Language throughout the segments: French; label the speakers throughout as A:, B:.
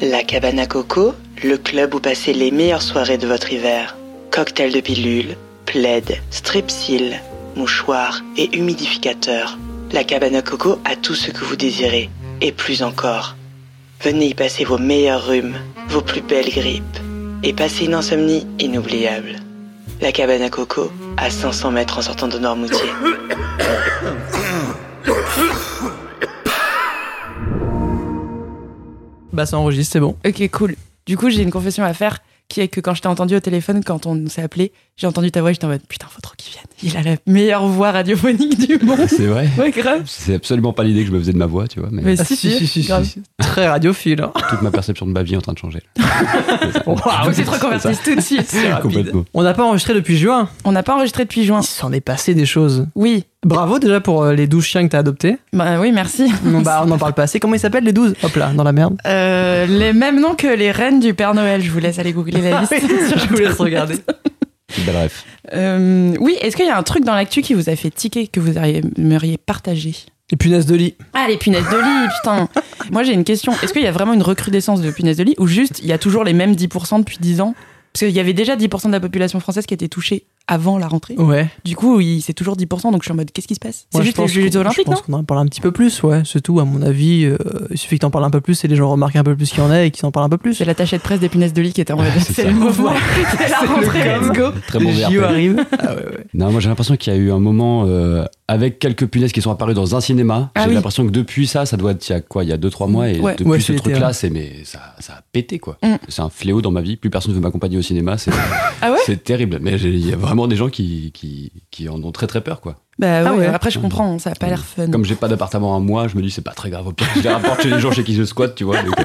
A: La cabane à coco, le club où passer les meilleures soirées de votre hiver. Cocktail de pilules, plaid, strepsil, mouchoirs et humidificateurs. La cabane à coco a tout ce que vous désirez, et plus encore. Venez y passer vos meilleurs rhumes, vos plus belles grippes, et passer une insomnie inoubliable. La cabane à coco, à 500 mètres en sortant de Noirmoutier.
B: Bah ça enregistre, c'est bon.
C: Ok, cool. Du coup, j'ai une confession à faire qui est que quand je t'ai entendu au téléphone, quand on s'est appelé, j'ai entendu ta voix et j'étais en mode putain, faut trop qu'il vienne. Il a la meilleure voix radiophonique du monde.
D: C'est vrai.
C: Ouais, grave.
D: C'est absolument pas l'idée que je me faisais de ma voix, tu vois, mais,
C: Mais
B: Ah,
C: si, si, grave.
B: si. Très radiophile. hein.
D: toute ma perception de ma vie est en train de changer.
C: Faut que tu te reconvertisses tout de suite.
B: C'est rapide.
D: Complètement.
B: On n'a pas enregistré depuis juin.
C: On n'a pas enregistré depuis juin.
B: Il s'en est passé des choses.
C: Oui.
B: Bravo déjà pour euh, les 12 chiens que t'as adoptés.
C: Bah oui, merci.
B: Non, bah, on n'en parle pas assez. Comment ils s'appellent les 12 Hop là, dans la merde.
C: Euh, les mêmes noms que les reines du Père Noël. Je vous laisse aller googler la liste.
B: Ah Je vous laisse regarder.
D: Quelle belle ref.
C: Euh, oui, est-ce qu'il y a un truc dans l'actu qui vous a fait tiquer, que vous aimeriez partager
B: Les punaises de lit.
C: Ah, les punaises de lit, putain Moi, j'ai une question. Est-ce qu'il y a vraiment une recrudescence de punaises de lit ou juste il y a toujours les mêmes 10% depuis 10 ans Parce qu'il y avait déjà 10% de la population française qui était touchée avant la rentrée.
B: Ouais.
C: Du coup, il- c'est toujours 10%, donc je suis en mode, qu'est-ce qui se passe C'est
B: Moi,
C: juste
B: Oh. je
C: les
B: pense qu'on-
C: Jeux olympiques,
B: Je
C: non
B: pense qu'on en parle un petit peu plus, ouais. C'est tout, à mon avis. euh, il suffit que t'en parles un peu plus et les gens remarquent un peu plus qu'il y en a et qu'ils en parlent un peu plus.
C: C'est l'attaché de presse des punaises de lit qui était en mode,
D: c'est
C: c'est
D: ça.
C: le mouvement, c'est la rentrée, let's go
D: Très bon
B: les
D: VRP.
B: JO arrivent. Ah ouais, ouais.
D: Non, moi j'ai l'impression qu'il y a eu un moment euh, avec quelques punaises qui sont apparues dans un cinéma.
C: Ah
D: j'ai
C: oui.
D: l'impression que depuis ça, ça doit être il y a quoi, il y a 2-3 mois et
C: Ouais.
D: depuis
B: Ouais,
D: ce
B: c'est l'été,
D: truc-là,
B: ouais.
D: c'est mais ça, ça a pété quoi.
C: Mm.
D: C'est un fléau dans ma vie. Plus personne ne veut m'accompagner au cinéma. C'est
C: Ah ouais
D: c'est terrible. Mais j'ai- il y a vraiment des gens qui, qui, qui en ont très très peur quoi.
C: Bah
B: Ah
C: ouais,
B: ouais.
C: après, je comprends, ça a pas l'air
B: Euh,
C: fun.
D: Comme j'ai pas d'appartement à moi, je me dis c'est pas très grave. Au pire, je les rapporte chez les gens chez qui je squatte, tu vois. Donc, euh,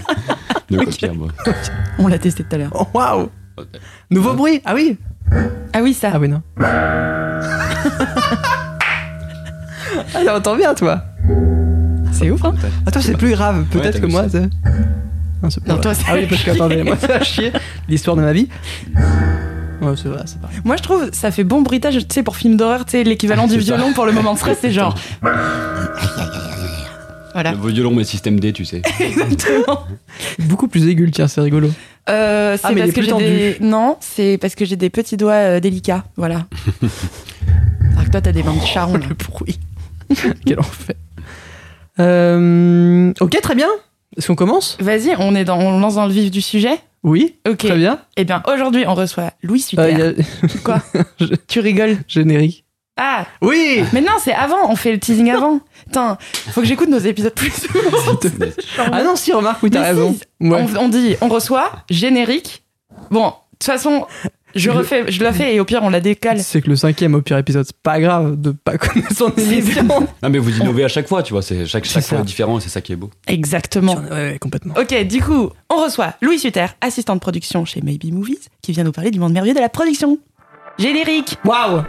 D: donc, au pire, moi.
C: On l'a testé tout à l'heure.
B: Oh, Waouh Nouveau bruit Ah oui
C: Ah oui, ça
B: Ah oui, non. ah, t'entends bien, toi
C: C'est ouf, hein
B: Ah, toi, c'est plus grave,
D: Ouais,
B: peut-être
D: t'as
B: que
D: vu
B: moi.
D: ça.
B: c'est- Non, c'est-
C: Non, toi, c'est
B: Ah oui, parce que,
C: à chier.
B: attendez, moi, c'est à chier. L'histoire de ma vie. Ouais, c'est vrai, c'est pareil.
C: Moi, je trouve ça fait bon bruitage, tu sais, pour film d'horreur, tu sais, l'équivalent
D: Ah,
C: du
D: c'est ça.
C: violon pour le moment de stress, c'est genre. Voilà.
D: Le violon mais système D, tu sais.
C: Exactement.
B: Beaucoup plus aigu, tiens, c'est rigolo.
C: Euh, c'est
B: Ah, mais
C: parce
B: il est
C: que
B: plus
C: j'ai des... Non, c'est parce que j'ai des petits doigts euh, délicats, voilà. Alors que toi, t'as des mains de charron. là.
B: Oh, Le bruit. Quel enfer. Euh, ok, très bien. Est-ce qu'on commence
C: Vas-y, on est dans, on lance dans le vif du sujet.
B: Oui,
C: Ok.
B: très bien.
C: Eh bien, aujourd'hui, on reçoit Louis Sutter.
B: Euh, il y a-
C: Quoi
B: Tu rigoles Générique.
C: Ah,
B: Oui
C: mais non, c'est avant. On fait le teasing avant. Putain, faut que j'écoute nos épisodes plus souvent.
B: Ah non, si, remarque, oui, t'as
C: Mais
B: raison.
C: si,
B: Ouais.
C: On, on dit, on reçoit, générique. Bon, de toute façon, je,
B: Le-
C: refais, je la fais et au pire, on la décale.
B: C'est que le cinquième, au pire épisode, c'est pas grave de pas connaître son
C: C'est
B: émission.
D: Non, mais vous innovez à chaque fois, tu vois. C'est chaque chaque
B: C'est
D: fois
B: ça.
D: est différent, et c'est ça qui est beau.
C: Exactement.
B: Ouais, ouais, complètement.
C: Ok, du coup, on reçoit Louis Sutter, assistant de production chez Maybe Movies, qui vient nous parler du monde merveilleux de la production. Générique
B: Waouh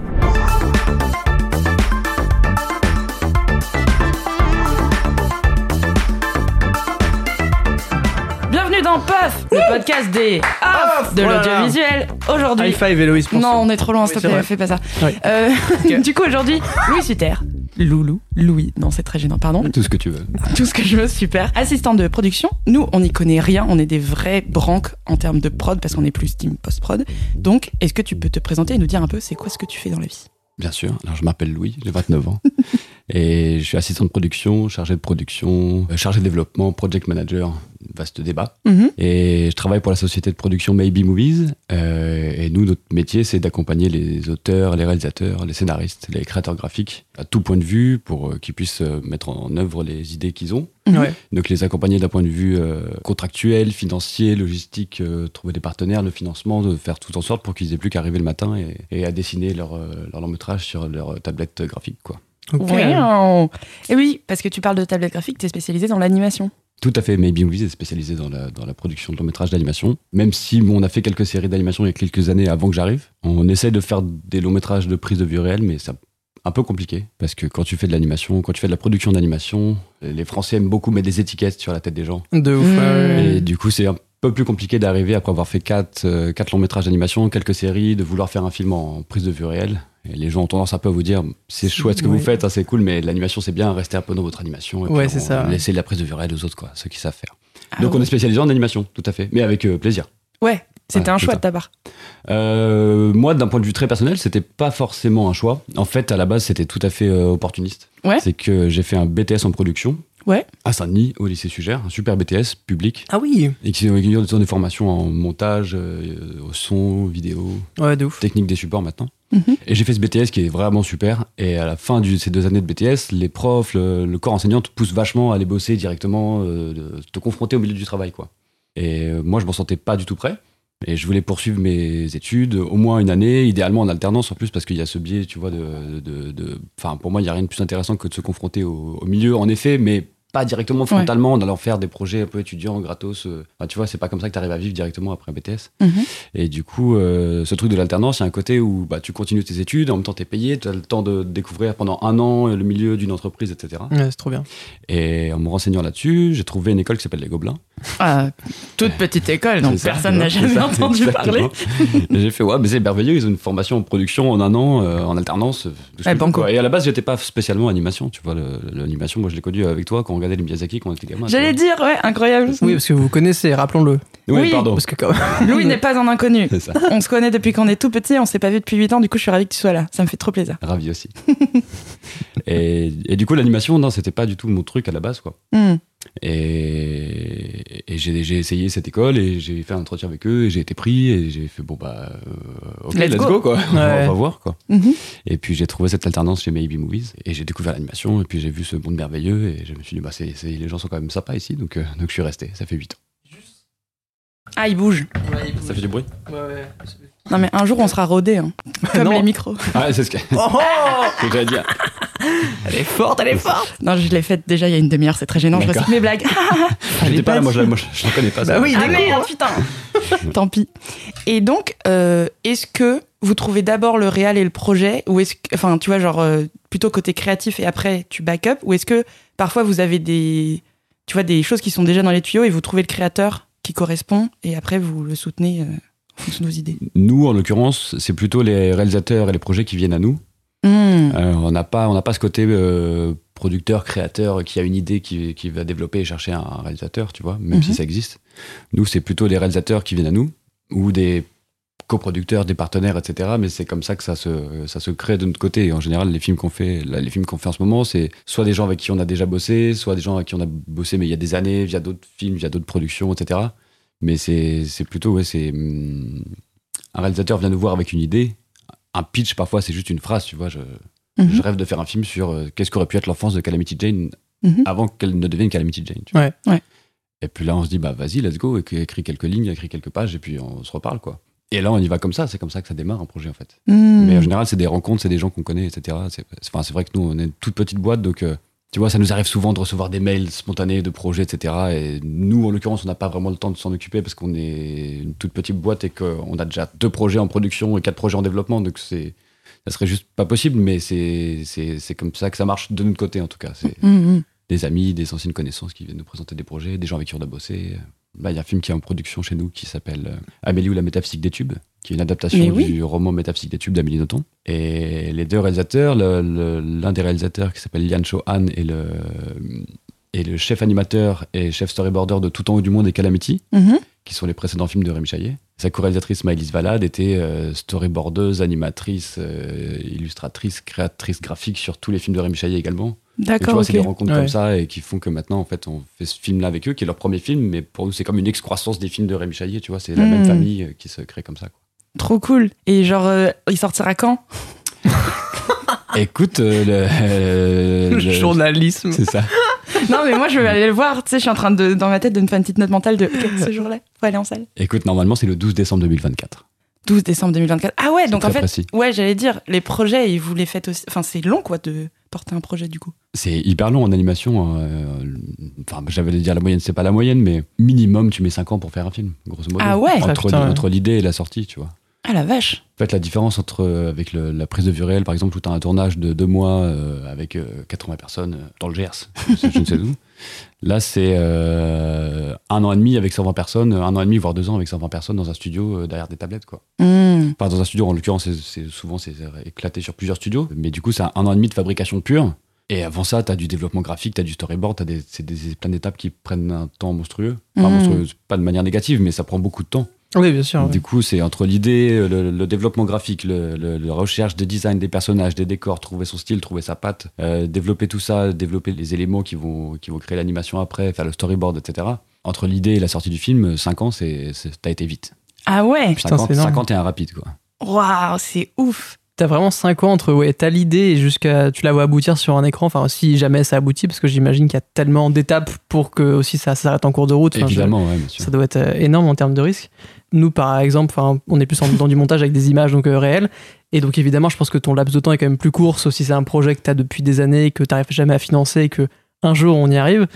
C: Bienvenue dans POF, le podcast des off de
B: Oh là là.
C: l'audiovisuel.
B: High
C: Aujourd'hui...
B: five, Héloïse, pour
C: Non,
B: ça.
C: on est trop loin,
B: Oui,
C: s'il te
B: c'est
C: plaît,
B: vrai.
C: fais pas ça.
B: Ouais.
C: Euh,
B: Ok.
C: du coup, aujourd'hui, Louis Sutter, Loulou, Louis, non, c'est très gênant, pardon,
D: Tout ce que tu veux.
C: tout ce que je veux, super. Assistant de production, nous, on n'y connaît rien, on est des vrais branques en termes de prod parce qu'on est plus team post-prod. Donc, est-ce que tu peux te présenter et nous dire un peu c'est quoi ce que tu fais dans la vie
D: Bien sûr. Alors, je m'appelle Louis, j'ai 29 ans. et je suis assistant de production, chargé de production, euh, chargé de développement, project manager. Vaste débat.
B: Mm-hmm.
D: Et je travaille pour la société de production Maybe Movies. euh, et nous, notre métier, c'est d'accompagner les auteurs, les réalisateurs, les scénaristes, les créateurs graphiques, à tout point de vue, pour euh, qu'ils puissent euh, mettre en œuvre les idées qu'ils ont.
B: Ouais.
D: Donc les accompagner d'un point de vue euh, contractuel, financier, logistique, euh, trouver des partenaires, le financement, de faire tout en sorte pour qu'ils aient plus qu'à arriver le matin et, et à dessiner leur, euh, leur long métrage sur leur euh, tablette graphique. Quoi.
B: Ok.
C: Wow. Et oui, parce que tu parles de tablette graphique, t'es spécialisé dans l'animation.
D: Tout à fait, Maybe Movies est spécialisé dans la, dans la production de long métrage d'animation. Même si bon, on a fait quelques séries d'animation il y a quelques années avant que j'arrive, on essaie de faire des longs métrages de prise de vue réelle, mais c'est un peu compliqué parce que quand tu fais de l'animation, quand tu fais de la production d'animation, les Français aiment beaucoup mettre des étiquettes sur la tête des gens.
B: De ouf.
C: Mm.
B: ouais, ouais.
D: Et du coup, c'est un peu plus compliqué d'arriver après avoir fait 4 quatre, euh, quatre longs métrages d'animation, quelques séries, de vouloir faire un film en prise de vue réelle. Et les gens ont tendance un peu à vous dire c'est chouette ce que
B: Ouais.
D: vous faites, hein, c'est cool, mais l'animation c'est bien, restez un peu dans votre animation. Et
B: Ouais,
D: puis
B: c'est
D: on-
B: ça.
D: Laissez de la prise de vue réelle aux autres, quoi, ceux qui savent faire.
C: Ah
D: Donc on
C: ouais.
D: est spécialisé en animation, tout à fait, mais avec euh, plaisir.
C: Ouais, c'était
D: Ouais,
C: un choix
D: putain.
C: de ta part.
D: Euh, moi, d'un point de vue très personnel, c'était pas forcément un choix. En fait, à la base, c'était tout à fait euh, opportuniste.
C: Ouais.
D: C'est que j'ai fait un BTS en production.
C: Ouais.
D: À Saint-Denis, au lycée Sugère, un super BTS public.
B: Ah oui
D: Et qui inclut des des formations en montage, euh, au son, vidéo,
B: Ouais, de ouf.
D: technique des supports maintenant.
C: Mhm.
D: Et j'ai fait ce BTS qui est vraiment super. Et à la fin de ces deux années de BTS, les profs, le, le corps enseignant te pousse vachement à aller bosser directement, euh, de te confronter au milieu du travail. quoi. Et euh, moi, je m'en sentais pas du tout prêt. Et je voulais poursuivre mes études, au moins une année, idéalement en alternance en plus, parce qu'il y a ce biais, tu vois, de. de- de- Enfin, pour moi, il n'y a rien de plus intéressant que de se confronter au, au milieu, en effet, mais pas directement frontalement, en allant faire des projets un peu étudiants, gratos. euh. Enfin, tu vois, c'est pas comme ça que tu arrives à vivre directement après un BTS.
C: Mhm.
D: Et du coup, euh, ce truc de l'alternance, il y a un côté où bah, tu continues tes études, en même temps t'es payé, tu as le temps de découvrir pendant un an le milieu d'une entreprise, etc.
B: Ouais, c'est trop bien.
D: Et en me renseignant là-dessus, j'ai trouvé une école qui s'appelle Les Gobelins.
C: Ah, toute petite école, donc
D: C'est ça,
C: personne
D: tu
C: n'a
D: vois,
C: jamais
D: c'est ça,
C: entendu parler.
D: exactement. Et j'ai fait, ouais, mais c'est merveilleux, ils ont une formation en production en un an, euh, en alternance. euh, tout ce
C: Ouais,
D: que-
C: Eh, banco.
D: quoi. Et à la base, j'étais pas spécialement animation, tu vois, le- l'animation, moi je l'ai connue avec toi quand on regardait les Miyazaki quand on était gamin. tu
C: J'allais
D: vois.
C: dire, ouais, incroyable.
B: Oui, parce que vous connaissez, rappelons-le.
D: Oui,
C: oui,
D: pardon.
B: Parce que quand même.
C: Louis n'est pas un inconnu.
D: C'est ça,
C: On se connaît depuis qu'on est tout petit, on s'est pas vu depuis 8 ans, du coup je suis ravie que tu sois là. Ça me fait trop plaisir.
D: ravi aussi. et, et du coup, l'animation, non, c'était pas du tout mon truc à la base, quoi.
C: Hmm.
D: Et, et j'ai j'ai essayé cette école et j'ai fait un entretien avec eux et j'ai été pris et j'ai fait bon bah euh, ok
C: Let's
D: let's,
C: go.
D: go. quoi on
B: Ouais.
D: va voir quoi
C: Mhm.
D: et puis j'ai trouvé cette alternance chez Maybe Movies et j'ai découvert l'animation et puis j'ai vu ce monde merveilleux et je me suis dit bah c'est c'est- les gens sont quand même sympas ici donc, euh, donc je suis resté ça fait 8 ans
C: Ah, il bouge.
D: ça fait du bruit
C: Non mais un jour on sera rodé, hein. comme
B: Non.
C: les micros.
D: ah c'est ce que,
B: Oh
D: ce que j'allais dire
B: Elle est forte, elle est forte
C: Non, je l'ai faite déjà il y a une demi-heure, c'est très gênant, je
D: D'accord.
C: recite mes blagues.
D: j'étais
C: Fallait
D: pas
C: pas
D: là moi
C: dire.
D: je, la- moi, je- je la connais pas ça.
B: Bah oui,
C: Ah
B: d'accord.
C: merde, putain Tant pis. Et donc, euh, est-ce que vous trouvez d'abord le réel et le projet Ou est-ce que, enfin, tu vois, genre, euh, plutôt côté créatif et après tu back up Ou est-ce que parfois vous avez des, tu vois, des choses qui sont déjà dans les tuyaux et vous trouvez le créateur qui correspond et après vous le soutenez euh, en fonction de vos idées
D: nous en l'occurrence c'est plutôt les réalisateurs et les projets qui viennent à nous
C: Hmm.
D: Euh, on n'a pas, on n'a pas ce côté euh, producteur, créateur qui a une idée qui, qui va développer et chercher un réalisateur, tu vois, même
C: Mhm.
D: si ça existe. Nous, c'est plutôt les réalisateurs qui viennent à nous ou des coproducteurs, des partenaires, etc. Mais c'est comme ça que ça se, ça se crée de notre côté. Et en général, les films qu'on fait, là, les films qu'on fait en ce moment, c'est soit des gens avec qui on a déjà bossé, soit des gens avec qui on a bossé mais il y a des années, via d'autres films, via d'autres productions, etc. Mais c'est c'est plutôt, ouais, c'est hum, un réalisateur vient nous voir avec une idée. Un pitch, parfois, c'est juste une phrase, tu vois. Je,
C: Mhm.
D: je rêve de faire un film sur euh, qu'est-ce qu'aurait pu être l'enfance de Calamity Jane
C: Mhm.
D: avant qu'elle ne devienne Calamity Jane. tu vois.
B: Ouais.
C: Ouais.
D: Et puis là, on se dit, bah vas-y, let's go, écris écris quelques lignes, écris quelques pages, et puis on se reparle, quoi. Et là, on y va comme ça, c'est comme ça que ça démarre un projet, en fait.
C: Hmm.
D: Mais euh, en général, c'est des rencontres, c'est des gens qu'on connaît, etc. C'est c'est- enfin, c'est vrai que nous, on est une toute petite boîte, donc euh, tu vois, ça nous arrive souvent de recevoir des mails spontanés de projets, etc. Et nous, en l'occurrence, on n'a pas vraiment le temps de s'en occuper parce qu'on est une toute petite boîte et qu'on a déjà deux projets en production et quatre projets en développement, donc c'est ça serait juste pas possible, mais c'est- c'est c'est comme ça que ça marche de notre côté, en tout cas. C'est
C: Hmm, hmm.
D: des amis, des anciennes connaissances qui viennent nous présenter des projets, des gens avec qui on a bossé. Là, il y a un film qui est en production chez nous qui s'appelle euh, Amélie ou la métaphysique des tubes, qui est une
C: Mais
D: adaptation
C: oui.
D: du roman Métaphysique des tubes d'Amélie Nothomb. Et les deux réalisateurs, le- le- l'un des réalisateurs qui s'appelle Lian Cho Han et le, et le chef animateur et chef storyboarder de Tout en haut du monde et Calamity,
C: Mhm.
D: qui sont les précédents films de Rémi Chaillet. Sa co-réalisatrice Maëlys Valade était euh, storyboardeuse, animatrice, euh, illustratrice, créatrice graphique sur tous les films de Rémi Chaillet également. Et tu
C: D'accord,
D: vois,
C: ok.
D: c'est des rencontres
B: Ouais.
D: comme ça et qui font que maintenant, en fait, on fait ce film-là avec eux, qui est leur premier film, mais pour nous, c'est comme une excroissance des films de Rémi Chaillet, tu vois, c'est la
C: Hmm.
D: même famille euh, qui se crée comme ça. quoi.
C: Trop cool. Et genre, euh, il sortira quand
D: Écoute, euh, le, euh,
B: Le
D: le-
B: journalisme.
D: c'est ça.
C: Non, mais moi je vais aller le voir. Tu sais, je suis en train de, dans ma tête, de me faire une petite note mentale de Ok, ce jour-là, faut aller en salle.
D: Écoute, normalement, c'est le 12 décembre 2024.
C: 12 décembre 2024. Ah ouais, donc
D: très
C: en fait,
D: précis.
C: ouais, j'allais dire, les projets, ils vous les faites aussi. Enfin, c'est long, quoi, de porter un projet, du coup.
D: C'est hyper long en animation. euh, Enfin, j'avais de dire la moyenne, c'est pas la moyenne, mais minimum, tu mets 5 ans pour faire un film, grosso modo.
C: Ah ouais
B: Ah,
D: Entre,
B: putain, ouais.
D: entre l'idée et la sortie, tu vois.
C: Ah la vache
D: En fait, la différence entre euh, avec le- la prise de vue réelle, par exemple, où tu as un tournage de deux mois euh, avec euh, 80 personnes euh, dans le Gers, je ne sais où, Là, c'est euh, un an et demi avec 120 personnes, un an et demi, voire deux ans avec 120 personnes dans un studio euh, derrière des tablettes, quoi.
C: Mmh.
D: Enfin, dans un studio, en l'occurrence, c'est- c'est souvent c'est éclaté sur plusieurs studios. Mais du coup, c'est un un an et demi de fabrication pure. Et avant ça, tu as du développement graphique, tu as du storyboard, tu as des, c'est des- plein d'étapes qui prennent un temps monstrueux. Enfin,
C: Mm.
D: monstrueux, pas de manière négative, mais ça prend beaucoup de temps.
B: Oui, bien sûr.
D: Du coup, c'est entre l'idée, euh, le, le développement graphique, le, le- la recherche des designs des personnages, des décors, trouver son style, trouver sa patte, euh, développer tout ça, développer les éléments qui vont, qui vont créer l'animation après, faire le storyboard, etc. Entre l'idée et la sortie du film, 5 ans, c'est, c'est- t'as été vite.
C: Ah ouais
B: Putain,
D: 50,
B: c'est énorme.
D: 51 rapide, quoi.
C: Waouh, c'est ouf
B: T'as vraiment 5 ans entre, ouais, t'as l'idée et jusqu'à. Tu la vois aboutir sur un écran. Enfin, si jamais ça aboutit, parce que j'imagine qu'il y a tellement d'étapes pour que aussi ça s'arrête en cours de route. Enfin, je-
D: Évidemment, ouais, bien sûr.
B: Ça doit être euh, énorme en termes de risque. Nous, par exemple, enfin, on est plus en- dans du montage avec des images donc euh, réelles. Et donc, évidemment, je pense que ton laps de temps est quand même plus court, sauf si c'est un projet que tu as depuis des années, que tu n'arrives jamais à financer et que un jour on y arrive.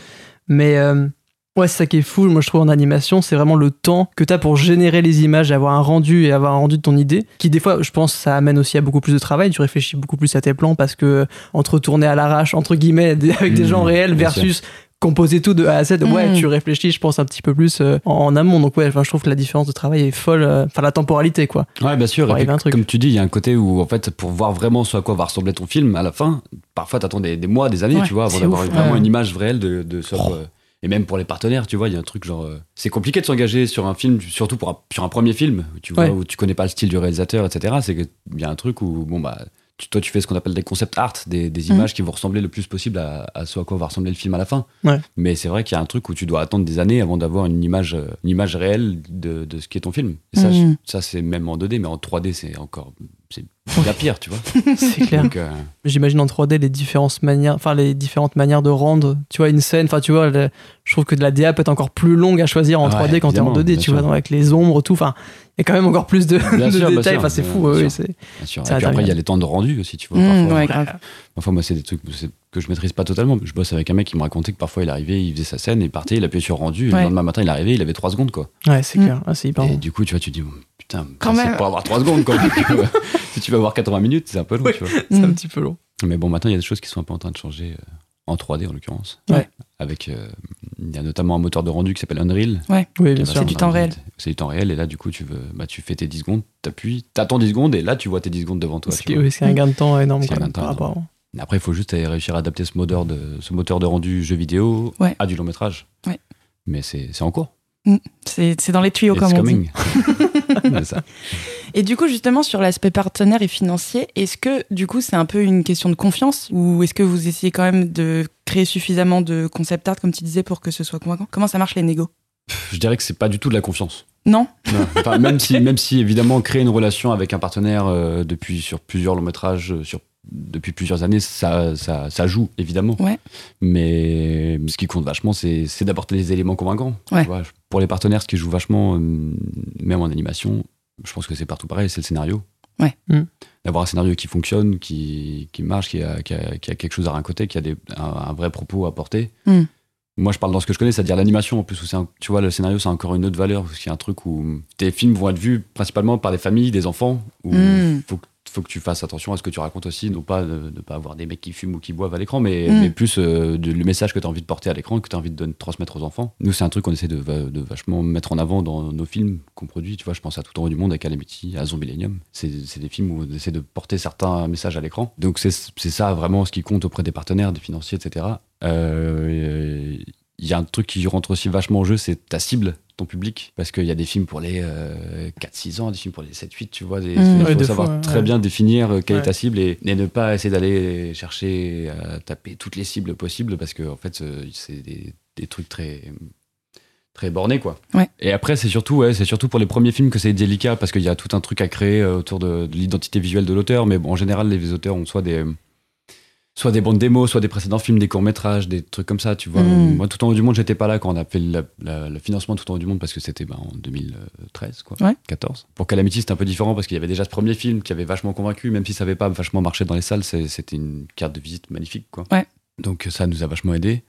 B: Mais euh, ouais, c'est ça qui est fou, moi je trouve en animation, c'est vraiment le temps que tu as pour générer les images, avoir un rendu et avoir un rendu de ton idée, qui des fois, je pense, ça amène aussi à beaucoup plus de travail. Tu réfléchis beaucoup plus à tes plans parce que euh, entre tourner à l'arrache, entre guillemets, des- avec des
D: Mmh,
B: gens réels
D: bien sûr.
B: versus composer tout de A à Z, ouais,
C: Mm.
B: tu réfléchis, je pense, un petit peu plus euh, en, en amont. Donc, ouais, enfin, je trouve que la différence de travail est folle, euh, enfin, la temporalité, quoi.
D: Ouais, bien sûr.
B: Pour
D: Et puis,
B: arriver à un truc.
D: Comme tu dis, il y a un côté où, en fait, pour voir vraiment ce à quoi va ressembler ton film à la fin, parfois t'attends des, des mois, des années,
C: Ouais,
D: tu vois, avant
C: c'est
D: d'avoir
C: ouf,
D: eu vraiment
B: ouais.
D: une image réelle de, de ce à quoi- Et même pour les partenaires, tu vois, il y a un truc genre. euh, c'est compliqué de s'engager sur un film, surtout pour un, sur un premier film, tu vois,
B: Ouais.
D: où tu connais pas le style du réalisateur, etc. C'est qu'il y a un truc où, bon, bah. tu- Toi, tu fais ce qu'on appelle des concept art, des, des images qui vont ressembler le plus possible à, à ce à quoi va ressembler le film à la fin.
B: Ouais.
D: Mais c'est vrai qu'il y a un truc où tu dois attendre des années avant d'avoir une image, euh, une image réelle de, de ce qui est ton film. Et ça,
C: Mhm.
D: je- ça, c'est même en 2D, mais en 3D, c'est encore. C'est la pire, tu vois.
B: C'est clair.
D: Donc, euh,
B: J'imagine en 3D les différentes manières, enfin, les différentes manières de rendre, tu vois, une scène. Enfin, tu vois, le- je trouve que de la DA peut être encore plus longue à choisir en
D: Ah Ouais,
B: 3D quand t'es en
D: évidemment,
B: 2D,
D: bien
B: tu vois,
D: sûr.
B: donc avec les ombres, tout. Enfin, il y a quand même encore plus de,
D: Bien
B: de
D: sûr, bien
B: détails.
D: sûr.
B: Enfin, c'est fou,
D: Bien
B: ouais,
D: sûr.
B: c'est-
D: bien sûr.
B: Ça
D: Et puis
B: intervient.
D: après, il y a les temps de rendu aussi, tu vois.
C: Mmh,
D: parfois, euh,
C: ouais, grave.
D: Parfois, moi, c'est des trucs c'est- que je maîtrise pas totalement. Je bosse avec un mec qui me racontait que parfois, il arrivait, il faisait sa scène, il partait, il appuyait sur rendu, et
C: Ouais.
D: le lendemain matin, il arrivait, il avait 3 secondes, quoi.
B: Ouais, c'est
C: Mm.
B: clair. Ah, c'est hyper
D: Et
B: bon.
D: du coup, tu vois, tu dis, bon, putain, bah,
C: Quand
D: c'est
C: même.
D: pour avoir 3 secondes, quoi. si tu vas avoir 80 minutes, c'est un peu long,
B: Oui.
D: tu vois.
B: C'est un
C: Mm.
B: petit peu long.
D: Mais bon, maintenant, il y a des choses qui sont un peu en train de changer, euh, en 3D en l'occurrence.
B: Ouais.
D: Avec, euh, il y a notamment un moteur de rendu qui s'appelle Unreal.
B: Oui,
D: qui
B: bien
D: est
B: sûr.
D: vraiment
C: du temps
D: un-
C: réel.
D: C'est du temps réel, et là, du coup, tu, veux, bah, tu fais tes 10 secondes, t'appuies, t'attends 10 secondes, et là, tu vois tes 10 secondes devant toi.
B: C'est
D: tu vois.
B: oui, c'est un gain de temps énorme,
D: C'est
B: quand
D: un gain
B: même,
D: de temps
B: par rapport.
D: Après, il faut juste euh, réussir à adapter ce moteur de, ce moteur de rendu jeu vidéo
C: Ouais.
D: à du long métrage.
C: Ouais.
D: Mais c'est c'est en cours.
C: C'est c'est dans les tuyaux,
D: It's
C: comme on dit.
D: coming. C'est ça.
C: Et du coup, justement, sur l'aspect partenaire et financier, est-ce que, du coup, c'est un peu une question de confiance Ou est-ce que vous essayez quand même de créer suffisamment de concept art, comme tu disais, pour que ce soit convaincant Comment ça marche les négos
D: Je dirais que c'est pas du tout de la confiance.
C: Non
D: Enfin, même, si, même si, évidemment, créer une relation avec un partenaire euh, depuis sur plusieurs longs métrages, euh, sur, depuis plusieurs années, ça, ça, ça joue, évidemment.
C: Ouais.
D: Mais ce qui compte vachement, c'est c'est d'apporter des éléments convaincants. Tu
C: Ouais.
D: vois, pour les partenaires, ce qui joue vachement, euh, même en animation, je pense que c'est partout pareil, c'est le scénario.
C: Ouais.
B: Mm.
D: D'avoir un scénario qui fonctionne, qui, qui marche, qui a, qui, a, qui a quelque chose à raconter, qui a des, un, un vrai propos à porter.
C: Mm.
D: Moi, je parle dans ce que je connais, c'est-à-dire l'animation en plus. Où c'est un- tu vois, le scénario, c'est encore une autre valeur. Parce qu'il y a un truc où tes films vont être vus principalement par des familles, des enfants, où
C: Mm.
D: faut, que- faut que tu fasses attention à ce que tu racontes aussi, non pas de ne pas avoir des mecs qui fument ou qui boivent à l'écran, mais,
C: Mm.
D: mais plus euh, de- le message que tu as envie de porter à l'écran, que tu as envie de donner- transmettre aux enfants. Nous, c'est un truc qu'on essaie de, va- de vachement mettre en avant dans nos films qu'on produit. Tu vois, je pense à Tout en haut du monde, à Calamity, à Zombielenium. C'est c'est des films où on essaie de porter certains messages à l'écran. Donc, c'est c'est ça vraiment ce qui compte auprès des partenaires, des financiers, etc. Euh, il y a un truc qui rentre aussi vachement en jeu, c'est ta cible, ton public. Parce qu'il y a des films pour les euh, 4-6 ans, des films pour les 7-8, tu vois. Des,
C: Mm.
D: Il faut
B: Ouais, des
D: savoir
B: fois, ouais.
D: très bien définir euh, quelle
B: Ouais.
D: est ta cible et, et ne pas essayer d'aller chercher à taper toutes les cibles possibles parce que, en fait, euh, c'est des, des trucs très très bornés quoi.
C: Ouais.
D: Et après c'est surtout ouais, c'est surtout pour les premiers films que c'est délicat parce qu'il y a tout un truc à créer euh, autour de, de l'identité visuelle de l'auteur mais bon en général les auteurs ont soit des soit des bandes démos, soit des précédents films, des courts-métrages, des trucs comme ça, tu vois.
C: Mm.
D: Moi, tout en haut du monde, j'étais pas là quand on a fait la- la- le financement de tout en haut du monde parce que c'était ben, en 2013, quoi.
C: Ouais.
D: 14. Pour Calamity, c'était un peu différent parce qu'il y avait déjà ce premier film qui avait vachement convaincu, même si ça avait pas vachement marché dans les salles, c'est- c'était une carte de visite magnifique, quoi.
C: Ouais.
D: Donc ça nous a vachement aidé.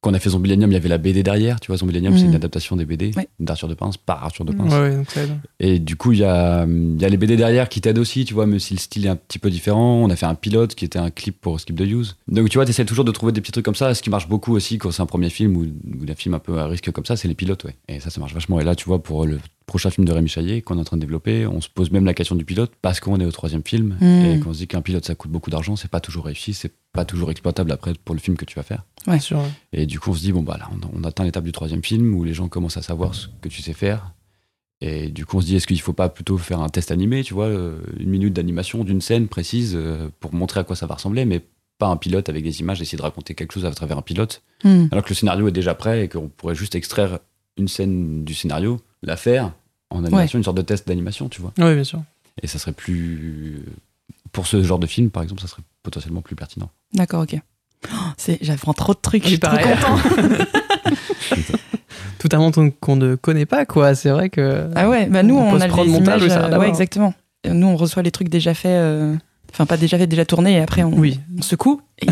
D: Quand on a fait Zombie il y avait la BD derrière, tu vois, Zombie
C: Mhm.
D: c'est une adaptation des BD
C: Ouais.
D: d'Arthur de Pince par Arthur de
C: Mhm.
D: Pince.
B: Ouais, ouais, donc ça aide.
D: Et du coup, il y a, hum, il y a les BD derrière qui t'aident aussi, tu vois, même si le style est un petit peu différent. On a fait un pilote qui était un clip pour Skip the Use. Donc, tu vois, t'essaies toujours de trouver des petits trucs comme ça. Ce qui marche beaucoup aussi quand c'est un premier film ou, ou un film un peu à risque comme ça, c'est les pilotes, ouais. Et ça, ça marche vachement. Et là, tu vois, pour le prochain film de Rémi Chaillet qu'on est en train de développer, on se pose même la question du pilote parce qu'on est au troisième film
C: Mm.
D: et qu'on se dit qu'un pilote, ça coûte beaucoup d'argent, c'est pas toujours réussi, c'est pas toujours exploitable après pour le film que tu vas faire.
C: Ouais.
B: Sûr, ouais.
D: Et du coup, on se dit, bon, bah là, on, on atteint l'étape du troisième film où les gens commencent à savoir ce que tu sais faire. Et du coup, on se dit, est-ce qu'il ne faut pas plutôt faire un test animé, tu vois, euh, une minute d'animation d'une scène précise euh, pour montrer à quoi ça va ressembler, mais pas un pilote avec des images, essayer de raconter quelque chose à travers un pilote,
C: Hmm.
D: alors que le scénario est déjà prêt et qu'on pourrait juste extraire une scène du scénario, la faire en animation, une sorte de test d'animation, tu vois.
B: Ouais, bien sûr.
D: Et ça serait plus. Pour ce genre de film, par exemple, ça serait potentiellement plus pertinent.
C: D'accord, ok. Oh, c'est- J'apprends trop de trucs, je suis trop
B: pareil.
C: content.
B: Tout un monde qu'on ne connaît pas, quoi. C'est vrai que.
C: Ah ouais, bah nous
B: On
C: on,
B: peut se
C: a les
B: prendre montage,
C: images,
B: oui, ça n'a
C: euh,
B: rien à voir.
C: ouais, exactement. Et Nous on reçoit les trucs déjà faits, euh, enfin pas déjà faits, déjà tournés et après on,
B: Oui.
C: on secoue. Et-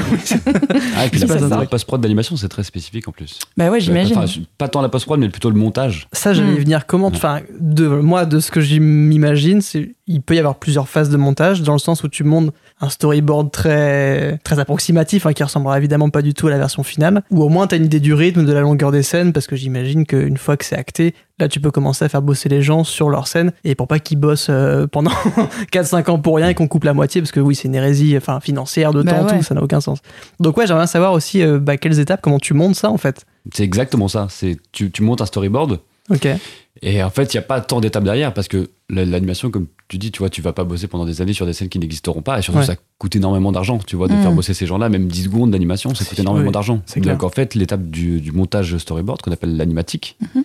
D: Ah, et puis
B: Ça passe
D: la
B: direct.
D: post-prod d'animation, c'est très spécifique en plus.
C: bah ouais, j'imagine.
D: Enfin, pas tant la post-prod, mais plutôt le montage.
B: Ça, j'allais y
C: Hmm.
B: venir. Comment, enfin, de moi, de ce que j'im- m'imagine, c'est il peut y avoir plusieurs phases de montage dans le sens où tu montes un storyboard très très approximatif, hein, qui ressemblera évidemment pas du tout à la version finale. Ou au moins, t'as une idée du rythme, de la longueur des scènes, parce que j'imagine qu'une fois que c'est acté, là, tu peux commencer à faire bosser les gens sur leur scène et pour pas qu'ils bossent euh, pendant 4-5 ans pour rien et qu'on coupe la moitié, parce que oui, c'est une hérésie, enfin financière, de
C: Bah
B: temps,
C: ouais.
B: tout, ça n'a aucun sens. Donc ouais, j'aimerais bien savoir aussi euh, bah, quelles étapes, comment tu montes ça en fait.
D: C'est exactement ça. C'est tu, tu montes un storyboard
B: Ok.
D: et en fait, il n'y a pas tant d'étapes derrière parce que la- l'animation, comme tu dis, tu vois, tu vas pas bosser pendant des années sur des scènes qui n'existeront pas et surtout,
B: Ouais.
D: ça coûte énormément d'argent. Tu vois, de
C: Mm.
D: faire bosser ces gens-là, même 10 secondes d'animation, ça coûte
B: C'est-
D: énormément
B: oui,
D: d'argent.
B: c'est clair.
D: Donc en fait, l'étape du, du montage storyboard qu'on appelle l'animatique.
B: Mm-hmm.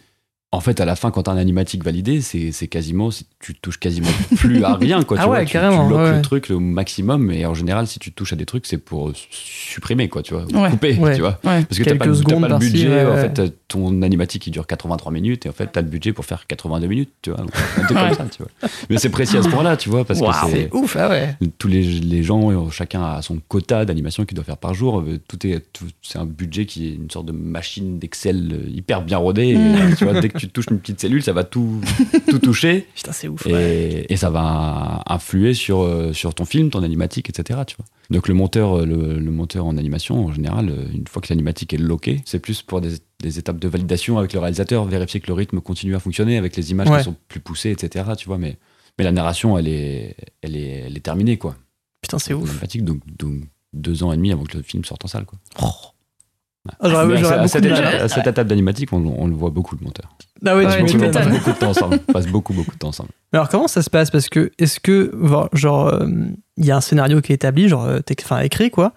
D: En fait, à la fin, quand tu as un animatique validé, c'est c'est quasiment, c'est- tu touches quasiment plus à rien. Quoi,
B: Ah
D: tu
B: ouais,
D: vois, tu,
B: carrément,
D: tu bloques
B: ouais, ouais.
D: le truc le maximum. Et en général, si tu touches à des trucs, c'est pour euh, supprimer, quoi, tu vois, ou
C: Ouais.
D: couper,
B: Ouais.
D: tu vois.
C: Ouais.
D: Parce que t'as
B: Quelques
D: pas, le- t'as
B: secondes
D: pas le
B: par-ci,
D: budget,
B: ouais,
D: en
B: ouais.
D: fait, t'as ton animatique qui dure 83 minutes, et en fait, t'as le budget pour faire 82 minutes, tu vois. donc, un truc comme ça, tu vois. Mais c'est précis à ce point-là, tu vois, parce
B: Waouh,
D: que c'est-
B: ouf, ah ouais.
D: tous les, les gens, euh, chacun a son quota d'animation qu'il doit faire par jour. Euh, Tout est, tout- c'est un budget qui est une sorte de machine d'Excel euh, hyper bien rodée. et,
B: Hmm.
C: Mm.
D: tu vois, dès que tu touches une petite cellule, ça va tout, tout toucher.
B: Putain, c'est ouf. ouais.
D: Et, et ça va influer sur, euh, sur ton film, ton animatique, etc. Tu vois. Donc le monteur, euh, le, le monteur en animation, en général, euh, une fois que l'animatique est loquée, c'est plus pour des, des étapes de validation avec le réalisateur, vérifier que le rythme continue à fonctionner avec les images
B: Ouais.
D: qui sont plus poussées, etc. Tu vois, mais, mais la narration, elle est, elle est, elle est terminée, quoi.
B: Putain, c'est ouf.
D: L'animatique, donc, donc deux ans et demi avant que le film sorte en salle, quoi.
B: Oh. Ah, j'aurais-
D: Mais à
B: j'aurais
D: cette- à
B: beaucoup
D: cette
B: de
D: étape-
B: mal.
D: à cette étape d'animatique, on, on le voit beaucoup, le monteur.
B: Ah ouais,
D: On passe
B: tu
D: beaucoup,
C: m'étonnes.
D: on passe
B: m'étonnes.
D: beaucoup de temps ensemble. On passe beaucoup, beaucoup de temps ensemble.
B: Mais alors, comment ça se passe Parce que, est-ce que, genre, genre, euh, il y a un scénario qui est établi, genre, euh, t'éc- enfin, écrit, quoi,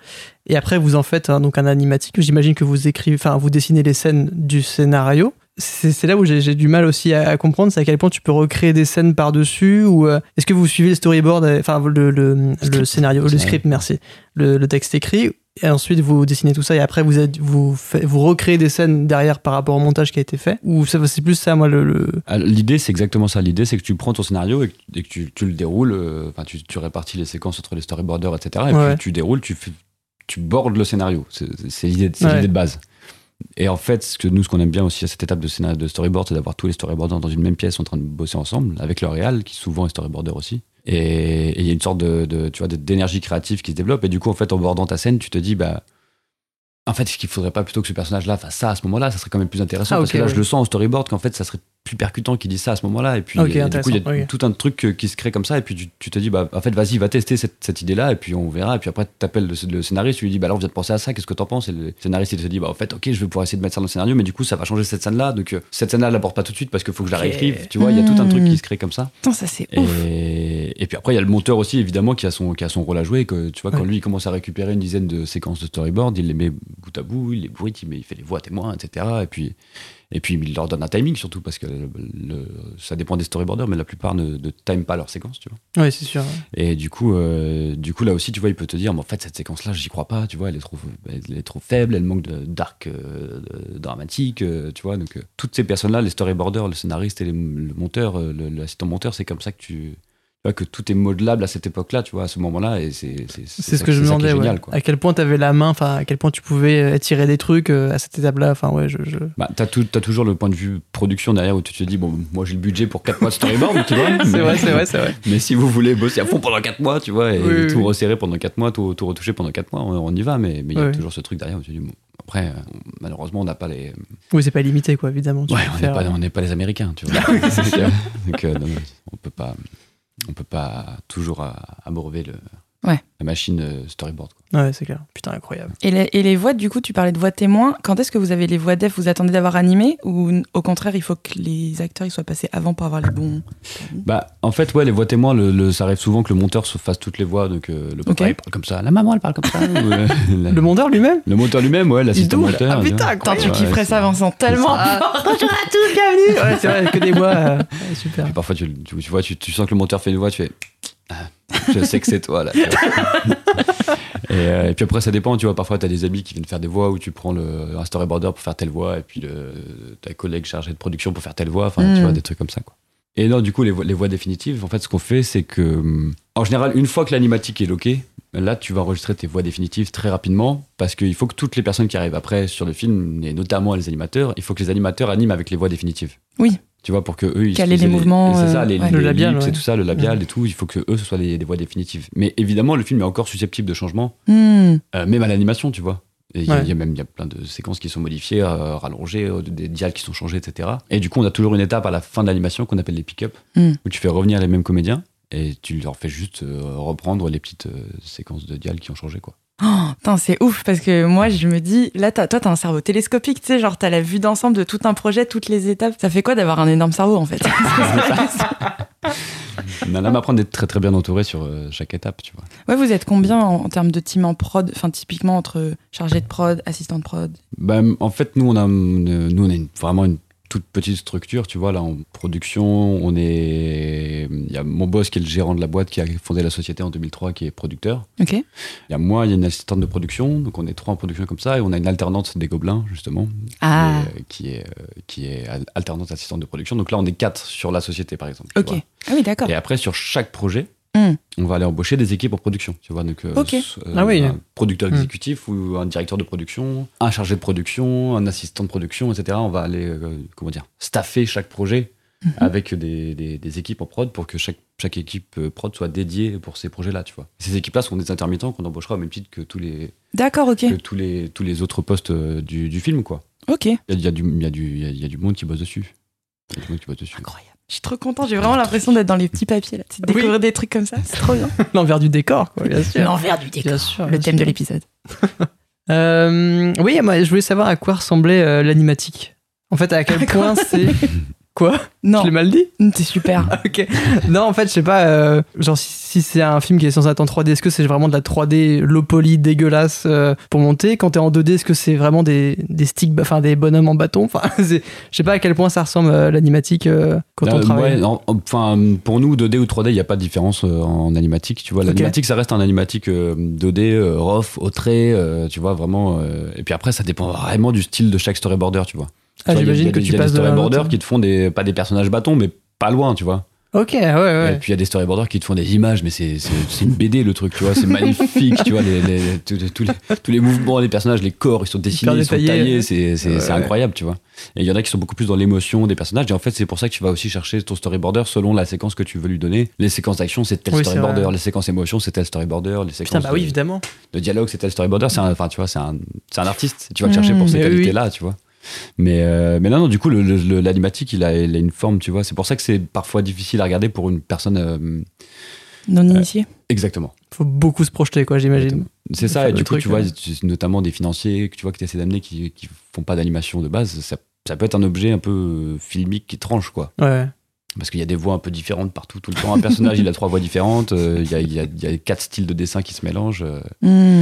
B: et après, vous en faites hein, donc un animatique. J'imagine que vous écrivez, enfin, vous dessinez les scènes du scénario. C'est c'est là où j'ai j'ai du mal aussi à, à comprendre, c'est à quel point tu peux recréer des scènes par-dessus, ou euh, est-ce que vous suivez le storyboard, euh, enfin, le, le, le scénario, le
D: Ouais.
B: script, merci, le, le texte écrit, et ensuite vous dessinez tout ça et après vous êtes, vous fait- vous recréez des scènes derrière par rapport au montage qui a été fait ou ça c'est plus ça moi le, le-
D: Alors, Ah, L'idée, c'est exactement ça. L'idée, c'est que tu prends ton scénario et que, et que tu, tu le déroules. euh, Enfin, tu, tu répartis les séquences entre les storyboarders, etc. Et
B: Ouais.
D: puis tu déroules, tu, fais- tu bordes le scénario. C'est c'est l'idée de- c'est
B: Ouais.
D: l'idée de base. Et en fait, ce que nous, ce qu'on aime bien aussi à cette étape de, scénario, de storyboard, c'est d'avoir tous les storyboarders dans une même pièce en train de bosser ensemble, avec le réal, qui souvent est storyboarder aussi. Et et il y a une sorte de, de- tu vois, de- d'énergie créative qui se développe. Et du coup, en fait, en bordant ta scène, tu te dis, bah, en fait, ce qu'il faudrait pas plutôt que ce personnage-là fasse ça à ce moment-là, ça serait quand même plus intéressant.
B: Ah,
D: parce
B: ok,
D: que là,
B: ouais.
D: je le sens au storyboard qu'en fait, ça serait plus percutant qu'il dise ça à ce moment-là. Et puis,
B: Ok,
D: et du coup, il y a
B: intéressant, ok.
D: tout un truc euh, qui se crée comme ça. Et puis, tu, tu te dis, bah, en fait, vas-y, va tester cette, cette idée-là. Et puis, on verra. Et puis après, tu appelles le, le scénariste, tu lui dis, bah, alors, on vient de penser à ça, qu'est-ce que t'en penses Et le scénariste, il te dit, bah, en fait, ok, je vais pouvoir essayer de mettre ça dans le scénario, mais du coup, ça va changer cette scène-là. Donc, euh, cette scène-là, elle l'aborde pas tout de suite parce qu'il faut que je la
B: Ok.
D: réécrive. Tu vois, il y a tout un truc
C: Hmm.
D: qui se crée comme ça.
C: Putain, ça c'est ouf.
D: Et, et puis après, il y a le monteur aussi, évidemment, qui a son, qui a son rôle à jouer. Que, tu vois, quand
B: Ouais.
D: lui, il commence à récupérer une dizaine de séquences de storyboard, il les met bout à bout, il les bruite, il, met- il fait les voix témoins, etc. Et puis, et puis, il leur donne un timing surtout, parce que le- le- ça dépend des storyboarders, mais la plupart ne, ne time pas leurs séquences, tu vois.
B: ouais c'est sûr
D: Et du coup, euh, du coup, là aussi, tu vois, il peut te dire, mais en fait, cette séquence-là, j'y crois pas, tu vois, elle est trop, elle est trop faible, elle manque de- d'arc euh, de- dramatique, euh, tu vois. Donc, euh, toutes ces personnes-là, les storyboarders, le scénariste et les- le monteur, euh, le- l'assistant monteur, c'est comme ça que tu, Enfin, que tout est modelable à cette époque-là, tu vois, à ce moment-là. Et c'est c'est- c'est
B: C'est ce
D: ça-
B: que je
D: c'est
B: me
D: ça qui est
B: demandais, ouais.
D: génial, quoi.
B: à quel point tu avais la main, enfin à quel point tu pouvais tirer des trucs euh, à cette étape-là. Enfin ouais, je, je-
D: Bah, t'as, tout- t'as toujours le point de vue production derrière où tu te dis, bon, moi j'ai le budget pour 4 mois de storyboard, tu vois. mais-
B: c'est vrai.
D: Mais si vous voulez bosser à fond pendant 4 mois, tu vois, et
B: Oui, oui,
D: tout
B: oui.
D: resserrer pendant 4 mois, tout, tout retoucher pendant 4 mois, on, on y va. Mais mais il y a
B: Oui.
D: toujours ce truc derrière où tu te dis, bon, après, euh, malheureusement, on n'a pas les.
B: Oui, c'est pas limité quoi, évidemment. tu
D: Ouais,
B: peux
D: on n'est
B: faire-
D: pas, on n'est pas les Américains, tu vois. Donc, euh, non, non, on peut pas, on peut pas toujours euh, abreuver le,
C: Ouais.
D: la machine euh, storyboard. quoi.
B: Ouais, c'est clair. Putain, incroyable.
C: Et les, et les voix, du coup, tu parlais de voix témoins. Quand est-ce que vous avez les voix def Vous attendez d'avoir animé Ou n- au contraire, il faut que les acteurs ils soient passés avant pour avoir les bons
D: Bah, en fait, ouais, les voix témoins, le, le- ça arrive souvent que le monteur se fasse toutes les voix. Donc, euh, le papa,
C: Ok.
D: il parle comme ça, la maman, elle parle comme ça. ou, euh, la-
B: Le
D: le...
B: monteur lui-même
D: monteur lui-même, ouais, l'assistant
B: double.
D: monteur.
B: Ah,
D: tu
B: putain,
D: vois.
C: Putain, tu
D: Ouais,
C: kifferais
D: c'est-
C: ça, Vincent, tellement
B: Bonjour à tous, bienvenue Ouais, c'est vrai, que des voix. euh, ouais, super.
D: Puis parfois, tu, tu, tu vois, tu, tu sens que le monteur fait une voix, tu fais. Ah, Je sais que c'est toi là. tu vois. et, euh, et puis après, ça dépend. Tu vois, parfois, tu as des amis qui viennent faire des voix où tu prends le, un storyboarder pour faire telle voix et puis le, ta collègue chargée de production pour faire telle voix. Enfin,
C: Mm.
D: tu vois,
B: Hmm.
D: des trucs comme ça. Quoi. Et non, du coup, les, voix- les voix définitives, en fait, ce qu'on fait, c'est que. hum, En général, une fois que l'animatique est loquée, là, tu vas enregistrer tes voix définitives très rapidement parce qu'il faut que toutes les personnes qui arrivent après sur le film, et notamment les animateurs, il faut que les animateurs animent avec les voix définitives.
C: Oui.
D: Tu vois, pour que eux, ils
C: Caler les
D: faisaient
C: mouvements,
D: C'est ça,
C: euh,
D: les,
C: ouais.
D: les
B: Le labial,
D: lips et
B: ouais.
D: tout ça, le labial et tout. Il faut que eux, ce soit des, des voix définitives. Mais évidemment, le film est encore susceptible de changement,
C: Hmm.
D: euh, même à l'animation, tu vois. Et Il y a-
B: Ouais.
D: il y a même il y a plein de séquences qui sont modifiées, euh, rallongées, euh, des dialogues qui sont changés, etc. Et du coup, on a toujours une étape à la fin de l'animation qu'on appelle les pick-up,
C: Mm.
D: où tu fais revenir les mêmes comédiens et tu leur fais juste euh, reprendre les petites euh, séquences de dialogues qui ont changé, quoi.
C: Oh, putain, c'est ouf parce que moi je me dis, là t'as- toi t'as un cerveau télescopique, tu sais, genre t'as la vue d'ensemble de tout un projet, toutes les étapes. Ça fait quoi d'avoir un énorme cerveau en fait
D: On a là, m'apprendre d'être très très bien entouré sur euh, chaque étape, tu vois.
C: Ouais, vous êtes combien en, en termes de team en prod Enfin, typiquement entre chargé de prod, assistant de prod
D: Ben, en fait, nous, on a, une- nous, on a une- vraiment une toute petite structure, tu vois, là, en production, on est... Il y a mon boss qui est le gérant de la boîte, qui a fondé la société en 2003, qui est producteur.
C: Ok
D: Il y a moi, il y a une assistante de production, donc on est trois en production comme ça, et on a une alternante des gobelins, justement,
C: Ah
D: et, euh, qui est, euh, qui est al- alternante assistante de production. Donc là, on est quatre sur la société, par exemple. tu
C: Ok.
D: vois.
C: Ah oui, d'accord.
D: Et après, sur chaque projet,
C: Hmm.
D: on va aller embaucher des équipes en production. Tu vois, donc, euh,
C: Ok.
D: s- euh,
B: Ah oui.
D: un producteur
B: Hmm.
D: exécutif ou un directeur de production, un chargé de production, un assistant de production, etc. On va aller, euh, comment dire, staffer chaque projet
C: Mhm.
D: avec des, des- des équipes en prod pour que chaque, chaque équipe euh, prod soit dédiée pour ces projets-là, tu vois. Ces équipes-là sont des intermittents qu'on embauchera au même titre que tous les,
C: D'accord, ok.
D: que tous les, tous les autres postes euh, du, du film, quoi.
C: Ok.
D: Il y a- il y, a du- il y a du- il y a- il y a du monde qui bosse dessus. Il y a du monde qui bosse dessus.
C: Incroyable. Je suis trop contente, j'ai vraiment l'impression d'être dans les petits papiers là, de
B: Oui.
C: découvrir des trucs comme ça, c'est trop bien.
B: L'envers du décor, quoi, bien sûr.
C: L'envers du
B: Bien sûr.
C: le thème de l'épisode.
B: Euh, oui, moi, je voulais savoir à quoi ressemblait euh, l'animatique. En fait, à quel point c'est. Quoi Je
C: Non,
B: l'ai mal dit
C: c'est super.
B: Ok. Non, en fait, je sais pas. euh, genre, si, si c'est un film qui est censé être en 3D, est-ce que c'est vraiment de la 3D low poly dégueulasse euh, pour monter Quand t'es en 2D, est-ce que c'est vraiment des, des sticks, bah, enfin des bonhommes en bâton Enfin, c'est- je sais pas à quel point ça ressemble euh, l'animatique euh, quand
D: Là,
B: on travaille.
D: ouais, en- enfin, pour nous, 2D ou 3D, il n'y a pas de différence euh, en animatique. Tu vois, l'animatique, ça reste un animatique euh, 2D, euh, rough, au trait, euh, tu vois, vraiment. euh, et puis après, ça dépend vraiment du style de chaque storyboarder, tu vois.
B: Ah,
D: Tu vois, il y a- il y
B: J'imagine
D: a
B: que
D: des-
B: tu
D: Il y a des
B: passes de l'un à
D: storyboarders
B: l'autre.
D: qui te font des, pas des personnages bâtons, mais pas loin, tu vois.
B: Ok, ouais, ouais.
D: Et puis il y a des storyboarders qui te font des images, mais c'est c'est- c'est une BD le truc, tu vois, c'est magnifique, tu vois, les, les- tous, tous les, tous les mouvements des personnages, les corps, ils sont dessinés,
B: Hyper
D: ils sont
B: détaillés.
D: taillés, c'est c'est-
B: Ouais,
D: c'est
B: ouais.
D: incroyable, tu vois. Et il y en a qui sont beaucoup plus dans l'émotion des personnages, et en fait c'est pour ça que tu vas aussi chercher ton storyboarder selon la séquence que tu veux lui donner. Les séquences d'action, c'est tel
B: Oui, c'est
D: storyboarder,
B: vrai.
D: les séquences émotion, c'est tel storyboarder,
B: Putain,
D: les séquences
B: bah oui,
D: de,
B: évidemment.
D: de dialogue, c'est tel storyboarder, c'est un- enfin tu vois, c'est un, c'est un artiste, tu vas le chercher pour
C: Mm.
D: ces
B: Mmh, Mais oui, oui.
D: qualités-là, tu vois. Mais, euh, mais non, non, du coup, le- le- le- l'animatique, il a, il a une forme, tu vois. C'est pour ça que c'est parfois difficile à regarder pour une personne euh,
C: Non initié.
D: Exactement.
B: Faut beaucoup se projeter, quoi, j'imagine. Faire
D: C'est ça, et
B: le
D: du coup,
B: truc,
D: tu vois,
B: ouais.
D: tu- notamment des financiers que tu vois que tu essaies d'amener qui, qui font pas d'animation de base, ça, ça peut être un objet un peu euh, filmique qui tranche, quoi.
B: Ouais.
D: Parce qu'il y a des voix un peu différentes partout, tout le temps. Un personnage, il a trois voix différentes, euh, il y, a, il y a- il y a quatre styles de dessin qui se mélangent. euh.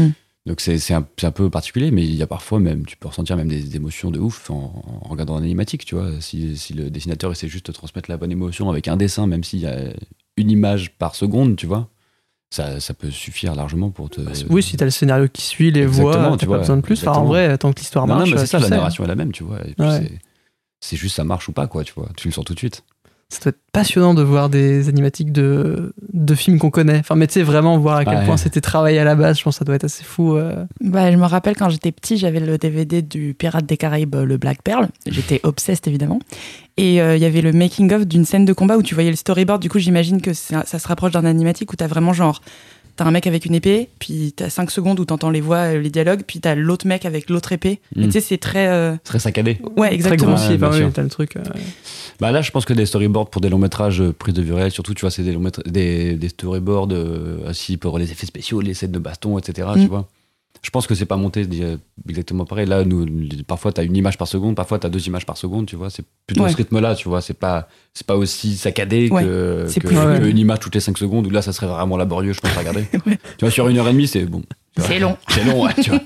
C: Hmm.
D: donc c'est c'est un, c'est un peu particulier, mais il y a parfois même, tu peux ressentir même des émotions de ouf en, en regardant un animatique, tu vois. Si, si le dessinateur essaie juste de transmettre la bonne émotion avec un dessin, même s'il y a une image par seconde, tu vois. Ça, ça peut suffire largement pour te.
B: Bah, Oui, si t'as le scénario qui suit, les
D: Exactement,
B: voix,
D: tu
B: t'as pas
D: vois,
B: besoin de plus. Enfin, en
D: exactement.
B: vrai, tant que l'histoire
D: Non, non,
B: marche. euh,
D: mais c'est ça,
B: tu
D: la
B: sais.
D: narration est la même, tu vois. Et puis
B: Ouais.
D: c'est- C'est juste ça marche ou pas, quoi, tu vois. Tu le sens tout de suite.
B: ça doit être passionnant de voir des animatiques de, de films qu'on connaît. Enfin, mais tu sais, vraiment voir à quel
D: Ouais.
B: point c'était travaillé à la base, je pense que ça doit être assez fou. euh.
C: Bah, je me rappelle quand j'étais petit, j'avais le DVD du Pirate des Caraïbes, euh, le Black Pearl. J'étais obsessed évidemment. Et euh, il y avait le making of d'une scène de combat où tu voyais le storyboard. Du coup, j'imagine que ça, ça se rapproche d'un animatique où t'as vraiment genre t'as un mec avec une épée, puis t'as 5 secondes où t'entends les voix, euh, les dialogues, puis t'as l'autre mec avec l'autre épée. Mais
D: Mm.
C: tu sais, c'est très euh,
D: Très saccadé.
C: ouais exactement.
B: Très grossier,
D: Ouais, bien
B: enfin,
D: sûr.
B: oui, t'as le truc. euh,
D: Bah là, je pense que des storyboards pour des longs métrages euh, prise de vue réelle, surtout, tu vois, c'est des, longs métra- des, des storyboards euh, assis pour les effets spéciaux, les scènes de baston, etc.
C: Mm.
D: Tu vois. Je pense que c'est pas monté euh, exactement pareil. Là, nous, les- parfois, t'as une image par seconde, parfois, t'as deux images par seconde, tu vois. C'est plutôt
C: Ouais.
D: ce rythme-là, tu vois. C'est pas, c'est pas aussi saccadé
C: Ouais.
D: que,
C: C'est
D: que-
C: plus
D: que
B: fluide.
D: une image toutes les cinq secondes, où là, ça serait vraiment laborieux, je pense, à regarder.
C: Ouais.
D: Tu vois, sur une heure et demie, c'est bon. tu vois.
C: C'est long.
D: C'est long, ouais, tu vois.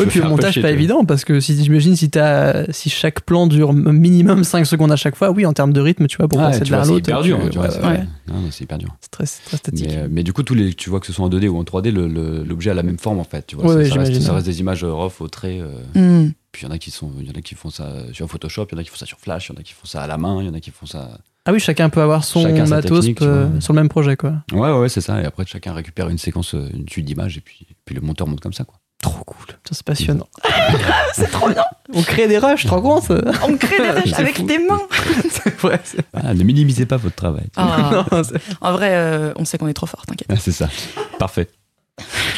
B: Oui, puis le montage, pas évident, parce que si j'imagine si, t'as- si chaque plan dure m- minimum 5 secondes à chaque fois, oui, en termes de rythme, tu vois, pour passer de l'un à
D: c'est
B: l'autre.
D: hyper
B: tu-
D: dur, Ah, tu vois.
B: ouais,
D: c'est-
B: ouais, ouais.
D: Non, mais c'est hyper dur.
B: C'est très, c'est très statique.
D: Mais, euh, mais du coup, tous les, tu vois que ce soit en 2D ou en 3D, le- le- l'objet a la même forme en fait. Tu vois,
B: Ouais,
D: Ça-
B: ouais,
D: ça, reste,
B: j'imagine.
D: ça reste des images euh, RAW au trait. euh,
C: Mm.
D: puis il y en a qui sont, il y en a qui font ça sur Photoshop, il y en a qui font ça sur Flash, il y en a qui font ça à la main, il y en a qui font ça.
B: Ah oui, chacun peut avoir son
D: Chacun sa
B: matos
D: technique,
B: euh,
D: ouais.
B: sur le même projet, quoi.
D: Ouais, ouais, ouais, c'est ça. Et après, chacun récupère une séquence, euh, une suite d'images, et puis, puis le monteur monte comme ça, quoi.
B: Trop cool. Putain, C'est passionnant.
C: C'est trop bien.
B: On crée des rushs, tu te rends compte
C: On crée des rushs
D: C'est
C: avec
D: fou.
C: des mains.
B: Ouais, c'est-
D: Ah, ne minimisez pas votre travail. tu vois.
C: Ah.
B: non, c'est-
C: En vrai, euh, on sait qu'on est trop fort. T'inquiète.
D: Ah, c'est ça. Parfait.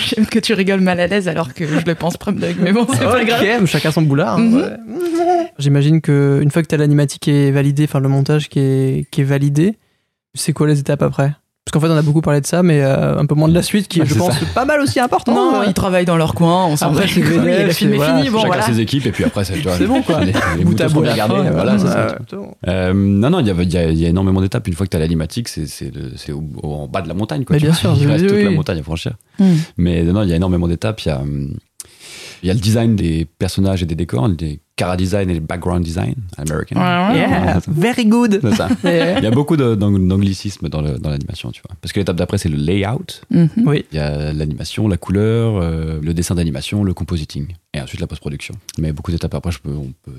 C: J'aime que tu rigoles mal à l'aise alors que je le pense prime dog. Mais
D: Ah
C: bon, c'est pas
B: Ok,
C: grave.
B: mais chacun son boulard. hein,
C: Mhm.
B: ouais. J'imagine qu'une fois que t'as l'animatique qui est validée, enfin le montage qui est, qui est validé, c'est quoi les étapes après Parce qu'en fait, on a beaucoup parlé de ça, mais euh, un peu moins de la suite, qui est,
D: Ouais,
B: je
D: Ah, c'est
B: pense, pas mal aussi important.
C: Non,
B: Euh,
C: ils travaillent dans leur coin, on s'en
B: Après,
C: bat
B: c'est
C: les couilles,
B: BDF,
C: le film
B: c'est-
C: est
B: voilà,
C: fini, bon
D: chacun
C: voilà.
D: ses équipes, et puis après, ça, tu vois,
B: C'est bon, quoi.
D: Les, les
B: bout à
D: moutons sont
B: bout, la
D: regardés,
B: fin,
D: voilà, c'est ça.
B: ouais, ouais.
D: Euh, non, non, il y avait- il y, a- il y a énormément d'étapes. Une fois que tu as la limatique, c'est- c'est le- c'est au- au- en bas de la montagne. Quoi,
B: Mais
D: tu
B: bien
D: vois.
B: sûr,
D: il
B: oui,
D: reste
B: oui,
D: toute la
B: oui.
D: montagne à franchir.
C: Mm.
D: Mais non, non, il y a énormément d'étapes. Il y a, hum, il y a le design des personnages et des décors, les cara design et le background design américain.
C: Ouais, ouais.
B: Yeah, very good.
D: C'est ça.
B: Ouais.
D: Il y a beaucoup de- d'ang- d'anglicisme dans le- dans l'animation, tu vois. Parce que l'étape d'après, c'est le layout.
C: Mhm.
B: Oui.
D: Il y a l'animation, la couleur, euh, le dessin d'animation, le compositing. Et ensuite la post-production. Mais beaucoup d'étapes après, je peux, on peut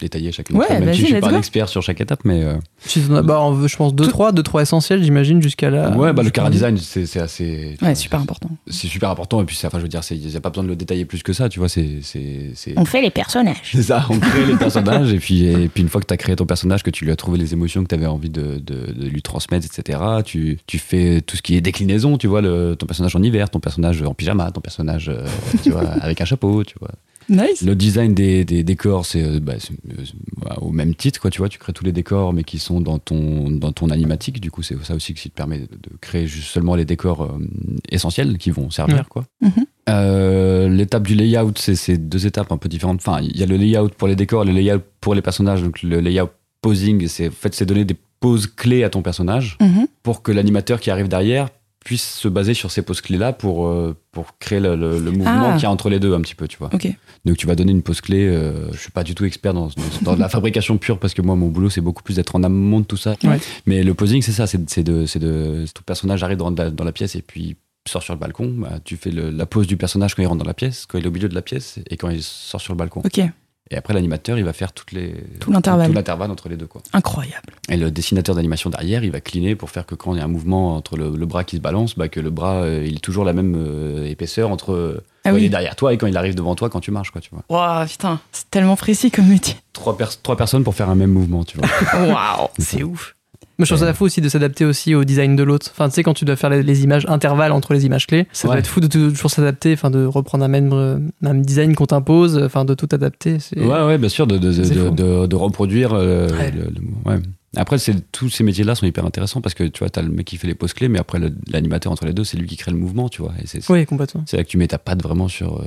D: détailler chacune.
C: Ouais,
D: d'entre elles, même
C: vas-y,
D: si je suis
C: let's
D: pas
C: go.
D: un expert sur chaque étape, mais. euh,
B: Si t'en as- bah, on veut, je pense, 2-3, 2-3 essentiels, j'imagine, jusqu'à la.
D: ouais, bah le
B: jusqu'à-
D: cara design, c'est c'est assez.
C: Ouais, super important.
D: C'est super important. Et puis, c'est- enfin, je veux dire, il n'y a pas besoin de le détailler plus que ça, tu vois. C'est. c'est- c'est-
C: fait les personnages.
D: C'est ça, on crée les personnages. Et puis, et puis, une fois que tu as créé ton personnage, que tu lui as trouvé les émotions que tu avais envie de, de- de lui transmettre, etc., tu, tu fais tout ce qui est déclinaison, tu vois. le- ton personnage en hiver, ton personnage en pyjama, ton personnage, euh, tu vois, avec un chapeau, tu vois.
C: Nice.
D: Le design des, des décors, c'est euh, bah, c'est, euh, c'est, bah, au même titre, quoi. Tu vois, tu crées tous les décors, mais qui sont dans ton, dans ton animatique. Du coup, c'est ça aussi qui te permet de créer juste seulement les décors euh, essentiels qui vont servir,
B: Ouais.
D: quoi.
C: Mhm.
D: Euh, L'étape du layout, c'est c'est deux étapes un peu différentes. Enfin, il y a le layout pour les décors, le layout pour les personnages. Donc, le layout posing, c'est en fait, c'est donner des poses clés à ton personnage
C: Mhm.
D: pour que l'animateur qui arrive derrière puisse se baser sur ces poses clés là pour, euh, pour créer le, le- le mouvement
C: Ah.
D: qu'il y a entre les deux un petit peu tu vois
C: Ok.
D: donc tu vas donner une pause clé. euh, je suis pas du tout expert dans, dans, dans la fabrication pure parce que moi mon boulot c'est beaucoup plus d'être en amont de tout ça.
B: Ouais.
D: Mais le posing c'est ça, c'est c'est de, c'est de ton personnage arrive dans, la- dans la pièce et puis sort sur le balcon. bah, tu fais le- la pose du personnage quand il rentre dans la pièce, quand il est au milieu de la pièce et quand il sort sur le balcon.
C: Ok.
D: Et après l'animateur il va faire toutes les
C: Tout l'intervalle.
D: tout l'intervalle entre les deux quoi.
C: Incroyable.
D: Et le dessinateur d'animation derrière, il va cliner pour faire que quand il y a un mouvement entre le, le bras qui se balance, bah, que le bras euh, il est toujours la même euh, épaisseur entre euh,
C: Ah
D: quand il
C: oui.
D: est derrière toi et quand il arrive devant toi quand tu marches quoi tu vois
C: Waouh, putain, c'est tellement précis comme métier.
D: trois, pers- trois personnes pour faire un même mouvement, tu vois.
C: Waouh.
B: C'est ouf. Mais je trouve ça fou aussi de s'adapter aussi au design de l'autre. Enfin, tu sais, quand tu dois faire les, les images intervalles entre les images clés, ça doit
D: Ouais.
B: être fou de tou- toujours s'adapter, enfin, de reprendre un même, euh, un design qu'on t'impose, enfin, de tout adapter. c'est-
D: ouais, ouais, bien sûr, de, de, de,
B: C'est
D: de-
B: fou.
D: de- de reproduire. euh,
B: Ouais.
D: le- le mouvement, ouais. Après, c'est- tous ces métiers-là sont hyper intéressants parce que tu vois, t'as le mec qui fait les poses clés, mais après, le- l'animateur entre les deux, c'est lui qui crée le mouvement, tu vois. Et c'est
B: Oui, complètement.
D: c'est là que tu mets ta patte vraiment sur, euh,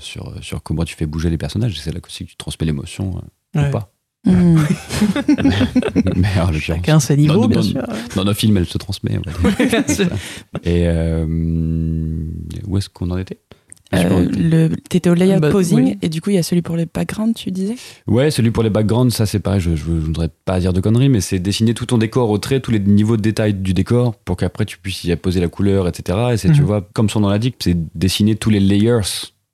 D: sur, sur comment tu fais bouger les personnages. Et C'est là aussi que tu transmets l'émotion euh,
B: Ouais.
D: ou pas.
C: Mhm.
D: mais en l'occurrence,
B: Chacun ses niveaux,
D: Dans-
B: bien
D: dans-
B: sûr.
D: dans nos films, elle se transmet. on va dire. Et euh, où est-ce qu'on en était Ah, Je sais pas où on
C: Euh,
D: était.
C: le- T'étais au layout
B: Bah,
C: posing
B: oui.
C: et du coup il y a celui pour les backgrounds, tu disais
D: Ouais, celui pour les backgrounds, ça c'est pareil, je, je, je voudrais pas dire de conneries, mais c'est dessiner tout ton décor au trait, tous les niveaux de détail du décor, pour qu'après tu puisses y apposer la couleur, etc. Et c'est, tu
B: Mhm.
D: vois, comme son nom l'indique, c'est dessiner tous les layers,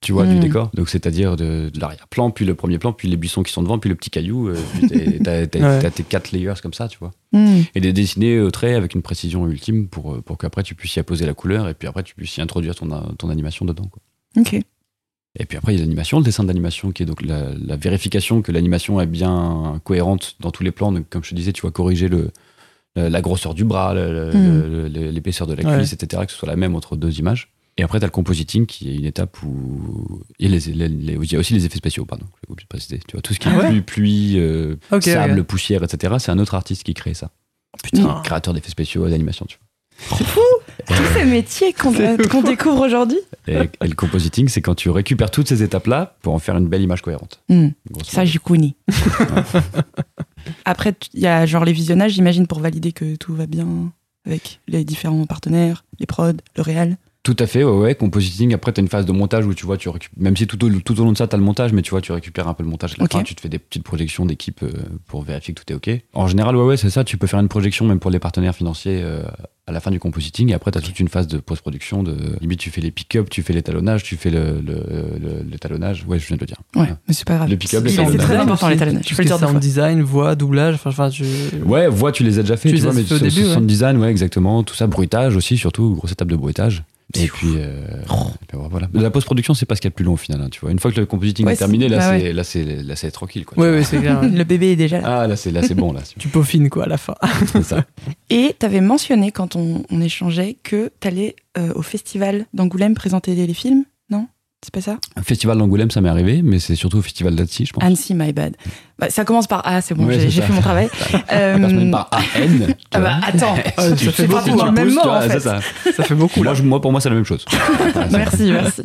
D: tu vois, du
C: Mm.
D: décor. Donc, c'est-à-dire de, de l'arrière-plan, puis le premier plan, puis les buissons qui sont devant, puis le petit caillou. euh, puis t'es- t'as-
B: Ouais.
D: t'as t'as tes quatre layers comme ça, tu vois.
C: Hmm.
D: Et des dessinés au trait avec une précision ultime pour, euh, pour qu'après tu puisses y apposer la couleur et puis après tu puisses y introduire ton, a- ton animation dedans. quoi.
C: Ok.
D: Et puis après, il y a l'animation, le dessin d'animation, qui est donc la, la vérification que l'animation est bien cohérente dans tous les plans. Donc, comme je te disais, tu vois, corriger le, la, la grosseur du bras, le- le-
C: Mm.
D: le- le- l'épaisseur de la
B: Hmm. Ouais.
D: cuisse, etc., que ce soit la même entre deux images. Et après, tu as le compositing, qui est une étape où il y a, les- les- les- il y a aussi les effets spéciaux, pardon, j'ai oublié de préciser. Tu vois, tout ce qui est
B: Ah ouais
D: pluie, pluie, euh,
B: Ok,
D: sable,
B: ouais.
D: poussière, etc., c'est un autre artiste qui crée ça.
B: Putain.
D: Créateur d'effets spéciaux et d'animation, tu vois.
C: C'est fou Tous ces métiers qu'on qu'on découvre aujourd'hui.
D: Et, et le compositing, c'est quand tu récupères toutes ces étapes-là pour en faire une belle image cohérente.
C: Hmm.
D: grosso
C: Ça,
D: modo.
C: j'y connais. Après, tu- il y a genre les visionnages, j'imagine, pour valider que tout va bien avec les différents partenaires, les prods, le réel.
D: Tout à fait, ouais, ouais. Compositing, après, tu as une phase de montage où tu vois, tu récup- même si tout au, tout au long de ça, tu as le montage, mais tu vois, tu récupères un peu le montage à la
C: Ok.
D: fin, tu te fais des petites projections d'équipe euh, pour vérifier que tout est OK. En général, ouais, ouais, c'est ça, tu peux faire une projection même pour les partenaires financiers euh, à la fin du compositing, et après, tu as toute une phase de post-production, de limite, tu fais les pick-up, tu fais l'étalonnage, tu fais le, le- le- l'étalonnage, ouais, je viens de le dire.
C: Ouais, mais c'est pas grave.
D: Le pick-up, les
C: C'est- C'est
D: talonnades.
C: très important, les talonnades.
B: talonnades.
C: Je peux le dire deux
B: sound
C: fois.
B: design, voix, doublage, enfin, enfin, tu.
D: Ouais, voix, tu les as déjà fait,
B: Tu
D: tu,
B: les
D: vois,
B: as
D: mais
B: fait au
D: sur-
B: début,
D: sur
B: ouais.
D: sound design, ouais, exactement, tout ça, bruitage aussi, surtout, grosse étape de bruitage. Et puis, euh, et puis voilà. La post-production, c'est pas ce qu'il y a de plus long au final. hein, tu vois. Une fois que le compositing
C: Ouais,
D: est terminé, là,
C: c'est- bah
D: c'est- là, c'est là, c'est tranquille. Quoi, tu
B: Ouais,
D: vois.
B: ouais, c'est clair. ouais.
C: Le bébé est déjà là.
D: Ah, là, c'est là, c'est bon. Là, tu
B: Tu peaufines, quoi, à la fin.
D: vois, c'est ça.
C: Et t'avais mentionné quand on, on échangeait que t'allais euh, au festival d'Angoulême présenter les, les films, non C'est pas ça
D: Un Festival d'Angoulême, ça m'est arrivé, mais c'est surtout au Festival d'Annecy, je pense.
C: Annecy, Ah, my bad. Bah, ça commence par A, c'est bon,
D: Ouais,
C: j'ai
D: c'est
C: j'ai
D: ça.
C: fait mon travail. Euh,
D: Passe même par AN. tu
C: ah bah,
D: vois.
C: attends,
B: ça
D: Si tu-
B: fait
D: si
B: beaucoup,
D: tu
B: hein.
D: pousses,
C: Même
D: tu
C: mot,
D: vois,
C: en
D: c'est
C: fait.
D: ça.
B: Ça fait beaucoup, là.
D: Moi, je- moi, pour moi, c'est la même chose.
C: Merci, merci.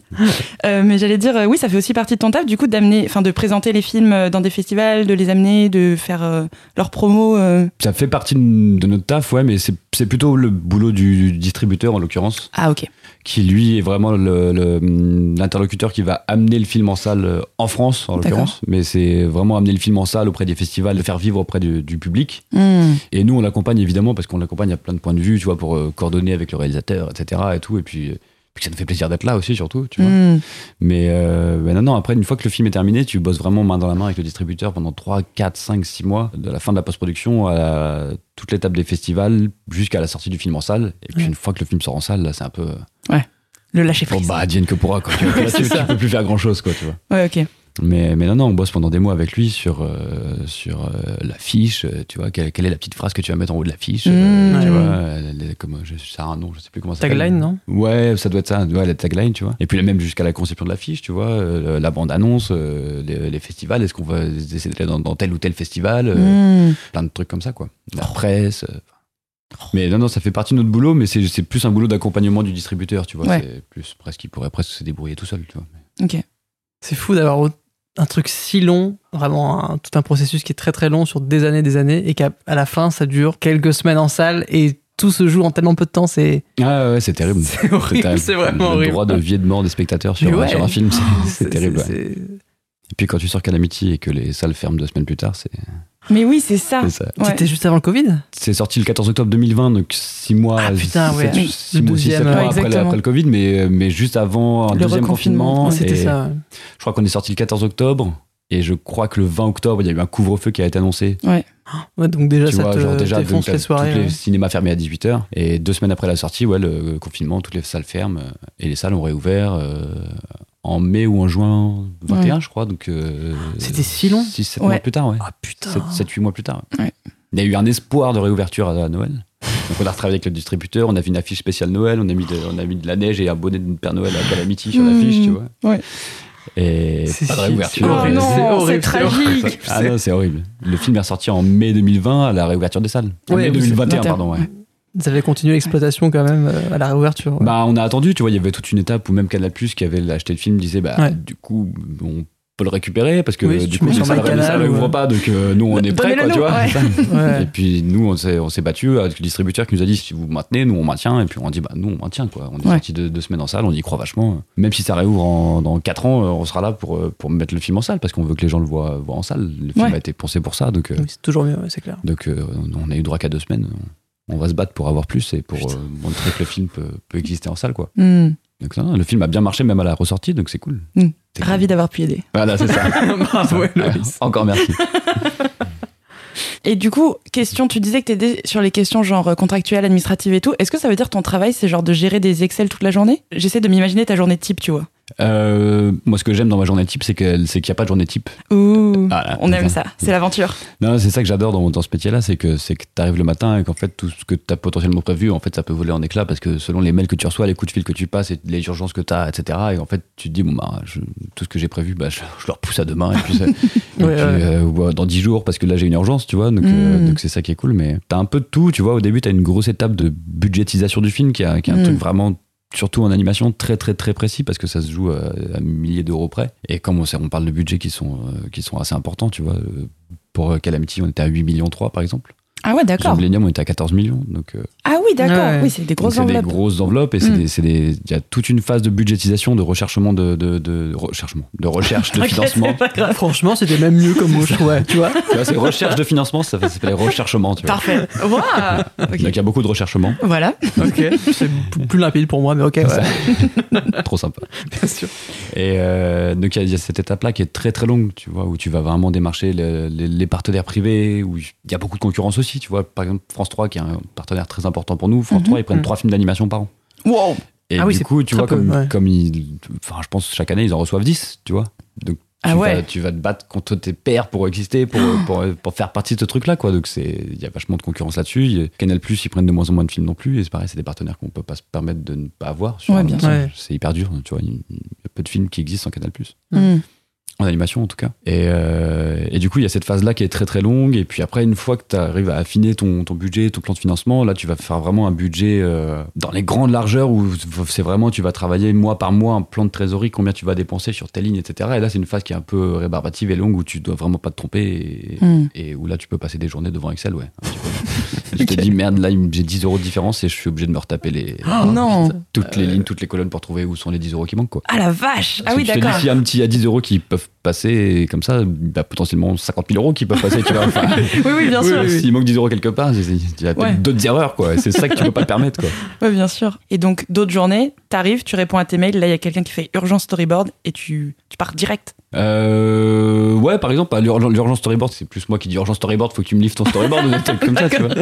C: Euh, mais j'allais dire, euh, oui, ça fait aussi partie de ton taf, du coup, d'amener, enfin, de présenter les films euh, dans des festivals, de les amener, de faire euh, leur promo. euh.
D: Ça fait partie de notre taf, ouais, mais c'est c'est plutôt le boulot du distributeur, en l'occurrence.
C: Ah, ok.
D: qui lui est vraiment le- le- l'interlocuteur qui va amener le film en salle euh, en France en
C: D'accord.
D: l'occurrence mais c'est vraiment amener le film en salle auprès des festivals le faire vivre auprès du, du public
C: Hmm.
D: et nous on l'accompagne évidemment parce qu'on l'accompagne à plein de points de vue tu vois pour euh, coordonner avec le réalisateur etc et tout et puis, euh, puis ça nous fait plaisir d'être là aussi surtout tu vois
C: Hmm.
D: mais euh, ben non non après une fois que le film est terminé tu bosses vraiment main dans la main avec le distributeur pendant 3, 4, 5, 6 mois de la fin de la post-production à la- toute l'étape des festivals jusqu'à la sortie du film en salle et puis
C: Ouais.
D: une fois que le film sort en salle là c'est un peu euh,
C: Le lâcher prise.
D: Bon, bah, advienne que pourra, quoi. Tu, vois, là, tu- tu peux plus faire grand chose, quoi, tu vois.
C: Ouais, ok.
D: Mais, mais non, non, on bosse pendant des mois avec lui sur, euh, sur euh, l'affiche, euh, tu vois, quelle, quelle est la petite phrase que tu vas mettre en haut de l'affiche, euh,
C: Mmh.
D: tu vois, euh, les- comme, je, ça a un nom, je sais plus comment ça s'appelle.
B: Tagline, non
D: Ouais, ça doit être ça, ouais, la tagline, tu vois. Et puis là, même jusqu'à la conception de l'affiche, tu vois, euh, la bande-annonce, euh, les, les festivals, est-ce qu'on va essayer d'aller dans, dans tel ou tel festival euh,
C: Hmm.
D: plein de trucs comme ça, quoi. La presse. euh, Mais non, non, ça fait partie de notre boulot, mais c'est c'est plus un boulot d'accompagnement du distributeur, tu vois.
C: Ouais.
D: C'est plus presque, il pourrait presque se débrouiller tout seul, tu vois.
C: Ok.
B: C'est fou d'avoir au- un truc si long, vraiment un- tout un processus qui est très très long sur des années, des années, et qu'à à la fin ça dure quelques semaines en salle et tout se joue en tellement peu de temps, c'est
D: Ah ouais, c'est terrible.
B: c'est horrible,
D: terrible.
B: c'est vraiment
D: le
B: horrible.
D: droit de vie et de mort des spectateurs sur,
B: Mais ouais. Oh,
D: sur un film, c'est- c'est
B: C'est-
D: terrible. ouais.
B: c'est- c'est-
D: Et puis quand tu sors Calamity et que les salles ferment deux semaines plus tard, c'est
C: Mais oui, c'est ça.
D: c'est ça.
C: Ouais.
B: C'était juste avant le Covid
D: C'est sorti le 14 octobre 2020, donc 6 mois,
B: Ah, putain, ouais.
D: sept-
C: Oui.
D: six
B: Le
D: mois, six, sept
B: deuxième,
C: ouais,
D: mois après, la-
C: exactement.
D: après le Covid, mais, euh, mais juste avant un
C: Le
D: deuxième
C: reconfinement,
D: confinement.
C: ouais.
B: C'était
D: et-
B: ça. ouais.
D: Je crois qu'on est sorti le 14 octobre. Et je crois que le 20 octobre, il y a eu un couvre-feu qui a été annoncé.
B: Ouais, donc déjà
D: tu
B: ça
D: vois,
B: te
D: genre déjà, donc,
B: défonce
D: t'as
B: les soirées.
D: tous les
B: ouais.
D: cinémas fermés à 18h. Et deux semaines après la sortie, ouais, le confinement, toutes les salles ferment. euh, Et les salles ont réouvert euh, en mai ou en juin 21, je crois. Donc, euh,
B: C'était si long
D: 6, 7
C: Ouais.
D: mois plus tard, ouais.
B: Ah putain
D: 7, 8 mois plus tard.
C: Ouais.
D: Il y a eu un espoir de réouverture à, à Noël. Donc on a retravaillé avec le distributeur, on a fait une affiche spéciale Noël, on a mis de, on a mis de la neige et un bonnet de Père Noël à Calamity sur l'affiche,
B: Mmh.
D: tu vois.
C: Ouais.
D: Et
B: C'est
D: pas de
B: si-
D: réouverture.
B: c'est
C: Oh
B: horrible.
C: non,
B: C'est
C: c'est
B: horrible, c'est horrible.
C: tragique.
D: Ah non, c'est horrible. Le film est ressorti en mai 2020 à la réouverture des salles. En
B: Ouais,
D: mai
B: mais
D: 2021,
C: c'est-
D: pardon. Ouais.
B: Ils avaient continué l'exploitation quand même euh, à la réouverture. ouais.
D: Bah, on a attendu, tu vois, il y avait toute une étape où même Canal Plus qui avait acheté le film disait, bah,
B: Ouais.
D: du coup, on peut le récupérer parce que
B: Oui, si
D: du
B: tu
D: coup,
B: mets
D: les
B: sur
D: salles,
B: MyCanal
D: les salles
B: ou-
D: réouvrent pas, donc euh, nous, on est prêts, quoi,
C: Donnez-le
D: tu vois.
C: nous,
B: Ouais.
D: Et puis nous, on s'est, on s'est battu avec le distributeur qui nous a dit si vous maintenez, nous on maintient. Et puis on dit bah nous on maintient quoi. On est
C: Ouais.
D: sorti deux, deux semaines en salle, on y croit vachement. Même si ça réouvre en- dans 4 ans, on sera là pour, euh, pour mettre le film en salle parce qu'on veut que les gens le voient, voient en salle. Le film
C: Ouais.
D: a été pensé pour ça, donc, euh,
B: Oui, c'est toujours mieux, ouais, c'est clair.
D: donc euh, on a eu droit qu'à deux semaines. On va se battre pour avoir plus et pour
B: Putain.
D: euh, montrer que le film peut, peut exister en salle quoi.
C: Hmm.
D: Donc ça, le film a bien marché même à la ressortie, donc c'est cool.
C: Mm.
D: C'est
C: Ravi d'avoir pu aider.
D: cool. Voilà, c'est ça. Bah,
B: Bravo, Héloïse.
D: Encore merci.
C: Et du coup, question, tu disais que tu étais sur les questions genre euh, contractuelles, administratives et tout. Est-ce que ça veut dire ton travail, c'est genre de gérer des Excel toute la journée J'essaie de m'imaginer ta journée type, tu vois.
D: Euh, moi, ce que j'aime dans ma journée type, c'est qu'elle- c'est qu'il n'y a pas de journée type.
C: Ouh,
D: Voilà,
C: on aime
D: Ah, c'est
C: ça, c'est l'aventure.
D: Non, c'est ça que j'adore dans, dans ce métier-là, c'est que c'est que t'arrives le matin et qu'en fait tout ce que t'as potentiellement prévu, en fait ça peut voler en éclats parce que selon les mails que tu reçois, les coups de fil que tu passes, et les urgences que t'as, etc. Et en fait tu te dis bon bah je- tout ce que j'ai prévu, bah je, je le repousse à demain et puis, ça- et puis,
B: ouais. Hmm.
D: euh, ou, bah, dans 10 jours parce que là j'ai une urgence, tu vois. Donc euh,
C: Mm.
D: donc c'est ça qui est cool, mais t'as un peu de tout, tu vois. Au début t'as une grosse étape de budgétisation du film qui a, qui a un
B: Hmm.
C: Mm.
D: truc vraiment surtout en animation très très très précis parce que ça se joue à, à milliers d'euros près et comme on, sait- on parle de budgets qui sont euh, qui sont assez importants tu vois euh, pour euh, Calamity on était à 8 millions 3 par exemple
C: Ah ouais,
D: sur
C: d'accord.
D: Millennium on était à 14 millions donc euh,
C: Ah oui, d'accord.
B: Ouais.
C: Oui, c'est des
D: donc
C: grosses
D: c'est des
C: enveloppes.
D: grosses enveloppes et c'est
B: Hmm.
C: Mm.
D: des- c'est des il y a toute une phase de budgétisation de recherchement de de, de recherchement de recherche de financement
B: Franchement, c'était même mieux comme mot, je trouvais, tu vois.
D: Tu vois, c'est recherche de financement ça fait- ça s'appelle recherchement tu vois
C: Parfait. Waouh. Ok.
D: donc il y a beaucoup de recherchement
C: Voilà.
B: Ok, c'est p- plus limpide pour moi, mais ok, ouais,
D: trop sympa
B: bien sûr.
D: Et euh, donc, il y, a- il y a cette étape-là qui est très très longue, tu vois, où tu vas vraiment démarcher le- les, les partenaires privés, où il y a beaucoup de concurrence aussi, tu vois. Par exemple, France 3, qui est un partenaire très important pour nous, France
C: Mhm.
D: 3, ils prennent
B: Mhm.
D: trois films d'animation par an.
C: Wow.
D: Et
B: Ah oui,
D: du
B: c'est
D: coup, tu
B: très
D: vois,
B: peu,
D: comme,
B: ouais.
D: comme ils. Enfin, je pense chaque année, ils en reçoivent 10, tu vois. Donc, tu,
C: Ah ouais.
D: vas, tu vas te battre contre tes pairs pour exister, pour, pour, pour faire partie de ce truc-là, quoi. Donc, c'est- il y a vachement de concurrence là-dessus. Il y a- Canal, ils prennent de moins en moins de films non plus. Et c'est pareil, c'est des partenaires qu'on peut pas se permettre de ne pas avoir. sur
C: Ouais,
D: un
C: bien
B: sûr.
D: ensemble.
B: Ouais.
D: C'est hyper dur, tu vois. Il il y a peu de films qui existent en Canal.
C: Mm.
B: Hum,
D: En animation, en tout cas. Et, euh, et du coup, il y a cette phase-là qui est très très longue. Et puis après, une fois que tu arrives à affiner ton, ton budget, ton plan de financement, là, tu vas faire vraiment un budget euh, dans les grandes largeurs où c'est vraiment, tu vas travailler mois par mois un plan de trésorerie, combien tu vas dépenser sur telle ligne, etc. Et là, c'est une phase qui est un peu rébarbative et longue où tu dois vraiment pas te tromper. Et,
C: Mm.
D: et où là, tu peux passer des journées devant Excel, ouais. un petit peu. Je te dis, merde, là, il me- j'ai 10 euros de différence et je suis obligé de me retaper les,
C: Oh, non. Euh,
D: toutes les lignes, toutes les colonnes pour trouver où sont les 10 euros qui manquent, quoi.
C: Ah la vache. Ah
D: Parce
C: oui,
D: que tu te dis,
C: d'accord.
D: s'il y a un petit à 10 euros qui peuvent passer, et comme ça, il y a potentiellement 50 000 euros qui peuvent passer, tu vois. Enfin,
C: Oui, oui, bien
D: oui,
C: sûr.
D: oui, S'il manque 10 euros quelque part, c'est- c'est- il y a peut-être
C: Ouais.
D: d'autres erreurs, quoi. Et C'est ça que tu peux pas te permettre, quoi.
C: Oui, bien sûr. Et donc, d'autres journées, t'arrives, tu réponds à tes mails. Là, il y a quelqu'un qui fait urgent storyboard et tu, tu pars direct.
D: Euh, ouais, par exemple, à l'urgen- l'urgence storyboard, c'est plus moi qui dis urgence storyboard, faut que tu me livres ton storyboard ou des trucs comme ça, tu vois.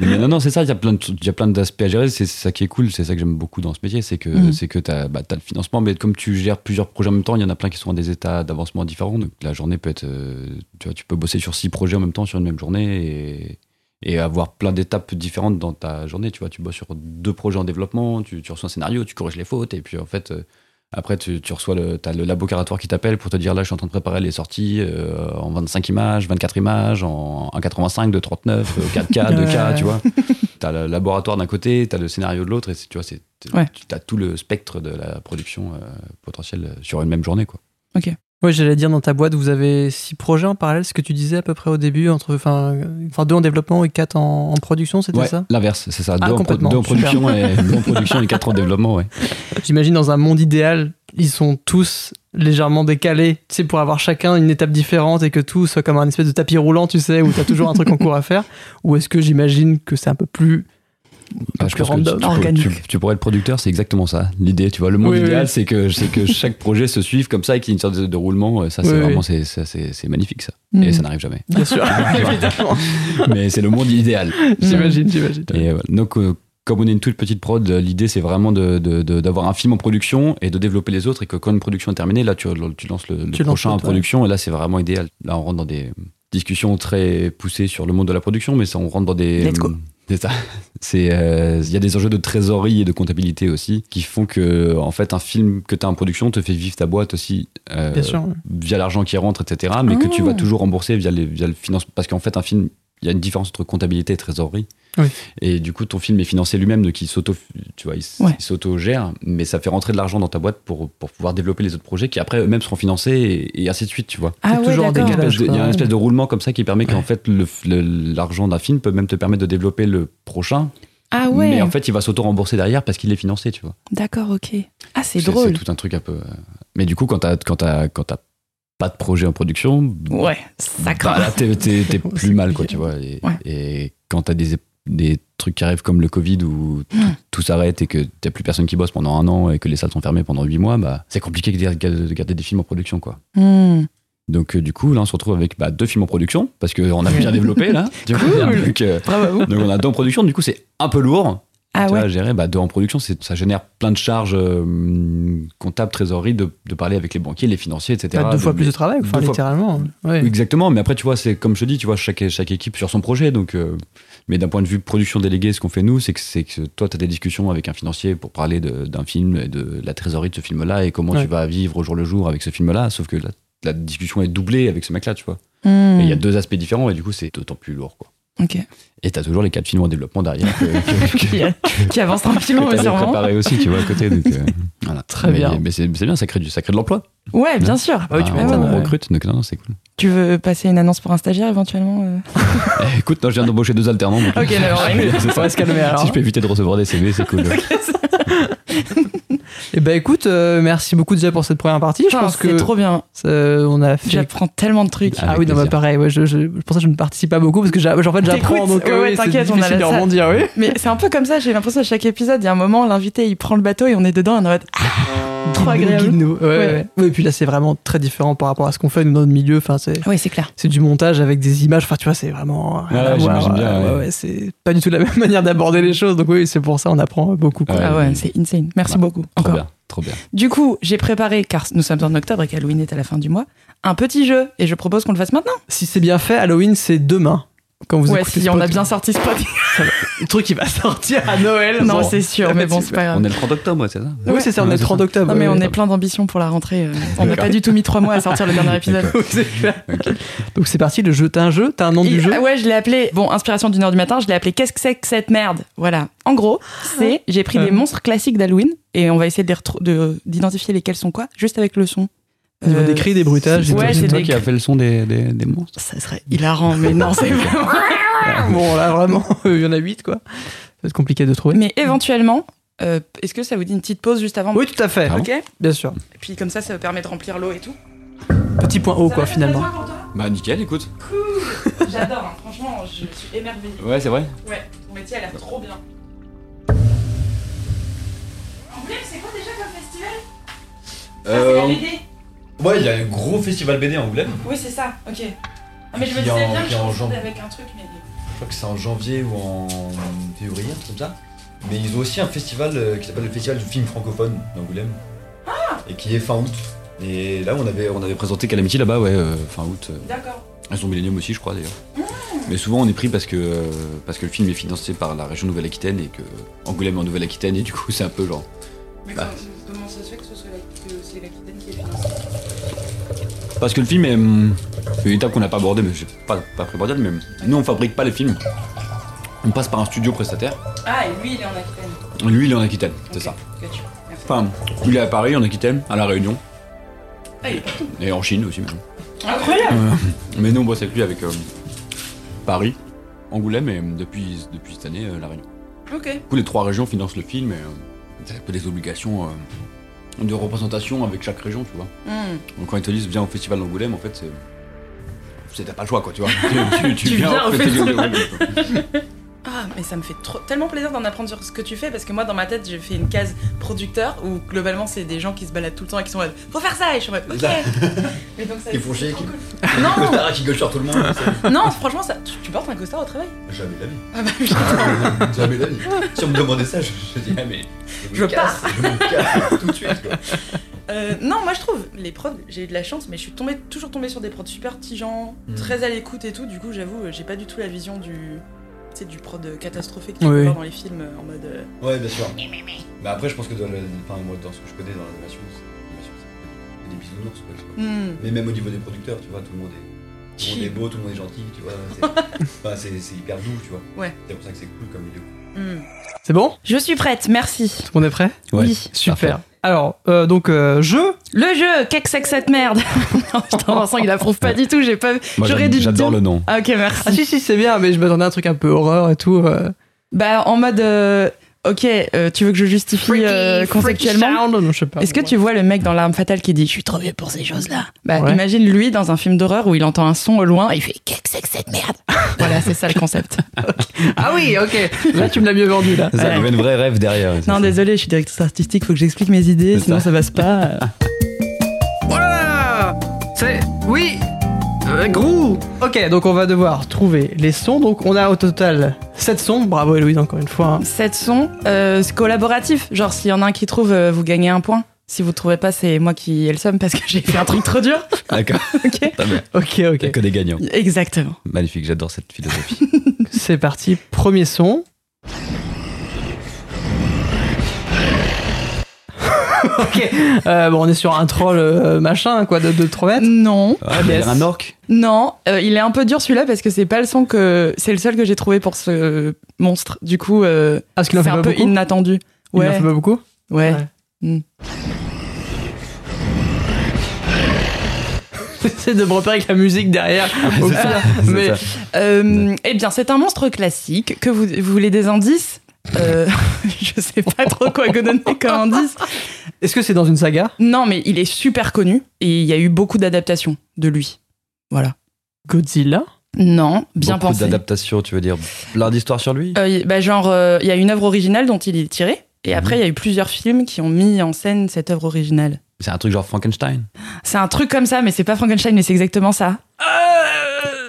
D: Mais non, non, c'est ça, il y a plein de- il y a plein d'aspects à gérer, c'est ça qui est cool, c'est ça que j'aime beaucoup dans ce métier, c'est que,
C: Mhm.
D: c'est que t'as, bah, t'as le financement, mais comme tu gères plusieurs projets en même temps, il y en a plein qui sont à des états d'avancement différents, donc la journée peut être, euh, tu vois, tu peux bosser sur six projets en même temps sur une même journée et, et avoir plein d'étapes différentes dans ta journée, tu vois, tu bosses sur deux projets en développement, tu, tu reçois un scénario, tu corriges les fautes et puis en fait, euh, après, tu, tu reçois le, t'as le labo caratoire qui t'appelle pour te dire là, je suis en train de préparer les sorties euh, en 25 images, 24 images, en, en 85, de 39, euh, 4K, 2K, tu vois. T'as le laboratoire d'un côté, t'as le scénario de l'autre, et c'est- tu vois, c'est, t-
C: Ouais.
D: tu as tout le spectre de la production euh, potentielle euh, sur une même journée, quoi.
B: Oui, j'allais dire dans ta boîte, vous avez six projets en parallèle, ce que tu disais à peu près au début, entre, enfin, euh, enfin deux en développement et quatre en, en production, c'était
D: Ouais,
B: ça Ah,
D: l'inverse, c'est ça. Deux, en, pro-
B: complètement,
D: deux en
B: super.
D: production et, deux en production et quatre en développement, ouais.
B: J'imagine dans un monde idéal, ils sont tous légèrement décalés, tu sais, pour avoir chacun une étape différente et que tout soit comme un espèce de tapis roulant, tu sais, où t'as toujours un truc en cours à faire. Ou est-ce que j'imagine que c'est un peu plus.
D: Ah, je
B: plus
D: pense que tu-
B: random,
D: tu, pourrais-
C: organique.
D: tu- tu pourrais être producteur, c'est exactement ça. L'idée, tu vois, le monde
B: Oui,
D: idéal,
B: oui.
D: c'est que c'est que chaque projet se suive comme ça et qu'il y ait une sorte de, de roulement. euh, Ça, c'est
B: Oui,
D: vraiment
B: oui.
D: c'est- ça, c'est c'est magnifique ça.
C: Mm.
D: Et ça n'arrive jamais.
B: Bien sûr, évidemment.
D: Mais c'est le monde idéal.
B: J'imagine, j'imagine.
D: Et euh, donc, euh, comme on est une toute petite prod, euh, l'idée c'est vraiment de- de- de- d'avoir un film en production et de développer les autres et que quand une production est terminée, là tu, tu lances le, le
B: Tu lances
D: prochain en
B: l'autre, ouais.
D: production et là c'est vraiment idéal. Là on rentre dans des discussions très poussées sur le monde de la production, mais ça on rentre dans des.
C: Let's go.
D: C'est ça. C'est, euh, Il y a des enjeux de trésorerie et de comptabilité aussi qui font que en fait un film que tu as en production te fait vivre ta boîte aussi. euh,
B: Bien sûr.
D: via l'argent qui rentre, etc., mais que tu
C: Ah.
D: vas toujours rembourser via, les, via le financement. Parce qu'en fait, un film, il y a une différence entre comptabilité et trésorerie.
B: Oui.
D: Et du coup, ton film est financé lui-même, donc il s'auto, tu vois, il s-
C: Ouais.
D: il s'auto-gère, mais ça fait rentrer de l'argent dans ta boîte pour, pour pouvoir développer les autres projets qui après eux-mêmes seront financés et, et ainsi de suite, tu vois.
C: Ah
B: C'est
C: ouais,
B: toujours en
C: d'accord.
D: Il y a une
B: décalage.
D: espèce de- il y a
B: Ouais.
D: un espèce de roulement comme ça qui permet qu'en fait le- le- l'argent d'un film peut même te permettre de développer le prochain,
C: Ah ouais.
D: mais en fait il va s'auto-rembourser derrière parce qu'il est financé, tu vois.
C: D'accord, ok. Ah, c'est
D: C'est
C: drôle.
D: c'est tout un truc un peu. euh, Mais du coup, quand t'as quand t'as- quand t'as pas de projet en production,
C: Ouais, ça
D: bah,
C: craint.
D: là, t'es, t'es- t'es
B: C'est
D: plus mal, quoi,
B: compliqué.
D: tu vois. Et,
C: Ouais.
D: et quand t'as des, des trucs qui arrivent comme le Covid où tout, tout s'arrête et que t'as plus personne qui bosse pendant un an et que les salles sont fermées pendant huit mois, bah, c'est compliqué de garder, de garder des films en production, quoi.
C: Hmm.
D: Donc euh, du coup, là, on se retrouve avec bah, deux films en production, parce qu'on a bien développé, là. Tu vois,
C: Cool.
D: il y a un truc, euh,
B: Ah, bah,
C: Bravo à vous.
D: donc on a deux en production, du coup, c'est un peu lourd.
C: Ah
D: Tu
C: ouais.
D: vois, à gérer, bah, deux en production, c'est- ça génère plein de charges euh, comptables, trésorerie, de, de parler avec les banquiers, les financiers, etc.
B: T'as Bah, deux fois
D: De-
B: plus de travail, enfin,
D: deux fois-
B: littéralement. Ouais.
D: Exactement, mais après, tu vois, c'est comme je te dis, tu vois, chaque, chaque équipe sur son projet. Donc, euh, mais d'un point de vue production déléguée, ce qu'on fait nous, c'est que, c'est que toi, tu as des discussions avec un financier pour parler de- d'un film et de la trésorerie de ce film-là et comment
B: Ouais.
D: tu vas vivre au jour le jour avec ce film-là. Sauf que la, la discussion est doublée avec ce mec-là, tu vois.
C: Hmm.
D: Et
B: Mm.
D: il y a deux aspects différents et du coup, c'est d'autant plus lourd, quoi.
C: Ok.
D: Et t'as toujours les quatre films en développement derrière que, que, que- que
C: Qui avance tranquillement, mais
D: t'avais
C: sûrement.
D: préparé aussi, tu vois, à côté. donc, euh, voilà.
B: Très
D: Mais-
B: bien.
D: Mais c'est c'est bien, ça crée, du, ça crée de l'emploi.
C: Ouais, bien sûr.
B: Ah oui, tu
D: Bah,
B: m'étonnes,
D: on
B: ouais.
D: recrute, donc non, non, c'est cool.
C: Tu veux passer une annonce pour un stagiaire éventuellement euh
D: Eh, Écoute, non, je viens d'embaucher deux alternants. donc-
C: Ok, d'accord.
D: Ah, C'est
B: On
D: ça.
B: va se calmer alors.
D: Si je peux éviter de recevoir des CV, c'est cool.
B: Et bah écoute, euh, merci beaucoup déjà pour cette première partie. Je
C: Putain,
B: pense que
C: Ah, C'est trop bien.
B: ça, euh, on a fait.
C: J'apprends tellement de trucs.
B: Ah
D: Avec
B: oui, non,
D: plaisir.
B: bah pareil, ouais, je, je, pour ça je ne participe pas beaucoup parce que j'a- en fait j'apprends
C: T'écoutes,
B: donc euh,
C: ouais,
B: oui, c'est
C: t'inquiète, on a
B: difficile
C: la
B: de
C: salle.
B: rebondir, oui.
C: Mais c'est un peu comme ça, j'ai l'impression à chaque épisode, il y a un moment, l'invité il prend le bateau et on est dedans et on est en mode ah, trop agréable.
B: Guide-nous. Ouais, ouais,
C: Ouais.
B: ouais. Ouais, et puis là, c'est vraiment très différent par rapport à ce qu'on fait nous, dans notre milieu. Enfin, c'est,
C: Oui, ah c'est clair.
B: c'est du montage avec des images. Enfin, tu vois, c'est vraiment. rien
D: Ouais,
B: à voir.
D: j'imagine bien,
B: Ouais,
D: ouais.
B: ouais, c'est pas du tout la même manière d'aborder les choses. Donc, oui, c'est pour ça on apprend beaucoup. quoi.
D: Ouais.
C: ah ouais, c'est insane. Merci
D: Bah,
C: beaucoup.
D: Trop
C: Encore.
D: bien, trop bien.
C: Du coup, j'ai préparé, car nous sommes en octobre et qu'Halloween est à la fin du mois, un petit jeu et je propose qu'on le fasse maintenant.
B: Si c'est bien fait, Halloween, c'est demain. Quand vous
C: ouais,
B: écoutez
C: si
B: ce
C: on a
B: podcast.
C: bien sorti ce podcast.
B: Le truc qui va sortir à Noël.
C: non,
B: Bon.
C: c'est sûr, mais bon, c'est pas grave.
D: On est le 30 octobre, Euh, ouais, c'est ça
B: Ah Oui, c'est ça, on
D: Ouais,
B: est le
D: c'est
B: 30
D: ça.
B: octobre.
C: Non, mais
B: oui.
C: on est plein d'ambition pour la rentrée. euh, On n'a
D: D'accord.
C: pas du tout mis trois mois à sortir le dernier épisode.
B: Oui, c'est clair. Donc c'est parti, le jeu. T'as un jeu, t'as un nom
C: Il-
B: du jeu.
C: ah ouais, je l'ai appelé. Bon, inspiration d'une heure du matin, je l'ai appelé Qu'est-ce que c'est que cette merde Voilà. En gros, c'est j'ai pris des
B: Euh.
C: monstres classiques d'Halloween et on va essayer de les retrou- de- d'identifier lesquels sont quoi, juste avec le son.
B: Au niveau
C: Euh,
B: des cris, des bruitages.
C: c'est-
B: et
C: ouais,
B: tout.
C: c'est
D: c'est toi
C: des-
D: qui as fait le son des, des, des monstres
C: Ça serait hilarant, mais non, c'est vraiment. Ah
B: Bon, là vraiment, il y en a 8 quoi. Ça va être compliqué de trouver.
C: Mais éventuellement, euh, est-ce que ça vous dit une petite pause juste avant
B: Oui, tout à fait.
D: Ah bon
C: Ok. Et
B: Bien sûr.
C: puis comme ça, ça vous permet de remplir l'eau et tout.
B: Petit point haut Oh, quoi finalement.
D: Bah, nickel, écoute.
C: J'adore, hein. franchement, je suis émerveillée.
D: Ouais, c'est vrai.
C: Ouais, ton métier a l'air trop bien. En plus, c'est quoi déjà comme festival Ah,
D: Euh, ouais, il y a un gros festival BD en Angoulême.
C: Oui, c'est ça, ok. Ah,
D: mais je me Qui en- disais bien que qui je en confondais jambe.
C: avec un truc, mais.
D: Je crois que c'est en janvier ou en février, un truc comme ça. Mais ils ont aussi un festival euh, qui s'appelle le Festival du film francophone d'Angoulême. et qui est fin août. Et là, on avait, on avait présenté Calamity là-bas, ouais, euh, fin août. euh,
C: D'accord.
D: Elles sont Millennium aussi, je crois d'ailleurs. Mais souvent on est pris parce que, euh, parce que le film est financé par la région Nouvelle-Aquitaine et que Angoulême est en Nouvelle-Aquitaine et du coup c'est un peu genre.
C: Mais
D: Bah.
C: comment ça se fait que ce soit c'est l'Aquitaine qui est financée
D: Parce que le film est hum, une étape qu'on n'a pas abordée, mais j'ai pas, pas primordial, mais nous on fabrique pas les films. On passe par un studio prestataire.
C: Ah, et lui, il est en Aquitaine.
D: Lui il est en Aquitaine, c'est
C: Ok,
D: ça.
C: gotcha. Merci.
D: Enfin, il est à Paris, en Aquitaine, à La Réunion.
C: Ah, il est
D: Et en Chine aussi même. Euh,
C: Incroyable
D: Mais nous on bosse avec lui avec euh, Paris, Angoulême et euh, depuis, depuis cette année euh, La Réunion.
C: Ok.
D: Du coup, les trois régions financent le film et euh, t'as un peu des obligations euh, de représentation avec chaque région, tu vois.
C: Hmm.
D: Donc quand ils te disent viens au festival d'Angoulême, en fait, c'est. c'est- T'as pas le choix, quoi, tu vois. tu, tu- tu
C: Tu viens au festival.
D: d'Angoulême, quoi.
C: Ah, mais ça me fait trop, tellement plaisir d'en apprendre sur ce que tu fais parce que moi, dans ma tête, j'ai fait une case producteur où globalement, c'est des gens qui se baladent tout le temps et qui sont en mode faut faire ça et je suis en mode ok.
D: Ça.
C: Mais donc, ça,
D: Ils font chier,
C: c'est trop
D: qui-
C: cool.
D: Le
C: Non,
D: costard qui gueule sur tout le monde. c'est-
C: non, franchement, ça, tu, tu portes un costard au travail.
D: Jamais de la vie.
C: Ah bah, putain.
D: Jamais de la vie. Si on me demandait ça, je, je dis ah mais.
C: Je
D: me casse, je me casse tout de suite, quoi.
C: Euh, non, moi je trouve les prods, j'ai eu de la chance, mais je suis tombée, toujours tombée sur des prods super petits gens,
D: Mm.
C: très à l'écoute et tout. Du coup, j'avoue, euh, j'ai pas du tout la vision du, tu sais, du prod catastrophique que tu
B: Oui,
C: peux
B: oui.
C: voir dans les films euh, en mode. euh,
D: Ouais, bien sûr. Mais après, je pense que dans, le, enfin, moi, dans ce que je connais dans l'animation, c'est c'est des bisounours, quoi, tu vois.
C: hmm,
D: Mais même au niveau des producteurs, tu vois, tout le monde est. Tout le monde est
C: cheap.
D: beau, tout le monde est gentil, tu vois. c'est- enfin, C'est c'est hyper doux, tu vois.
C: Ouais.
D: C'est pour ça que c'est cool comme milieu.
C: Hmm.
B: C'est bon
C: Je suis prête, merci.
B: Tout le monde est prêt
D: Ouais.
C: Oui.
B: Super. Alors, euh, donc, euh, jeu.
C: Le jeu, qu'est-ce que c'est que cette merde Non, putain, Vincent, il approuve pas du tout, j'ai pas. J'aurais dû le dire.
D: nom.
C: Ah, ok, merci.
B: Ah si, si, c'est bien, mais je m'attendais à un truc un peu horreur et tout. euh.
C: Bah, en mode. euh, ok, euh, tu veux que je justifie euh, conceptuellement
B: Non, je sais pas.
C: Est-ce que tu vois le mec dans l'arme fatale qui dit je suis trop vieux pour ces choses-là Bah
B: Ouais.
C: imagine lui dans un film d'horreur où il entend un son au loin et il fait qu'est-ce que c'est que cette merde Voilà, c'est ça le concept.
B: Ah oui, ok. Là, tu me l'as mieux vendu, là.
D: Ça,
C: Ouais.
D: il y avait une vraie rêve derrière. c'est
C: non,
D: ça.
C: désolé, je suis directrice artistique, faut que j'explique mes idées,
D: C'est
C: sinon
D: ça.
C: ça passe pas.
B: Voilà Ah, C'est... Oui euh, Grou Ok, donc on va devoir trouver les sons. Donc on a au total 7 sons. Bravo Héloïse, encore une fois. hein.
C: Sept sons, euh, c'est collaboratif. Genre, s'il y en a un qui trouve, euh, vous gagnez un point. Si vous trouvez pas, c'est moi qui ai le somme parce que j'ai fait un truc trop dur.
D: D'accord.
C: Ok.
D: Très bien.
B: Ok,
D: Il y a
B: ok.
D: que des gagnants.
C: Exactement.
D: Magnifique, j'adore cette philosophie.
B: C'est parti, premier son. ok, euh, bon, on est sur un troll euh, machin, quoi, de, de trompettes.
C: Non,
D: Ah, mais il y a un orc
C: non, euh, il est un peu dur celui-là parce que c'est pas le son que c'est le seul que j'ai trouvé pour ce monstre. Du coup, euh,
B: Ah, Parce qu'il en
C: c'est
B: fait pas
C: un peu
B: beaucoup.
C: inattendu.
B: Il
C: Ouais,
B: en fait pas beaucoup
C: ouais.
B: Ouais. C'est de me repérer avec la musique derrière. au
D: Ah, c'est
B: pire.
D: C'est
B: Mais
D: ça.
C: Euh, eh bien, c'est un monstre classique. Que vous, vous voulez des indices Euh, Je sais pas trop quoi que donner comme indice.
B: est-ce que c'est dans une saga
C: Non, mais il est super connu et il y a eu beaucoup d'adaptations de lui. Voilà.
B: Godzilla
C: Non, bien
D: Beaucoup
C: pensé.
D: d'adaptations, tu veux dire. Plein d'histoires sur lui
C: Euh, y- bah, genre, euh, il y a une œuvre originale dont il est tiré. Et
D: Mhm.
C: après, il y a eu plusieurs films qui ont mis en scène cette œuvre originale.
D: C'est un truc genre Frankenstein.
C: C'est un truc comme ça, mais c'est pas Frankenstein, mais c'est exactement ça.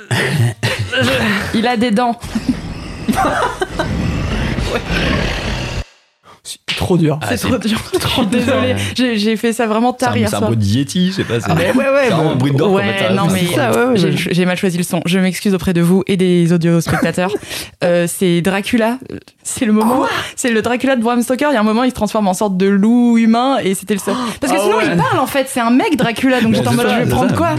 D: Euh.
C: il a des dents.
B: C'est trop dur.
D: Ah,
C: c'est trop dur. Trop désolé.
D: Ouais.
C: J'ai j'ai fait ça vraiment
D: C'est un,
C: tard hier
D: c'est un
C: soir.
D: bruit de Yeti, je sais pas. c'est-
C: Ah, mais ouais, ouais,
D: c'est vraiment
C: bah,
D: un bruit d'orque, en fait,
C: ouais,
D: t'as
C: non,
D: raison,
C: mais
D: c'est ça, Ah,
C: j'ai- j'ai mal choisi le son. Je m'excuse auprès de vous et des audiospectateurs. Euh, c'est Dracula. C'est le moment. C'est le Dracula de Bram Stoker. Il y a un moment, il se transforme en sorte de loup humain et c'était le seul. Parce que
B: Ah
C: sinon,
B: ouais.
C: il parle en fait. C'est un mec Dracula. Donc
D: Ouais,
C: j'étais en
D: c'est
C: mode,
D: ça,
C: je vais
D: c'est
C: prendre
D: ça.
C: quoi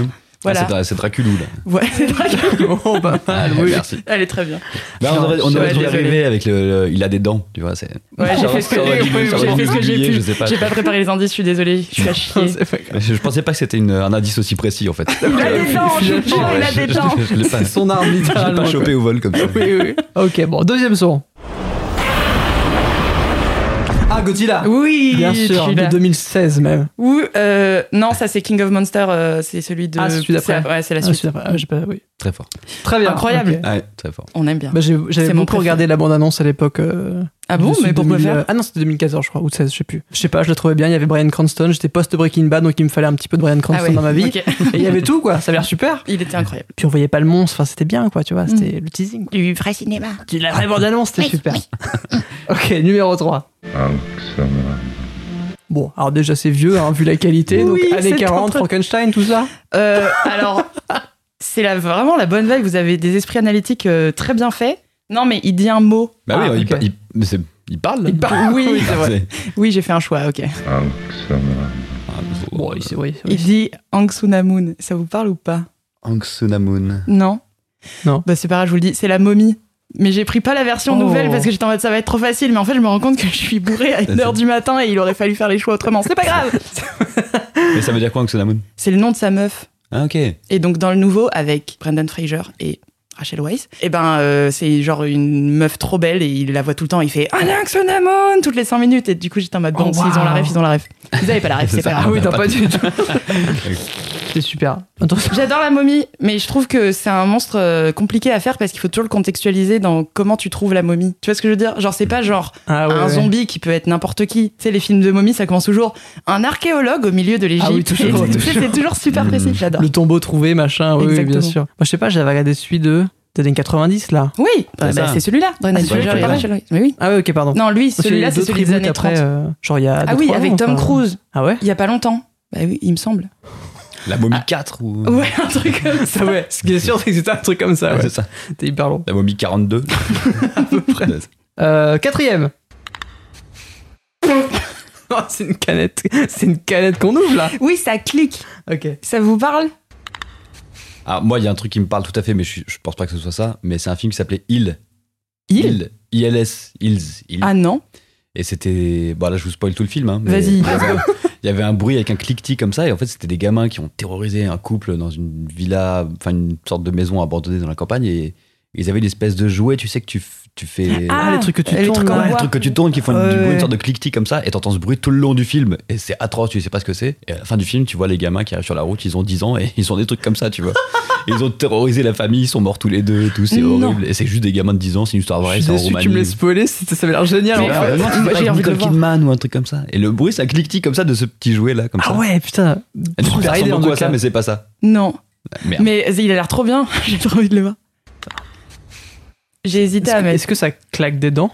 D: Ah,
C: Voilà.
D: c'est- C'est Draculou, là.
C: Ouais, c'est Dracula.
B: Oh, pas mal,
D: Ah,
B: oui.
D: Merci.
C: Elle est très bien.
D: Bah, on aurait, on aurait
C: Ouais,
D: dû y
C: désolé.
D: arriver avec le, le- Il a des dents, tu vois. c'est-
C: Ouais, j'ai
D: Ça
C: fait ce que
D: aurait
C: j'ai
D: dû- ça aurait dû
C: fait ce que j'ai
D: oublier,
C: pu.
D: Je sais pas.
C: J'ai pas préparé les indices. Je suis désolée. Je suis à chier.
B: C'est pas grave.
D: Je je pensais pas que c'était une- un indice aussi précis en fait.
C: Il a des dents. Je te jure, Ah, il a
D: Je-
C: des
D: je-
C: dents.
D: je- Je l'ai pas,
B: C'est son arme,
D: j'ai
B: littéralement.
D: pas chopé au vol comme ça.
B: quoi. Oui, oui. Ok, bon, deuxième son. Ah, Godzilla
C: Oui,
B: Bien
C: tu
B: sûr, de
C: l'as.
B: 2016 même.
C: Ou euh, non, ça c'est King of Monster, euh, c'est celui de.
B: Ah, c'est celui d'après.
C: c'est- Ouais, c'est la
B: Ah,
C: suite.
B: super. Ah, j'ai pas- oui.
D: Très fort.
B: Très bien.
C: Incroyable.
B: ok.
D: Ouais, très fort.
C: On aime bien.
B: Bah, j'ai- J'avais
C: C'est mon
B: beaucoup
C: préféré.
B: regardé la bande-annonce à l'époque. euh,
C: ah bon,
B: dessus,
C: mais pourquoi
B: 2000, euh,
C: faire
B: Ah non, c'était 2014, je crois, ou 16, je sais plus. Je sais pas, je la trouvais bien. Il y avait Brian Cranston, j'étais post-Breaking Bad, donc il me fallait un petit peu de Brian Cranston dans ma vie.
C: Ah ok.
B: Et il y avait tout, quoi. Ça avait l'air super.
C: Il était incroyable.
B: Puis on voyait pas le monstre, enfin, c'était bien, quoi, tu vois, c'était le teasing. quoi.
E: du vrai cinéma.
B: Mm. La vraie bande-annonce, c'était super. ok, numéro 3. Bon, alors déjà c'est vieux, hein, vu la qualité,
C: Oui,
B: donc années
C: c'est
B: 40,
C: entre-
B: Frankenstein, tout ça.
C: Euh, alors, c'est la, vraiment la bonne vague. Vous avez des esprits analytiques euh, très bien faits. Non, mais il dit un mot.
D: Bah oui,
B: Ah,
D: il
B: ok.
D: pa- il, mais c'est- il parle. hein. là.
C: Oui, c'est vrai.
D: C'est-
C: oui, j'ai fait un choix. Ok.
D: Ah,
B: Bon, oui, c'est oui, c'est- oui.
C: Il dit Angsunamun. Ça vous parle ou pas
D: Aung Sunamun.
C: Non.
B: Non.
C: Bah c'est pas grave, je vous le dis. C'est la momie. Mais j'ai pris pas la version
B: Oh.
C: nouvelle parce que j'étais en mode ça va être trop facile. Mais en fait, je me rends compte que je suis bourré à 1h du matin et il aurait fallu faire les choix autrement. C'est pas grave.
D: Mais ça veut dire quoi Aung Sunamun
C: C'est le nom de sa meuf.
D: Ah ok.
C: Et donc dans le nouveau avec Brendan Fraser et Rachel Weisz, et ben euh, c'est genre une meuf trop belle et il la voit tout le temps, il fait Anaxonamon toutes les 5 minutes et du coup j'étais en mode bon
B: Oh,
C: s'ils ont la ref,
B: wow.
C: ils ont la ref. Ils avaient pas la ref, c'est
D: C'est
C: pas
D: ça.
C: grave.
B: Ah oui, t'as pas dit. c'est super. Attends,
C: J'adore la momie, mais je trouve que c'est un monstre euh, compliqué à faire parce qu'il faut toujours le contextualiser dans comment tu trouves la momie. Tu vois ce que je veux dire Genre c'est pas genre
B: ah, ouais,
C: un
B: ouais.
C: zombie qui peut être n'importe qui. Tu sais les films de momie, ça commence toujours un archéologue au milieu de l'Égypte.
B: Ah oui, toujours, Hmm.
C: Et tu sais, c'est toujours super
D: Mm.
C: précis, j'adore.
B: Le tombeau trouvé, machin, oui, oui, bien
C: Exactement.
B: sûr. Moi, je sais pas, j'avais regardé celui de. des années 90, là.
C: Oui, bah,
D: ça.
C: c'est celui-là, Brendan
D: c'est
C: Fraser et
D: celui-là.
C: Rachel Weisz. Mais oui.
B: Ah ouais, ok, pardon.
C: Non, lui,
B: Parce
C: celui-là,
B: qu'il y
C: c'est
B: a eu
C: celui
B: d'autres
C: des années
B: reboots
C: 30.
B: après, euh, genre, il y a.
C: ah
B: deux,
C: oui,
B: trois
C: avec
B: ans,
C: Tom
B: enfin.
C: Cruise,
B: Ah ouais
C: il y a pas longtemps. Bah oui, il me semble.
D: La momie 4 ou
C: Ouais, un truc comme ça.
B: Ça, ouais. Ce qui est sûr, c'est que c'était un truc comme ça,
D: Ah,
B: ouais.
D: c'est ça.
B: C'était hyper long.
D: La momie 42 à peu près.
B: Euh, quatrième. Oh, c'est une canette. C'est une canette qu'on ouvre, là.
C: Oui, ça clique.
B: Ok.
C: Ça vous parle
D: Ah moi il y a un truc qui me parle tout à fait mais je, suis- je pense pas que ce soit ça mais c'est un film qui s'appelait Il. ILS Ils. Il.
C: Ah non.
D: Et c'était. Bon, là, je vous spoil tout le film. Hein, mais
C: Vas-y.
D: Il y avait- il y avait un bruit avec un cliquetis comme ça, et en fait, c'était des gamins qui ont terrorisé un couple dans une villa, enfin, une sorte de maison abandonnée dans la campagne, et Ils avaient une espèce de jouet, tu sais, que tu, f- tu fais.
B: Ah, les trucs que tu
C: les
B: tournes,
C: trucs en
B: ouais.
D: Les
C: bois.
D: trucs que tu tournes qui font
C: Ouais,
D: du bruit,
C: ouais.
D: une sorte de cliquetis comme ça, et t'entends ce bruit tout le long du film, et c'est atroce, tu sais pas ce que c'est. Et à la fin du film, tu vois les gamins qui arrivent sur la route, ils ont 10 ans et ils ont des trucs comme ça, tu vois. Et ils ont terrorisé la famille, ils sont morts tous les deux, et tout, c'est
C: Non.
D: horrible. Et c'est juste des gamins de 10 ans, c'est une histoire vraie,
B: je
D: c'est
B: suis déçu
D: en
B: que tu me
D: Roumanie.
B: laisses spoiler, c'était- ça avait l'air génial.
D: Mais euh,
B: en fait.
D: vraiment, tu vois,
C: J'ai envie
D: avec
C: de
D: Nicole
C: le voir.
D: Kidman ou un truc comme ça. Et le bruit, ça cliquetit comme ça de ce petit jouet là, comme
B: Ah
D: ça.
B: ouais, putain.
D: Et Du coup, ça
B: Super idée,
D: ressemble
B: en
D: beaucoup
B: tout
D: à ça,
B: cas.
D: mais c'est pas ça.
C: Non.
B: Bah,
D: Merde.
C: Mais il a l'air trop bien, j'ai trop envie de le voir. J'ai hésité
B: Est-ce
C: à
B: que,
C: mettre.
B: est-ce que ça claque des dents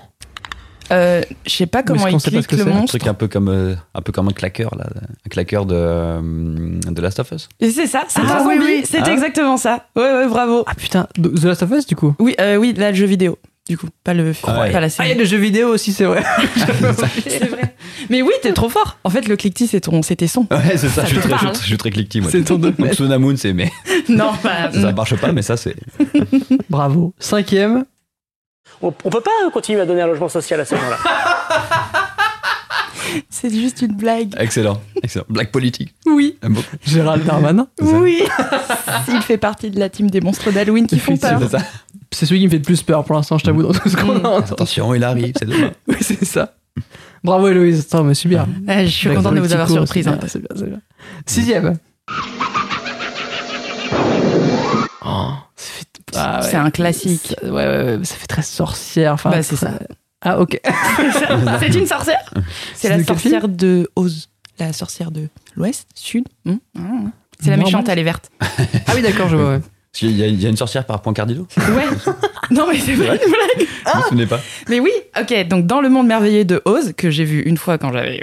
C: Euh, je sais pas comment
B: est-ce
C: il
B: qu'on sait pas ce
C: clique
B: que
C: le
B: c'est
D: Un
C: monstre.
D: truc un peu comme euh, un peu comme un claqueur là, un claqueur de euh, de Last of Us.
C: Et C'est ça, c'est
B: Ah,
C: un
B: oui,
C: zombie,
B: oui.
C: c'est
D: Ah.
C: exactement ça. Ouais, ouais, bravo.
B: Ah putain, The Last of Us du coup
C: Oui, euh, oui, là, le jeu vidéo, du coup, pas le film,
D: Ah ouais.
C: pas la
B: Ah, il y a
C: série.
B: des jeux vidéo aussi, c'est vrai.
C: c'est vrai. Mais oui, t'es trop fort. En fait, le cliquetis, c'est ton, c'est tes sons.
D: Ouais, c'est ça. je, suis
C: te
D: très, je,
C: parle.
D: je suis très cliquetis. Moi.
B: C'est ton domaine.
D: Donc Sunamoon, c'est mais
C: non, bah,
D: ça marche pas, mais ça c'est.
B: Bravo. Cinquième,
E: On, on peut pas euh, continuer à donner un logement social à ces gens-là.
C: c'est juste une blague.
D: Excellent, excellent. Black politique.
C: Oui,
D: J'aime beaucoup.
B: Gérald Darmanin.
C: oui. il fait partie de la team des monstres d'Halloween qui font peur.
D: C'est ça.
B: C'est celui qui me fait le plus peur pour l'instant, je t'avoue, dans tout ce
C: Hmm.
B: qu'on a.
D: Attention, il arrive, c'est demain.
B: Oui, c'est ça. Bravo Héloïse, Attends, mais c'est bien.
C: Ah, je suis
B: Avec
C: contente de
B: le
C: vous
B: petit
C: avoir
B: cours,
C: surprise.
B: c'est
C: hein.
B: bien, c'est bien, c'est bien. Sixième. Oh, ça fait- ah ouais.
C: C'est un classique.
B: Ça- Ouais, ouais, ouais, ça fait très sorcière. Enfin,
C: Bah, c'est
B: très-
C: ça.
B: Ah, ok.
C: c'est une sorcière
B: C'est
C: C'est
B: de
C: la
B: quel
C: sorcière de Oz. La sorcière de l'Ouest, Sud. hmm, hmm. C'est la
B: Normand.
C: méchante, elle est verte.
B: Ah, oui, d'accord, je vois. ouais.
D: Parce qu'il y, a- il y a une sorcière par point cardinaux.
C: Ouais. non, mais c'est pas une blague.
D: Je me souvenais pas.
C: Mais oui, ok. Donc, dans le monde merveilleux de Oz, que j'ai vu une fois quand j'avais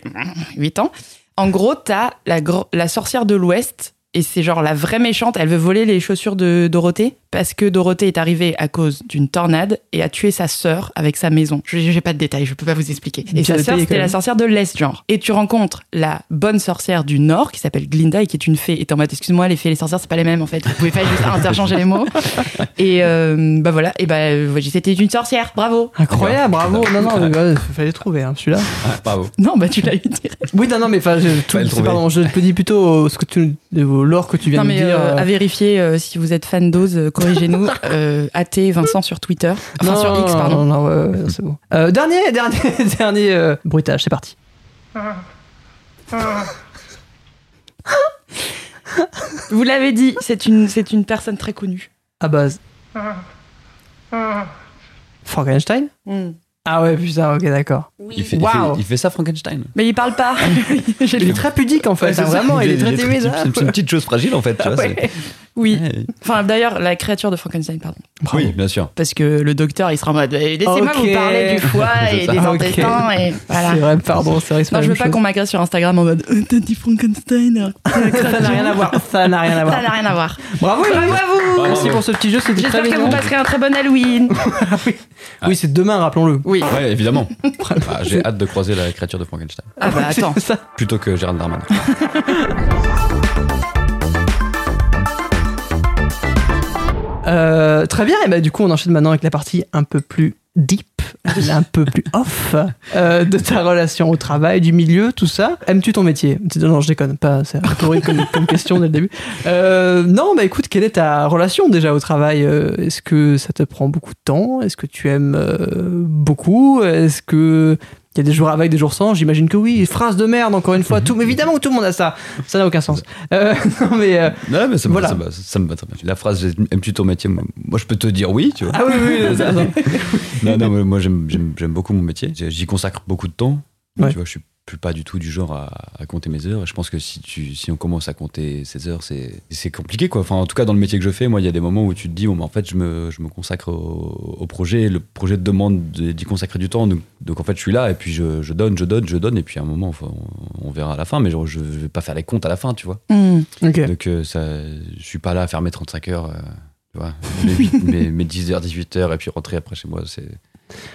C: 8 ans, en gros, t'as la, gro- la sorcière de l'Ouest. Et c'est genre la vraie méchante, elle veut voler les chaussures de Dorothée parce que Dorothée est arrivée à cause d'une tornade et a tué sa sœur avec sa maison. Je j'ai pas de détails, je peux pas vous expliquer. Et
B: Bien
C: sa
B: payé,
C: sœur,
B: quand
C: c'était la
B: même.
C: sorcière de l'Est, genre. Et tu rencontres la bonne sorcière du Nord qui s'appelle Glinda et qui est une fée. Et t'es en mode, excuse-moi, les fées et les sorcières, c'est pas les mêmes en fait. Vous pouvez pas juste interchanger les mots. Et euh, bah voilà, et bah euh, c'était une sorcière, bravo.
B: Incroyable, bravo. Non, non,
D: Ouais.
B: mais, ouais, fallait trouver hein, celui-là.
D: Ah, bravo.
C: Non, bah tu l'as eu direct.
B: Oui, non, non, mais enfin, je, tout-
D: le
B: c'est-
D: trouver.
B: pardon, je te dis plutôt euh, ce que tu, euh, l'or que tu viens de
C: Non, mais
B: me dire.
C: euh,
B: euh,
C: à vérifier euh, si vous êtes fan d'Oz, euh, corrigez-nous. Euh, AT Vincent sur Twitter. Enfin,
B: non,
C: sur X,
B: non,
C: pardon.
B: Non, non, ouais, ouais, c'est bon. Euh, dernier, dernier, dernier euh, bruitage, c'est parti.
C: Vous l'avez dit, c'est une, c'est une personne très connue.
B: À base. Frankenstein Ah ouais, putain, ok, d'accord.
D: Il, fait, il
B: Waouh.
D: fait- il fait ça, Frankenstein.
C: Mais il parle pas. J'ai
B: Il
C: le-
B: est très pudique en fait,
D: Ouais, c'est
B: hein,
D: ça.
B: vraiment, il est très timide. hein.
D: C'est une- c'est une petite chose fragile en fait. Tu vois,
B: Ouais.
C: oui.
D: c'est- Ouais.
C: Enfin, d'ailleurs, la créature de Frankenstein, pardon.
B: Bravo.
D: Oui, bien sûr.
C: Parce que le docteur, il sera en mode eh, Laissez-moi
B: Ok.
C: vous parler du foie
D: C'est
C: et
D: ça.
C: des
B: Ah, ok.
C: intestins. Et voilà.
B: C'est vrai, pardon, c'est vrai. c'est
C: Non,
B: la
C: je veux
B: même
C: pas
B: chose.
C: qu'on m'agresse sur Instagram en mode Euh, T'as dit Frankenstein alors que t'as la
B: Ça n'a rien à voir, ça n'a rien à
C: Ça
B: voir.
C: n'a rien à voir.
B: Bravo, Héloïse.
C: Bravo à vous
B: Merci pour ce petit jeu, c'était très
C: J'espère que
B: mignon.
C: vous passerez un très bon Halloween.
B: Oui, c'est demain, rappelons-le.
C: Oui.
D: Ouais, évidemment. Ah, J'ai hâte de croiser la créature de Frankenstein.
C: Ah bah attends.
B: C'est ça.
D: Plutôt que Gérald Darmanin.
B: Euh, très bien, et bah, du coup, on enchaîne maintenant avec la partie un peu plus deep, un peu plus off euh, de ta relation au travail, du milieu, tout ça. Aimes-tu ton métier Non, je déconne, pas, c'est rhétorique comme, comme question dès le début. Euh, non, bah écoute, quelle est ta relation déjà au travail Euh, Est-ce que ça te prend beaucoup de temps Est-ce que tu aimes euh, beaucoup Est-ce que. Il y a des jours avec, des jours sans, j'imagine que oui. Phrase de merde, encore une fois. Tout, mais évidemment que tout le monde a ça. Ça n'a aucun sens. Euh, non, mais. euh,
D: Non, mais ça me,
B: Voilà.
D: ça me- ça me va très bien. La phrase Aimes-tu ton métier Moi, moi, je peux te dire oui, tu vois.
B: Ah oui, oui, oui, ça- ça-
D: non, non, moi, moi, j'aime j'aime- j'aime beaucoup mon métier. J'ai- J'y consacre beaucoup de temps.
B: Ouais.
D: Tu vois, je suis plus pas du tout du genre à, à compter mes heures. Et je pense que si, tu, si on commence à compter ses heures, c'est c'est compliqué, quoi. Enfin, en tout cas, dans le métier que je fais, moi, il y a des moments où tu te dis, bon, mais en fait, je me, je me consacre au, au projet. Le projet te demande de- d'y consacrer du temps. Donc, donc, en fait, je suis là et puis je, je donne, je donne, je donne. Et puis, à un moment, enfin, on, on verra à la fin. Mais genre, je vais pas faire les comptes à la fin, tu vois.
C: Hmm.
B: Ok.
D: Donc, euh, ça, je suis pas là à faire mes 35 heures, euh, tu vois, mes, huit- mes, 10h, 18h, et puis rentrer après chez moi, c'est.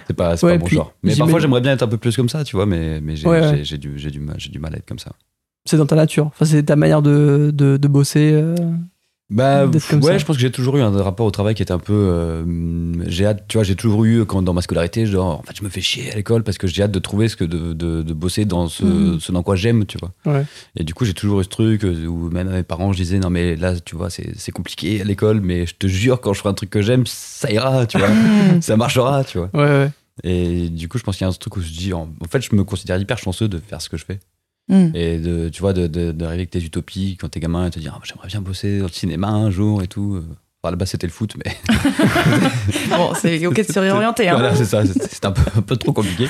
D: C'est pas, c'est
B: Ouais,
D: pas mon
B: puis
D: genre. Mais
B: j'imagine-
D: parfois, j'aimerais bien être un peu plus comme ça, tu vois, mais, mais j'ai
B: Ouais,
D: j'ai-
B: ouais.
D: j'ai du, j'ai du, mal- j'ai du mal à être comme ça.
B: c'est dans ta nature. Enfin, c'est ta manière de, de, de bosser. euh.
D: Bah,
B: D'être
D: pff,
B: comme ça.
D: ouais, je pense que j'ai toujours eu un rapport au travail qui était un peu. euh, j'ai hâte, tu vois, j'ai toujours eu, quand dans ma scolarité, genre, en fait, je me fais chier à l'école parce que j'ai hâte de trouver ce que de, de, de bosser dans ce,
C: Mhm.
D: ce dans quoi j'aime, tu vois.
B: Ouais.
D: Et du coup, j'ai toujours eu ce truc euh, où même à mes parents, je disais, non, mais là, tu vois, c'est c'est compliqué à l'école, mais je te jure, quand je ferai un truc que j'aime, ça ira, tu vois.
C: Mhm.
D: ça marchera, tu vois.
B: Ouais, ouais.
D: Et du coup, je pense qu'il y a un truc où je dis, en, en fait, je me considère hyper chanceux de faire ce que je fais.
C: Mhm.
D: Et de, tu vois, d'arriver de, d'arriver avec tes utopies quand t'es gamin et te dire, Ah, j'aimerais bien bosser dans le cinéma un jour et tout. Euh, Enfin, là-bas, c'était le foot, mais.
C: Bon, c'est ok de se réorienter. Hein.
D: Voilà, c'est ça, c'est c'est un peu, un peu trop compliqué.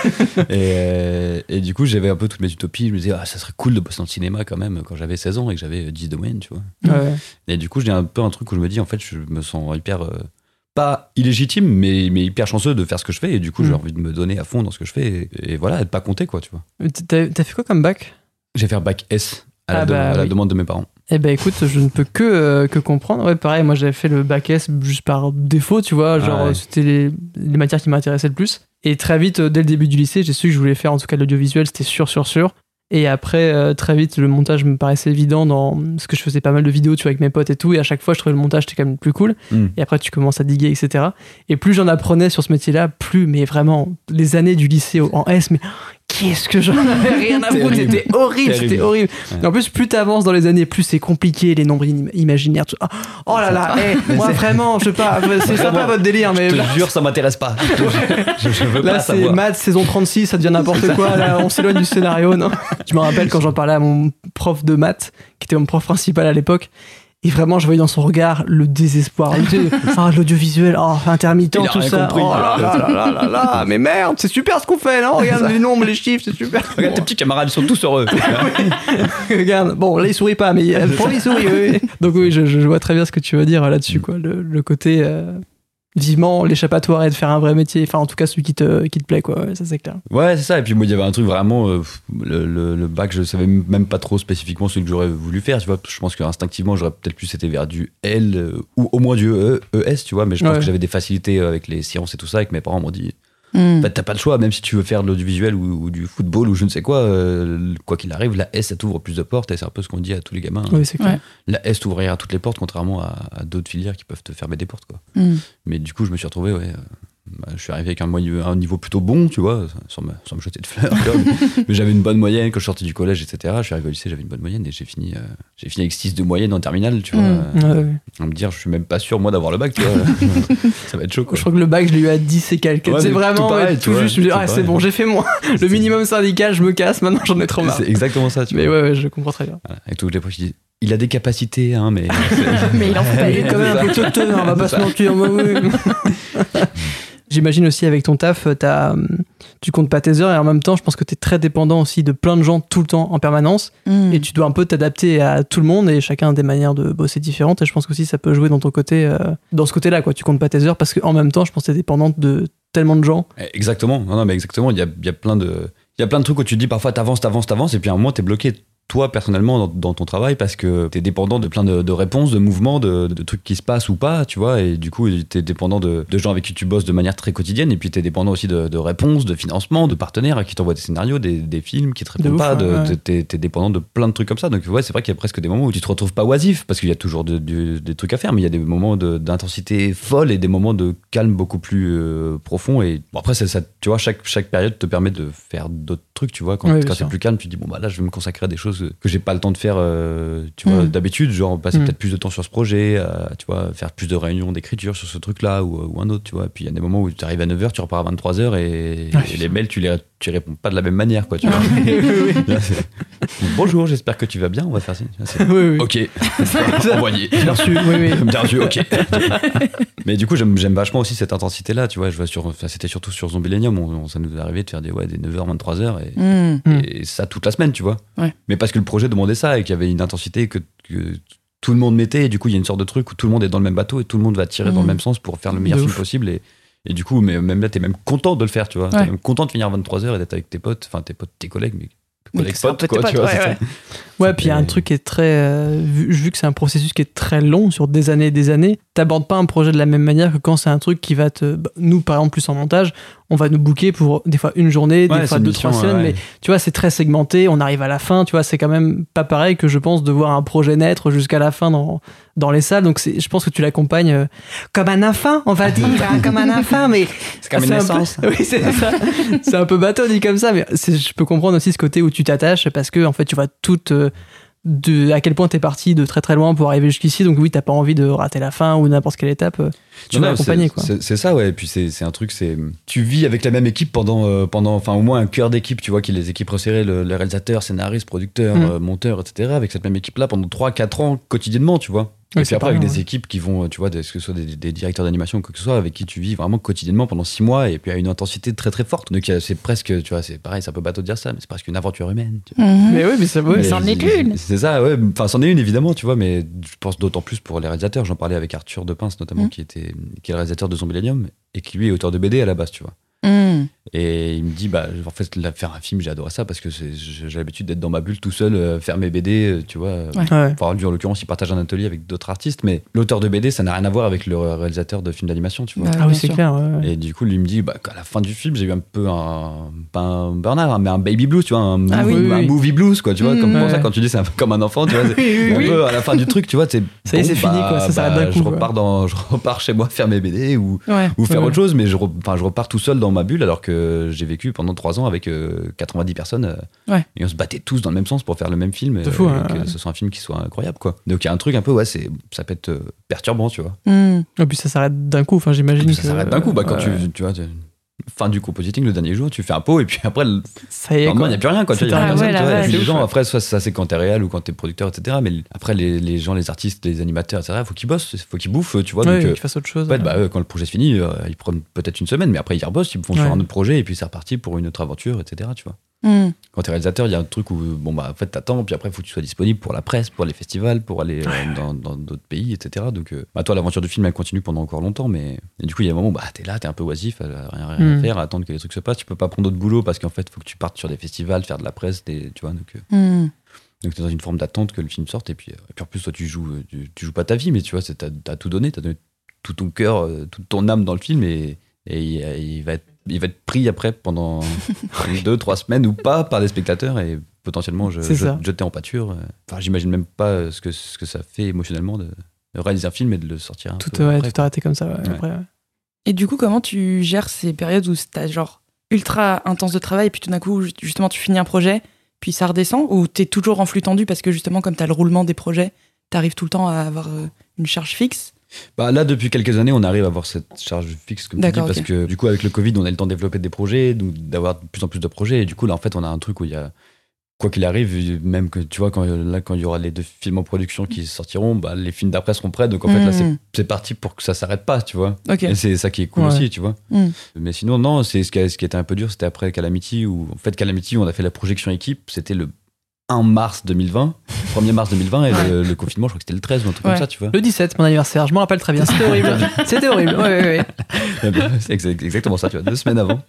D: et, euh, et du coup, j'avais un peu toutes mes utopies. Je me disais, ah, ça serait cool de bosser dans le cinéma quand même quand j'avais 16 ans et que j'avais 10 de moyenne, tu vois.
B: Ouais.
D: Et du coup, j'ai un peu un truc où je me dis, en fait, je me sens hyper. euh, pas illégitime, mais, mais hyper chanceux de faire ce que je fais. Et du coup, j'ai
B: Mm.
D: envie de me donner à fond dans ce que je fais. Et, et voilà, et de pas compter, quoi, tu vois.
B: Mais T'as t'as fait quoi comme bac
D: J'ai fait un bac S à, la,
B: Ah
D: de-
B: bah
D: à la
B: oui.
D: demande de mes parents.
B: Eh ben écoute, je ne peux que, euh, que comprendre. Ouais, pareil, moi j'avais fait le bac S juste par défaut, tu vois. Genre,
D: Ah ouais.
B: euh, c'était les, les matières qui m'intéressaient le plus. Et très vite, euh, dès le début du lycée, j'ai su que je voulais faire en tout cas de l'audiovisuel, c'était sûr, sûr, sûr. Et après, euh, très vite, le montage me paraissait évident dans ce que je faisais pas mal de vidéos, tu vois, avec mes potes et tout. Et à chaque fois, je trouvais le montage, c'était quand même plus cool.
D: Mm.
B: Et après, tu commences à diguer, etc. Et plus j'en apprenais sur ce métier-là, plus, mais vraiment, les années du lycée au- en S, mais qu'est-ce que j'en avais rien à foutre,
D: Terrible.
B: c'était horrible, c'était
D: Terrible.
B: horrible.
D: Ouais.
B: Et En plus, plus t'avances dans les années, plus c'est compliqué, les nombres inim- imaginaires. tout- Ah, Oh là là, eh, moi vraiment, je sais pas, c'est sympa
D: Vraiment,
B: votre délire, mais
D: Je
B: là,
D: te jure, ça m'intéresse pas. Je, je- je veux pas
B: là, c'est
D: savoir.
B: maths saison 36, ça devient n'importe quoi, là, on s'éloigne du scénario, non Je me rappelle quand j'en parlais à mon prof de maths, qui était mon prof principal à l'époque, et vraiment, je voyais dans son regard le désespoir. Il disait, Ah, l'audiovisuel, oh, intermittent,
D: Il a
B: tout
D: rien
B: ça.
D: compris.
B: Oh là là là là là là, mais merde, c'est super ce qu'on fait, non Regarde les nombres, les chiffres, c'est super.
D: Regarde, tes petits camarades, ils sont tous heureux.
B: Regarde, bon, là, il sourit pas, mais euh, pour lui, il sourit, oui, oui. Donc, oui, je, je vois très bien ce que tu veux dire euh, là-dessus, quoi. Le, le côté euh, vivement, l'échappatoire et de faire un vrai métier, enfin, en tout cas, celui qui te, qui te plaît, quoi. Ouais, ça, c'est clair.
D: Ouais, c'est ça. Et puis moi, il y avait un truc vraiment. euh, pff, le, le- le bac, je savais même pas trop spécifiquement ce que j'aurais voulu faire. Tu vois, je pense que instinctivement, j'aurais peut-être plus été vers du L euh, ou au moins du E- ES, tu vois. Mais je pense
B: Ouais.
D: que j'avais des facilités euh, avec les sciences et tout ça, et que mes parents m'ont dit
C: Mhm.
D: bah, t'as pas le choix, même si tu veux faire de l'audiovisuel ou, ou du football ou je ne sais quoi, euh, quoi qu'il arrive, la S, ça t'ouvre plus de portes. Et c'est un peu ce qu'on dit à tous les gamins.
B: Oui, c'est clair.
D: La S t'ouvrira toutes les portes, contrairement à, à d'autres filières qui peuvent te fermer des portes, quoi.
C: Mhm.
D: Mais du coup, je me suis retrouvé, ouais. euh, bah, je suis arrivé avec un, moyen- un niveau plutôt bon, tu vois, sans me, sans me jeter de fleurs. tu vois, mais mais j'avais une bonne moyenne quand je sortais du collège, etc. Je suis arrivé au lycée, j'avais une bonne moyenne et j'ai fini, euh, j'ai fini avec 6 de moyenne en terminale, tu vois.
C: Mm.
B: Ouais,
D: Euh,
B: ouais.
D: à me dire, je suis même pas sûr, moi, d'avoir le bac, tu vois. ça va être chaud, quoi.
B: Je crois que le bac, je l'ai eu à 10 et quelques.
D: Ouais,
B: c'est
D: mais
B: vraiment
D: tout pareil,
B: ouais,
D: tu
B: tout
D: vois,
B: juste, je me dis,
D: tout
B: ah, c'est
D: pareil.
B: bon, j'ai fait moins. Le
D: C'est-
B: minimum syndical, je me casse, maintenant, j'en ai trop marre.
D: C'est exactement ça, tu
B: Mais
D: vois.
B: ouais, ouais, je comprends très bien.
D: Voilà. Avec tous les profs qui disent, il a des capacités, hein, mais.
C: Mais il en faut pas
B: Il est quand même un peu teuteux, hein, on va pas se mentir. bah oui. J'imagine aussi avec ton taf, t'as, hum, tu comptes pas tes heures et en même temps, je pense que tu es très dépendant aussi de plein de gens tout le temps en permanence
C: Mhm.
B: et tu dois un peu t'adapter à tout le monde et chacun a des manières de bosser différentes et je pense que aussi ça peut jouer dans ton côté, euh, dans ce côté-là, quoi. Tu comptes pas tes heures parce qu'en même temps, je pense que tu es dépendante de tellement de gens.
D: Eh, Exactement, non, non, mais exactement. Il y a, il y a plein de, il y a plein de trucs où tu te dis parfois t'avances, t'avances, t'avances, et puis à un moment t'es bloqué toi personnellement dans, dans ton travail parce que t'es dépendant de plein de, de réponses, de mouvements, de, de trucs qui se passent ou pas, tu vois, et du coup t'es dépendant de, de gens avec qui tu bosses de manière très quotidienne, et puis t'es dépendant aussi de, de réponses, de financements, de partenaires à qui t'envoient des scénarios, des, des films qui te répondent
B: ouf,
D: pas, de-
B: ouais.
D: t'es- t'es t'es dépendant de plein de trucs comme ça. Donc ouais, c'est vrai qu'il y a presque des moments où tu te retrouves pas oisif parce qu'il y a toujours de- du- des trucs à faire, mais il y a des moments de- d'intensité folle et des moments de calme beaucoup plus euh, profond. Et bon, après, c'est ça, tu vois, chaque, chaque période te permet de faire d'autres trucs, tu vois. Quand,
B: Ouais, bien
D: quand
B: sûr.
D: c'est plus calme, tu te dis, bon, bah là, je vais me consacrer à des choses que j'ai pas le temps de faire, euh, tu vois,
C: Mm.
D: d'habitude, genre passer
B: Mm.
D: peut-être plus de temps sur ce projet, euh, tu vois, faire plus de réunions d'écriture sur ce truc-là ou, euh, ou un autre, tu vois. Et puis il y a des moments où tu arrives à 9h, tu repars à 23h et,
B: Ah,
D: et
B: putain.
D: les mails, tu les tu les réponds pas de la même manière, quoi, tu vois. Là, c'est- Bonjour, j'espère que tu vas bien, on va faire ça. Là, c'est-
B: Oui, oui.
D: Ok, envoyé.
B: Bien reçu, oui, oui.
D: Bien sûr, ok. Mais du coup, j'aime j'aime vachement aussi cette intensité-là, tu vois. Je vois sur, enfin, c'était surtout sur Zombielenium, on, on- ça nous arrivait de faire des, ouais, des 9h, 23h, et,
C: Mhm.
B: Mm.
D: et ça toute la semaine, tu vois.
C: Ouais.
D: Mais parce que le projet demandait ça et qu'il y avait une intensité que, que tout le monde mettait, et du coup, il y a une sorte de truc où tout le monde est dans le même bateau et tout le monde va tirer dans
C: Mm.
D: le même sens pour faire le meilleur
B: De
D: film
B: ouf.
D: possible. Et, et du coup, mais même là, t'es même content de le faire, tu vois.
C: Ouais.
D: T'es même content de finir à 23h et d'être avec tes potes, enfin tes potes, tes collègues, mais
C: Oui,
D: collègues
C: c'est un
D: potes,
C: peu tes
D: quoi, tu
C: potes,
D: vois.
C: ouais,
D: c'est ça.
C: ouais.
B: Ouais, puis il y a un
D: Mais-
B: truc qui est très. euh, vu, vu que c'est un processus qui est très long sur des années et des années, t'abordes pas un projet de la même manière que quand c'est un truc qui va te. bah, nous, par exemple, plus en montage, on va nous booker pour des fois une journée,
D: Ouais,
B: des fois
D: c'est une
B: deux,
D: mission,
B: trois semaines,
D: ouais,
B: mais
D: ouais.
B: tu vois, c'est très segmenté, on arrive à la fin, tu vois, c'est quand même pas pareil que je pense de voir un projet naître jusqu'à la fin dans, dans les salles, donc c'est- je pense que tu l'accompagnes euh, comme un enfant, on va dire, hein, comme un enfant, mais
D: C'est comme une
B: Ah, un peu-
D: naissance.
B: Oui, c'est ça. C'est un peu bateau dit comme ça, mais c'est- je peux comprendre aussi ce côté où tu t'attaches parce que en fait tu vois toute euh, de à quel point t'es parti de très très loin pour arriver jusqu'ici, donc oui t'as pas envie de rater la fin ou n'importe quelle étape. euh, Tu
D: Non,
B: vas
D: non, c'est-
B: accompagner quoi.
D: C'est c'est ça, ouais. Et puis c'est c'est un truc, c'est tu vis avec la même équipe pendant, euh, pendant, enfin au moins un cœur d'équipe, tu vois, qui est les équipes resserrées, le, le réalisateur, scénariste, producteur,
B: Mm.
D: euh, monteur, etc. Avec cette même équipe là pendant 3-4 ans quotidiennement, tu vois.
B: Oui,
D: et
B: c'est
D: puis après
B: pas
D: avec
B: mal,
D: des
B: ouais.
D: équipes qui vont, euh, tu vois, des, que ce soit des, des directeurs d'animation ou quoi que ce soit, avec qui tu vis vraiment quotidiennement pendant 6 mois et puis à une intensité très très forte. Donc il y a- c'est presque, tu vois, c'est pareil, c'est un peu bateau de dire ça, mais c'est presque une aventure humaine. tu vois.
B: Mais oui, mais ça
D: Mais
B: oui.
C: c'en est une.
D: C'est ça, ouais. Enfin, c'en est une, évidemment, tu vois, mais je pense d'autant plus pour les réalisateurs. J'en parlais avec Arthur De Pince, notamment,
C: Mm.
D: qui, était, qui est le réalisateur de Zombielandium et qui, lui, est auteur de BD à la base, tu vois. Mmh. Et il me dit, bah, en fait, là, faire un film, j'ai adoré ça parce que c'est- j'ai l'habitude d'être dans ma bulle tout seul, euh, faire mes BD, euh, tu vois.
B: Ouais.
D: Enfin, lui, en l'occurrence, il partage un atelier avec d'autres artistes, mais l'auteur de BD, ça n'a rien à voir avec le réalisateur de films d'animation, tu vois.
B: Ah oui, c'est clair. ouais, ouais.
D: Et du coup, lui me dit bah, qu'à la fin du film, j'ai eu un peu un. Pas un burn-out, hein, mais un baby blues, tu vois, un,
C: Ah oui.
D: movie, un
B: Oui, oui.
D: movie blues, quoi, tu vois,
C: Mm.
D: comme pour
B: Ouais.
D: ça, quand tu dis c'est un peu comme un enfant, tu vois, c'est
B: Oui,
D: un
B: oui,
D: peu à la fin du truc, tu vois, c'est. bah,
B: Ça y est, c'est fini, quoi, ça s'arrête d'un coup,
D: Je
B: quoi.
D: repars, dans, je repars chez moi faire mes BD ou,
C: Ouais.
D: ou faire
B: Ouais.
D: autre chose, mais je, re- enfin, je repars tout seul dans ma bulle alors que j'ai vécu pendant 3 ans avec euh, 90 personnes euh,
C: Ouais.
D: et on se battait tous dans le même sens pour faire le même film et,
B: C'est fou,
D: et
B: hein.
D: que ce soit un film qui soit incroyable, quoi. Donc il y a un truc un peu, ouais, c'est- ça peut être euh, perturbant, tu vois.
C: Mhm.
B: Et puis ça s'arrête d'un coup. Enfin j'imagine.
D: Ça
B: que- euh,
D: s'arrête d'un coup. Bah, quand
B: ouais.
D: tu, tu vois, tu- fin du compositing, le dernier jour, tu fais un pot et puis après, le-
B: Ça y est.
D: normalement,
B: quoi.
D: il n'y a plus rien. Quoi, tu vois, il y
B: C'est
D: a
C: dingue.
D: personne,
C: Ah ouais,
D: tu vois.
C: la
D: Et puis
B: vache.
D: les
B: C'est ouf,
D: gens,
B: ouais.
D: après, soit ça c'est quand t'es réel ou quand t'es producteur, etc. Mais l- après, les, les gens, les artistes, les animateurs, etc., faut qu'ils bossent, faut qu'ils bouffent, tu vois.
B: Ouais,
D: donc, euh,
B: qu'il fasse autre chose.
D: en fait, bah, eux, quand le projet se finit, euh, ils prennent peut-être une semaine, mais après, ils rebossent, ils vont
B: Ouais.
D: sur un autre projet et puis c'est reparti pour une autre aventure, etc. Tu vois.
C: Mhm.
D: Quand t'es réalisateur, il y a un truc où, bon, bah, en fait, t'attends, puis après, faut que tu sois disponible pour la presse, pour les festivals, pour aller euh, dans dans d'autres pays, etc. Donc, euh, bah, toi, l'aventure du film, elle continue pendant encore longtemps, mais et du coup, il y a un moment où, bah, t'es là, t'es un peu oisif, euh, rien, rien à
B: Mm.
D: faire, à attendre que les trucs se passent. Tu peux pas prendre d'autres boulots parce qu'en fait, faut que tu partes sur des festivals, faire de la presse, des, tu vois. Donc, euh,
C: Mhm.
D: donc t'es dans une forme d'attente que le film sorte, et puis, euh, et puis en plus, toi, tu joues, euh, tu, tu joues pas ta vie, mais tu vois, c'est- t'as as tout donné, t'as donné tout ton cœur, euh, toute ton âme dans le film, et, et il, euh, il va être, il va être pris après pendant deux, trois semaines ou pas par des spectateurs, et potentiellement je,
B: C'est
D: je,
B: ça.
D: jeter en pâture. euh. Enfin, j'imagine même pas euh, ce que, ce que ça fait émotionnellement de, de réaliser un film et de le sortir. un
B: Tout,
D: peu
B: ouais,
D: après,
B: tout arrêté comme ça. ouais,
D: euh, Ouais.
B: après, ouais.
C: Et du coup, comment tu gères ces périodes où t'as genre ultra intense de travail, puis tout d'un coup, ju- justement, tu finis un projet, puis ça redescend, ou t'es toujours en flux tendu parce que justement, comme t'as le roulement des projets, t'arrives tout le temps à avoir euh, une charge fixe
D: Bah là, depuis quelques années, on arrive à avoir cette charge fixe, comme tu dis,
C: D'accord,
D: parce
C: ok.
D: que du coup, avec le Covid, on a eu le temps de développer des projets, donc d'avoir de plus en plus de projets. Et du coup, là, en fait, on a un truc où il y a. Quoi qu'il arrive, même que tu vois, quand, là, quand il y aura les deux films en production qui sortiront, bah, les films d'après seront prêts. Donc en fait, là,
C: Mm.
D: c'est- c'est parti pour que ça s'arrête pas, tu vois.
C: Ok.
D: Et c'est ça qui est cool
B: Ouais.
D: aussi, tu vois.
C: Mm.
D: Mais sinon, non, c'est ce qui, a- ce qui était un peu dur, c'était après Calamity, où en fait, Calamity, on a fait la projection équipe, c'était le 1 mars 2020, 1er mars 2020, et le, le confinement, je crois que c'était le 13 ou un truc
C: Ouais.
D: comme ça, tu vois.
B: Le 17, mon anniversaire, je m'en rappelle très bien. C'était horrible. C'était horrible. Ouais, ouais, ouais.
D: c'est ex- exactement ça, tu vois, deux semaines avant.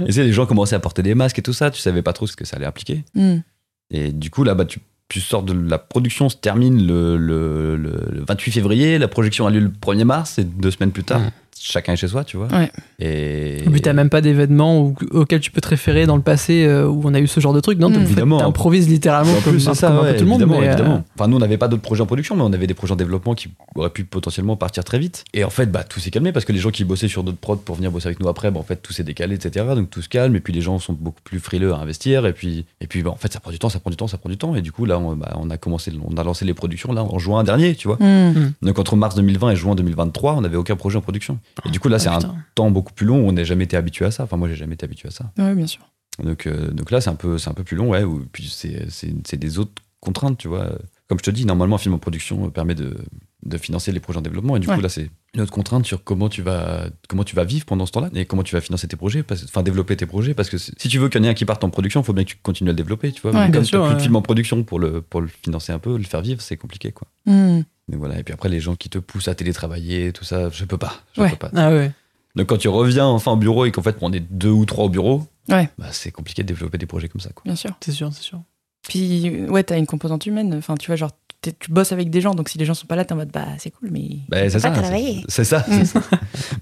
D: Et tu sais, les gens commençaient à porter des masques et tout ça, tu savais pas trop ce que ça allait appliquer.
C: Mhm.
D: Et du coup, là, bah, tu, tu sors de la production, se termine le, le- le- le 28 février, la projection a lieu le 1er mars, et deux semaines plus tard,
B: Ouais.
D: chacun est chez soi, tu vois.
C: Ouais.
D: Et.
B: Et puis t'as même pas d'événements où- auxquels tu peux te référer dans le passé euh, où on a eu ce genre de truc, non
C: Mm.
B: Donc, en fait,
D: Évidemment.
B: T'improvises littéralement
D: En
B: comme,
D: plus, c'est
B: comme
D: Ah, ça,
B: un peu
D: ouais,
B: tout le monde.
D: évidemment,
B: mais, euh,
D: évidemment. Enfin, nous, on n'avait pas d'autres projets en production, mais on avait des projets en développement qui auraient pu potentiellement partir très vite. Et en fait, bah, tout s'est calmé parce que les gens qui bossaient sur d'autres prods pour venir bosser avec nous après, bah, en fait, tout s'est décalé, etc. Donc tout se calme. Et puis les gens sont beaucoup plus frileux à investir. Et puis, et puis, bah, en fait, ça prend du temps, ça prend du temps, ça prend du temps. Et du coup, là, on, bah, on a commencé, on a lancé les productions là en juin dernier, tu vois.
C: Mhm.
D: Donc entre mars 2020 et juin 2023, on n'avait aucun projet en production. Et du coup, là, c'est
B: ah,
D: un
B: putain.
D: temps beaucoup plus long. où On n'a jamais été habitué à ça. Enfin, moi, j'ai jamais été habitué à ça.
C: Ouais, bien sûr.
D: Donc, euh, donc là, c'est un, peu- c'est un peu plus long, ouais. Ou, puis c'est- c'est c'est des autres contraintes, tu vois. Comme je te dis, normalement, un film en production euh, permet de, de financer les projets en développement. Et du
C: Ouais.
D: coup, là, c'est une autre contrainte sur comment tu vas, comment tu vas vivre pendant ce temps-là et comment tu vas financer tes projets, parce- enfin développer tes projets. Parce que c'est- si tu veux qu'il y en ait un qui parte en production, il faut bien que tu continues à le développer, tu vois.
C: Ouais.
D: Mais
B: Bien
D: Comme tu
B: sûr,
D: plus de
B: ouais.
D: film en production pour le, pour le financer un peu, le faire vivre, c'est compliqué, quoi.
C: Mhm.
D: Donc voilà. Et puis après, les gens qui te poussent à télétravailler, tout ça, je peux pas. Je
C: Ouais.
D: peux pas.
B: Ah ouais.
D: Donc quand tu reviens enfin au bureau et qu'en fait, on est deux ou trois au bureau,
C: Ouais.
D: bah, c'est compliqué de développer des projets comme ça, quoi.
C: Bien sûr.
B: C'est sûr, c'est sûr.
C: Puis, ouais, t'as une composante humaine. Enfin, tu vois, genre, t'es- tu bosses avec des gens, donc si les gens sont pas là, t'es en mode bah c'est cool, mais.
D: Ben, c'est
C: Faut
D: ça.
C: pas
D: c'est-
C: travailler.
D: C'est ça.
C: Mm.
D: c'est ça.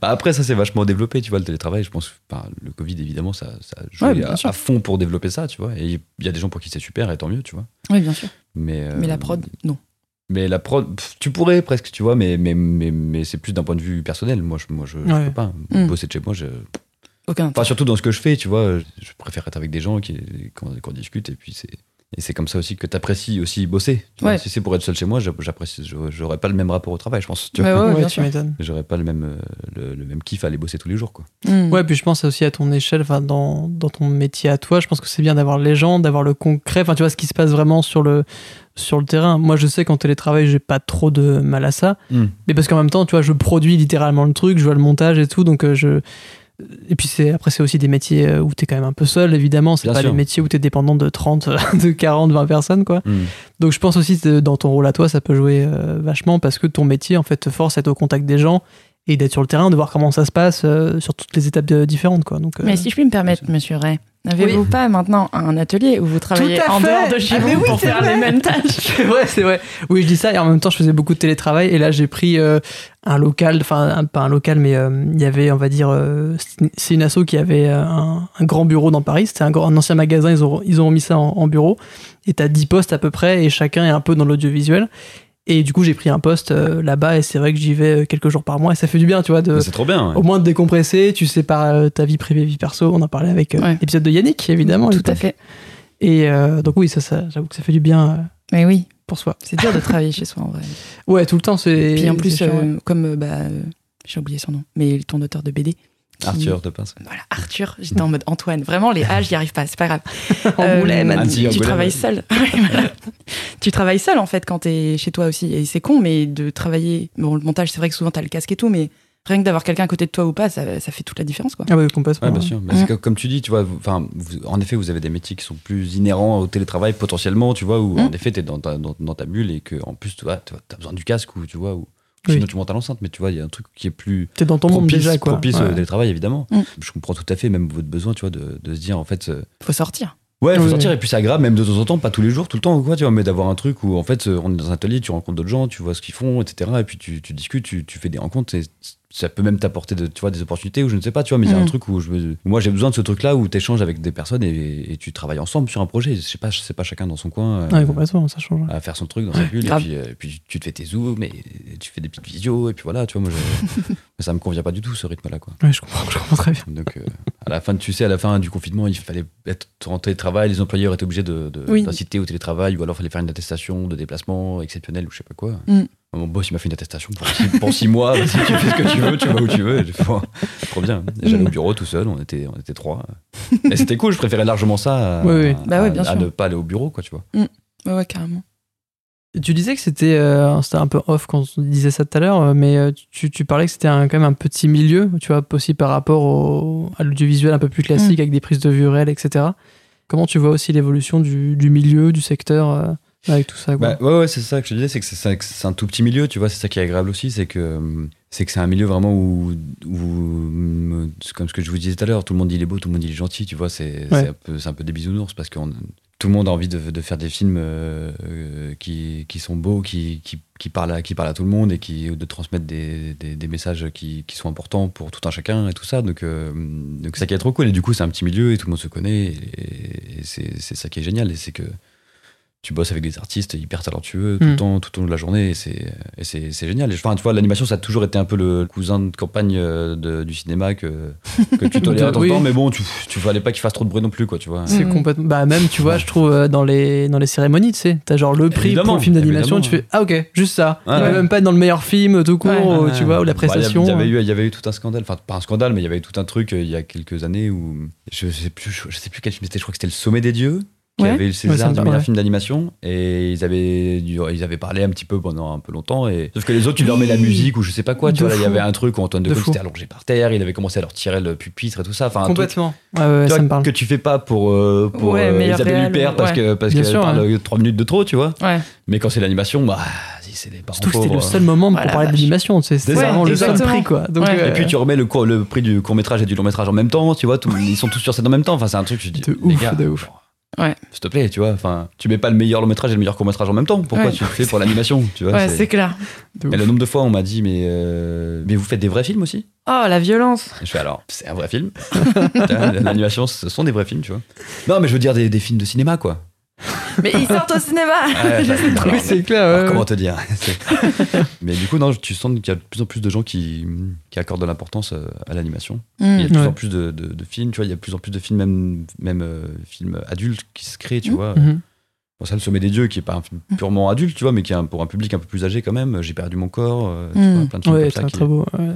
D: Bah, après, ça s'est vachement développé, tu vois, le télétravail. Je pense enfin, le Covid, évidemment, ça, ça a joué
C: Ouais, bien
D: à,
C: sûr.
D: à fond pour développer ça, tu vois. Et il y a des gens pour qui c'est super, et tant mieux, tu vois.
C: Oui, bien sûr.
D: Mais, euh,
C: Mais la prod, non.
D: Mais la prod, pff, tu pourrais presque, tu vois, mais, mais, mais, mais c'est plus d'un point de vue personnel. Moi, je, moi, je, je
B: Ouais.
D: peux pas.
C: Mm.
D: Bosser de chez moi, je.
C: Aucun
D: Enfin,
C: intérêt.
D: surtout dans ce que je fais, tu vois, je préfère être avec des gens qui qu'on qu'on discute, et puis c'est. Et c'est comme ça aussi que t'apprécies aussi bosser. tu vois.
C: Ouais.
D: Si c'est pour être seul chez moi, j'a- j'apprécie, je- j'aurais pas le même rapport au travail, je pense. tu vois.
C: Ouais, ouais,
B: Ouais,
C: bien
B: tu
C: sûr.
B: m'étonnes.
D: j'aurais pas le même, euh, le, le même kiff à aller bosser tous les jours. Quoi.
C: Mm.
B: Ouais, puis je pense aussi à ton échelle, enfin, dans, dans ton métier à toi, je pense que c'est bien d'avoir les gens, d'avoir le concret, enfin, tu vois, ce qui se passe vraiment sur le, sur le terrain. Moi, je sais qu'en télétravail, j'ai pas trop de mal à ça,
D: Mm.
B: mais parce qu'en même temps, tu vois, je produis littéralement le truc, je vois le montage et tout, donc euh, je. Et puis c'est après c'est aussi des métiers euh, où t'es quand même un peu seul évidemment c'est
D: Bien
B: pas
D: sûr.
B: des métiers où t'es dépendant de 30 de 40 20 personnes quoi donc je pense aussi que dans ton rôle à toi, ça peut jouer euh, vachement parce que ton métier en fait te force à être au contact des gens et d'être sur le terrain, de voir comment ça se passe euh, sur toutes les étapes euh, différentes quoi. Donc euh,
C: Mais si je puis me permettre, monsieur Ray, n'avez-vous pas maintenant un atelier où vous travaillez
B: à
C: en
B: fait.
C: dehors de chez
B: Ah, mais
C: vous
B: oui,
C: pour
B: c'est
C: faire
B: vrai.
C: les mêmes tâches
B: c'est vrai, c'est vrai. Oui, je dis ça et en même temps, je faisais beaucoup de télétravail et là j'ai pris euh, un local, enfin un- pas un local, mais euh, il y avait, on va dire, euh, c'est- c'est une asso qui avait euh, un, un grand bureau dans Paris. C'était un, grand- un ancien magasin, ils ont ils ont remis ça en, en bureau et t'as 10 postes à peu près et chacun est un peu dans l'audiovisuel. Et du coup, j'ai pris un poste euh, là-bas et c'est vrai que j'y vais euh, quelques jours par mois et ça fait du bien, tu vois, de,
D: Mais c'est trop bien. ouais.
B: au moins de décompresser, tu sépares euh, ta vie privée, vie perso. On en parlait avec euh,
C: Ouais.
B: l'épisode de Yannick, évidemment.
C: Tout
B: l'époque.
C: à fait.
B: Et euh, donc, oui, ça, ça, j'avoue que ça fait du bien euh,
C: Mais oui,
B: pour soi.
C: c'est dur de travailler chez soi en vrai.
B: Ouais, tout le temps, c'est.
C: Puis en plus,
B: c'est chiant,
C: euh,
B: ouais.
C: comme euh, bah, euh, j'ai oublié son nom, mais ton auteur de BD. qui-
D: Arthur de Pince.
C: Voilà, Arthur. J'étais en mode Antoine. Vraiment, les H, j'y arrive pas, c'est pas grave. Euh,
B: Angoulême.
D: Ah, si,
C: tu,
D: Angoulême.
C: travailles seul. Ouais, voilà. tu travailles seul en fait quand t'es chez toi aussi. Et c'est con, mais de travailler. Bon, le montage, c'est vrai que souvent t'as le casque et tout, mais rien que d'avoir quelqu'un à côté de toi ou pas, ça, ça fait toute la différence quoi.
B: Ah, ouais, complètement.
D: Ouais, bien
B: ouais.
D: sûr. Mais c'est que- comme tu dis, tu vois, vous- enfin, vous- en effet, vous avez des métiers qui sont plus inhérents au télétravail potentiellement, tu vois, où en
C: Mm.
D: effet, t'es dans ta, dans, dans ta bulle et que en plus, tu vois, t'as besoin du casque ou tu vois, ou
B: Oui.
D: sinon tu montes à l'enceinte, mais tu vois, il y a un truc qui est plus
B: T'es dans ton monde
D: propice,
B: déjà, quoi.
D: propice euh,
B: Ouais.
D: au télétravail, évidemment.
C: Mm.
D: Je comprends tout à fait, même votre besoin, tu vois, de, de se dire en fait. euh,
C: Faut sortir.
D: Ouais, faut
B: Oui,
D: sortir
B: oui.
D: et puis c'est agréable, même de temps en temps, pas tous les jours, tout le temps ou quoi, tu vois, mais d'avoir un truc où en fait euh, on est dans un atelier, tu rencontres d'autres gens, tu vois ce qu'ils font, etc. Et puis tu, tu discutes, tu, tu fais des rencontres, c'est- ça peut même t'apporter de, tu vois, des opportunités ou je ne sais pas, tu vois, mais il y a
C: Mm.
D: un truc où je me- où moi j'ai besoin de ce truc-là où tu échanges avec des personnes et, et tu travailles ensemble sur un projet. Je sais pas, c'est pas chacun dans son coin. euh,
B: Ouais, complètement, ça change. ouais.
D: à faire son truc dans sa bulle et
C: grave.
D: puis, euh, et puis tu te fais tes zooms et et tu fais des petites visios et puis voilà tu vois moi je- mais ça me convient pas du tout ce rythme là quoi
B: Ouais, je comprends, je comprends très bien.
D: donc, euh, à la fin, tu sais, à la fin du confinement, il fallait être en télétravail. Les employeurs étaient obligés de- de-
C: Oui.
D: d'inciter au télétravail ou alors il fallait faire une attestation de déplacement exceptionnel ou je sais pas quoi.
C: Mm.
D: Mon boss, il m'a fait une attestation pour six, pour six mois. Si tu fais ce que tu veux, tu vas où tu veux. Et j'ai fait, bon, trop bien. Et
C: Mm.
D: J'allais au bureau tout seul, on était, on était trois. Et c'était cool, je préférais largement ça à,
B: Oui, oui.
D: à-
C: Bah ouais, bien
D: à
C: sûr.
D: ne pas aller au bureau, quoi, tu vois.
C: Ouais, ouais, carrément.
B: Tu disais que c'était euh, c'était un peu off quand on disait ça tout à l'heure, euh, mais euh, tu, tu parlais que c'était un- quand même un petit milieu, tu vois, aussi par rapport au, à l'audiovisuel un peu plus classique avec des prises de vue réelles, etc. Comment tu vois aussi l'évolution du, du milieu, du secteur euh, avec tout ça quoi.
D: Bah, ouais, ouais, c'est ça que je te disais, c'est que c'est- c'est, que c'est un tout petit milieu, tu vois, c'est ça qui est agréable aussi, c'est que hum, c'est que c'est un milieu vraiment où, où, hum, c'est comme ce que je vous disais tout à l'heure, tout le monde dit il est beau, tout le monde dit il est gentil, tu vois, c'est,
B: Ouais.
D: c'est, un, peu, c'est un peu des bisounours parce que tout le monde a envie de, de faire des films euh, euh, qui, qui sont beaux, qui, qui, qui, parlent à, qui parlent à tout le monde et qui, de transmettre des, des, des messages qui, qui sont importants pour tout un chacun et tout ça. Donc, euh, donc c'est ça qui est trop cool. Et du coup, c'est un petit milieu et tout le monde se connaît et, et c'est, c'est ça qui est génial. Et c'est que tu bosses avec des artistes hyper talentueux tout le
B: Mm.
D: temps, tout au long de la journée, et c'est, et c'est, c'est génial. Et je- Enfin, tu vois, l'animation, ça a toujours été un peu le cousin de campagne euh, de- du cinéma que, que tu tolérais de temps en
B: Oui.
D: temps, mais bon, tu, tu fallait pas qu'il fasse trop de bruit non plus, quoi, tu vois.
B: C'est
C: Mm.
B: complètement. Bah, même, tu vois, je trouve euh, dans les, dans les cérémonies, tu sais, t'as genre le prix
D: Évidemment,
B: pour le film d'animation, tu
D: évidemment.
B: fais Ah, ok, juste ça.
D: Ouais,
B: Il va
D: ouais.
B: même pas être dans le meilleur film tout court, ou,
C: Ouais.
B: tu vois, ou la
D: Bah, il y a-
B: prestation. euh.
D: Il y, avait eu, il y avait eu tout un scandale, enfin pas un scandale, mais il y avait eu tout un truc euh, il y a quelques années où je sais plus, je sais plus quel film c'était. Je crois que c'était Le Sommet des Dieux qui
C: Ouais.
D: avait eu le
B: Ouais, ça
D: César
B: me
D: du
B: parle,
D: meilleur
B: ouais.
D: film d'animation et ils avaient dû- ils avaient parlé un petit peu pendant un peu longtemps et sauf que les autres tu leur mets la
C: Oui.
D: musique ou je sais pas quoi. Tu
B: De
D: vois, là, il y
B: fou.
D: avait un truc où Antoine de
B: De
D: Gaulle
B: fou.
D: s'était allongé par terre, il avait commencé à leur tirer le pupitre et tout ça. Enfin, un truc,
B: Complètement. Ouais, ouais,
D: tu
B: ça
D: vois,
B: me parle.
D: que tu fais pas pour, euh, pour
C: Ouais,
D: euh,
C: meilleur
D: Isabelle
C: réal,
D: Huppert parce
C: ouais.
D: que parce
B: Bien
D: qu'elle
B: sûr, hein.
D: parle euh, trois minutes de trop, tu vois.
C: Ouais.
D: Mais quand c'est l'animation, bah si c'est des parents
B: Surtout que c'était le
D: pauvres, euh.
B: seul moment pour
C: Voilà,
B: parler
C: vache.
B: d'animation, tu sais, c'était
D: C'est ça,
B: vraiment le seul
C: exactement.
B: prix, quoi. Donc,
C: Ouais.
B: euh,
D: Et puis tu remets le, court- le prix du court métrage et du long métrage en même temps, tu vois, tout- ils sont tous sur scène en même temps. Enfin, c'est un truc, je dis.
B: De
D: les
B: ouf,
D: gars,
B: de ouf.
C: Ouais.
D: S'il te plaît, tu vois. Enfin, tu mets pas le meilleur long métrage et le meilleur court métrage en même temps. Pourquoi
C: Ouais.
D: tu le fais pour l'animation Tu vois.
C: Ouais,
D: c'est-
C: c'est clair.
B: ouf.
D: Mais le nombre de fois on m'a dit mais euh, mais vous faites des vrais films aussi
C: Oh, la violence.
D: Et Je fais alors c'est un vrai film. Putain, L'animation, ce sont des vrais films, tu vois. Non, mais je veux dire des, des films de cinéma quoi.
C: Mais ils sortent au cinéma.
D: Ouais,
C: Je
D: bah,
C: sais
D: alors,
C: plus.
B: Oui, c'est clair.
D: Alors,
B: ouais,
D: comment
B: ouais.
D: te dire C'est- Mais du coup, non, tu sens qu'il y a de plus en plus de gens qui, qui accordent de l'importance euh, à l'animation. Il y
B: Mm.
D: a de plus
B: Ouais.
D: en plus de, de- de films, tu vois, il y a de plus en plus de films, même, même euh, films adultes qui se créent, tu vois.
B: Mhm.
D: Bon, ça, Le Sommet des Dieux, qui est pas un film
B: Mm.
D: purement adulte, tu vois, mais qui est un- pour un public un peu plus âgé quand même. J'ai perdu mon corps, euh, tu
C: Mm.
D: vois, plein de films
B: Ouais,
D: comme ça
B: très,
D: qui-
B: très beau. ouais.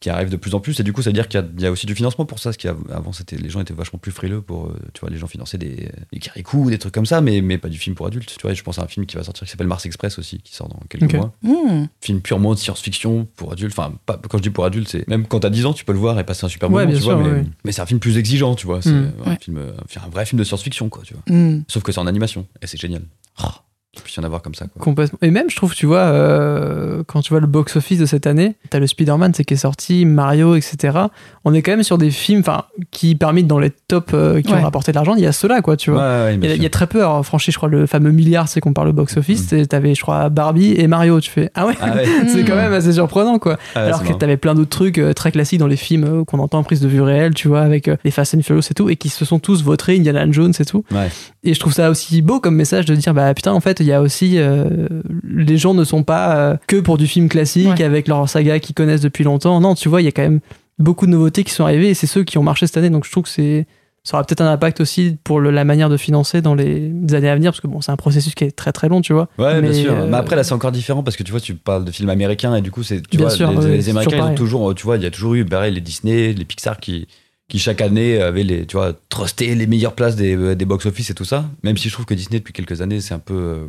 D: qui arrive de plus en plus. Et du coup, ça veut dire qu'il y a- il y, a aussi du financement pour ça. Ce qui a- avant, c'était les gens étaient vachement plus frileux pour, euh, tu vois, les gens finançaient des, des caricous, des trucs comme ça, mais, mais pas du film pour adultes. Tu vois, Et je pense à un film qui va sortir qui s'appelle Mars Express aussi, qui sort dans quelques
B: Ok.
D: mois.
C: Mmh.
D: Film purement de science-fiction pour adultes. Enfin, pas, quand je dis pour adultes, c'est même quand t'as 10 ans, tu peux le voir et passer un super
B: Ouais,
D: moment.
B: bien
D: tu vois,
B: sûr,
D: mais
B: ouais.
D: mais c'est un film plus exigeant, tu vois. C'est
B: Mm.
D: un,
C: Ouais.
D: film, euh, un vrai film de science-fiction, quoi. Tu vois.
C: Mmh.
D: Sauf que c'est en animation et c'est génial. Oh, qu'il puisse y en avoir comme ça. Quoi.
B: Complètement. Et même, je trouve, tu vois, euh, quand tu vois le box-office de cette année, t'as le Spider-Man c'est qui est sorti, Mario, etc. On est quand même sur des films enfin, qui, parmi dans les tops euh, qui
C: Ouais.
B: ont rapporté de l'argent, il y a ceux-là, quoi, tu vois.
D: Ouais, ouais,
B: Il
D: bien
B: y a- il y,
D: sûr. Mm.
B: a très peu à franchi, je crois, le fameux milliard, c'est qu'on parle au box-office. et T'avais, je crois, Barbie et Mario, tu fais. Ah ouais,
D: Ah ouais,
B: c'est quand
C: Mm.
B: même assez surprenant, quoi.
D: ah ouais,
B: Alors
D: c'est
B: que
D: marrant.
B: t'avais plein d'autres trucs euh, très classiques dans les films euh, qu'on entend en prise de vue réelle, tu vois, avec euh, les Fast and Furious et tout, et qui se sont tous votés, Indiana Jones et tout.
D: Ouais.
B: Et je trouve ça aussi beau comme message de dire, bah putain, en fait, il y a aussi. euh, les gens ne sont pas euh, que pour du film classique,
C: Ouais.
B: avec leur saga qu'ils connaissent depuis longtemps. Non, tu vois, il y a quand même beaucoup de nouveautés qui sont arrivées, et c'est ceux qui ont marché cette année, donc je trouve que c'est. Ça aura peut-être un impact aussi pour le- la manière de financer dans les années à venir, parce que bon, c'est un processus qui est très très long, tu vois.
D: Ouais,
B: Mais,
D: bien sûr.
B: euh,
D: Mais après, là, c'est encore différent parce que tu vois, tu parles de films américains et du coup, c'est tu
B: Bien
D: vois,
B: sûr,
D: les,
B: ouais,
D: les
B: c'est
D: Américains,
B: toujours
D: ils ont
B: pareil.
D: toujours, tu vois, il y a toujours eu, pareil, les Disney, les Pixar qui, qui chaque année avaient les, tu vois, trusté les meilleures places des, euh, des box-office et tout ça. Même si je trouve que Disney, depuis quelques années, c'est un peu. euh,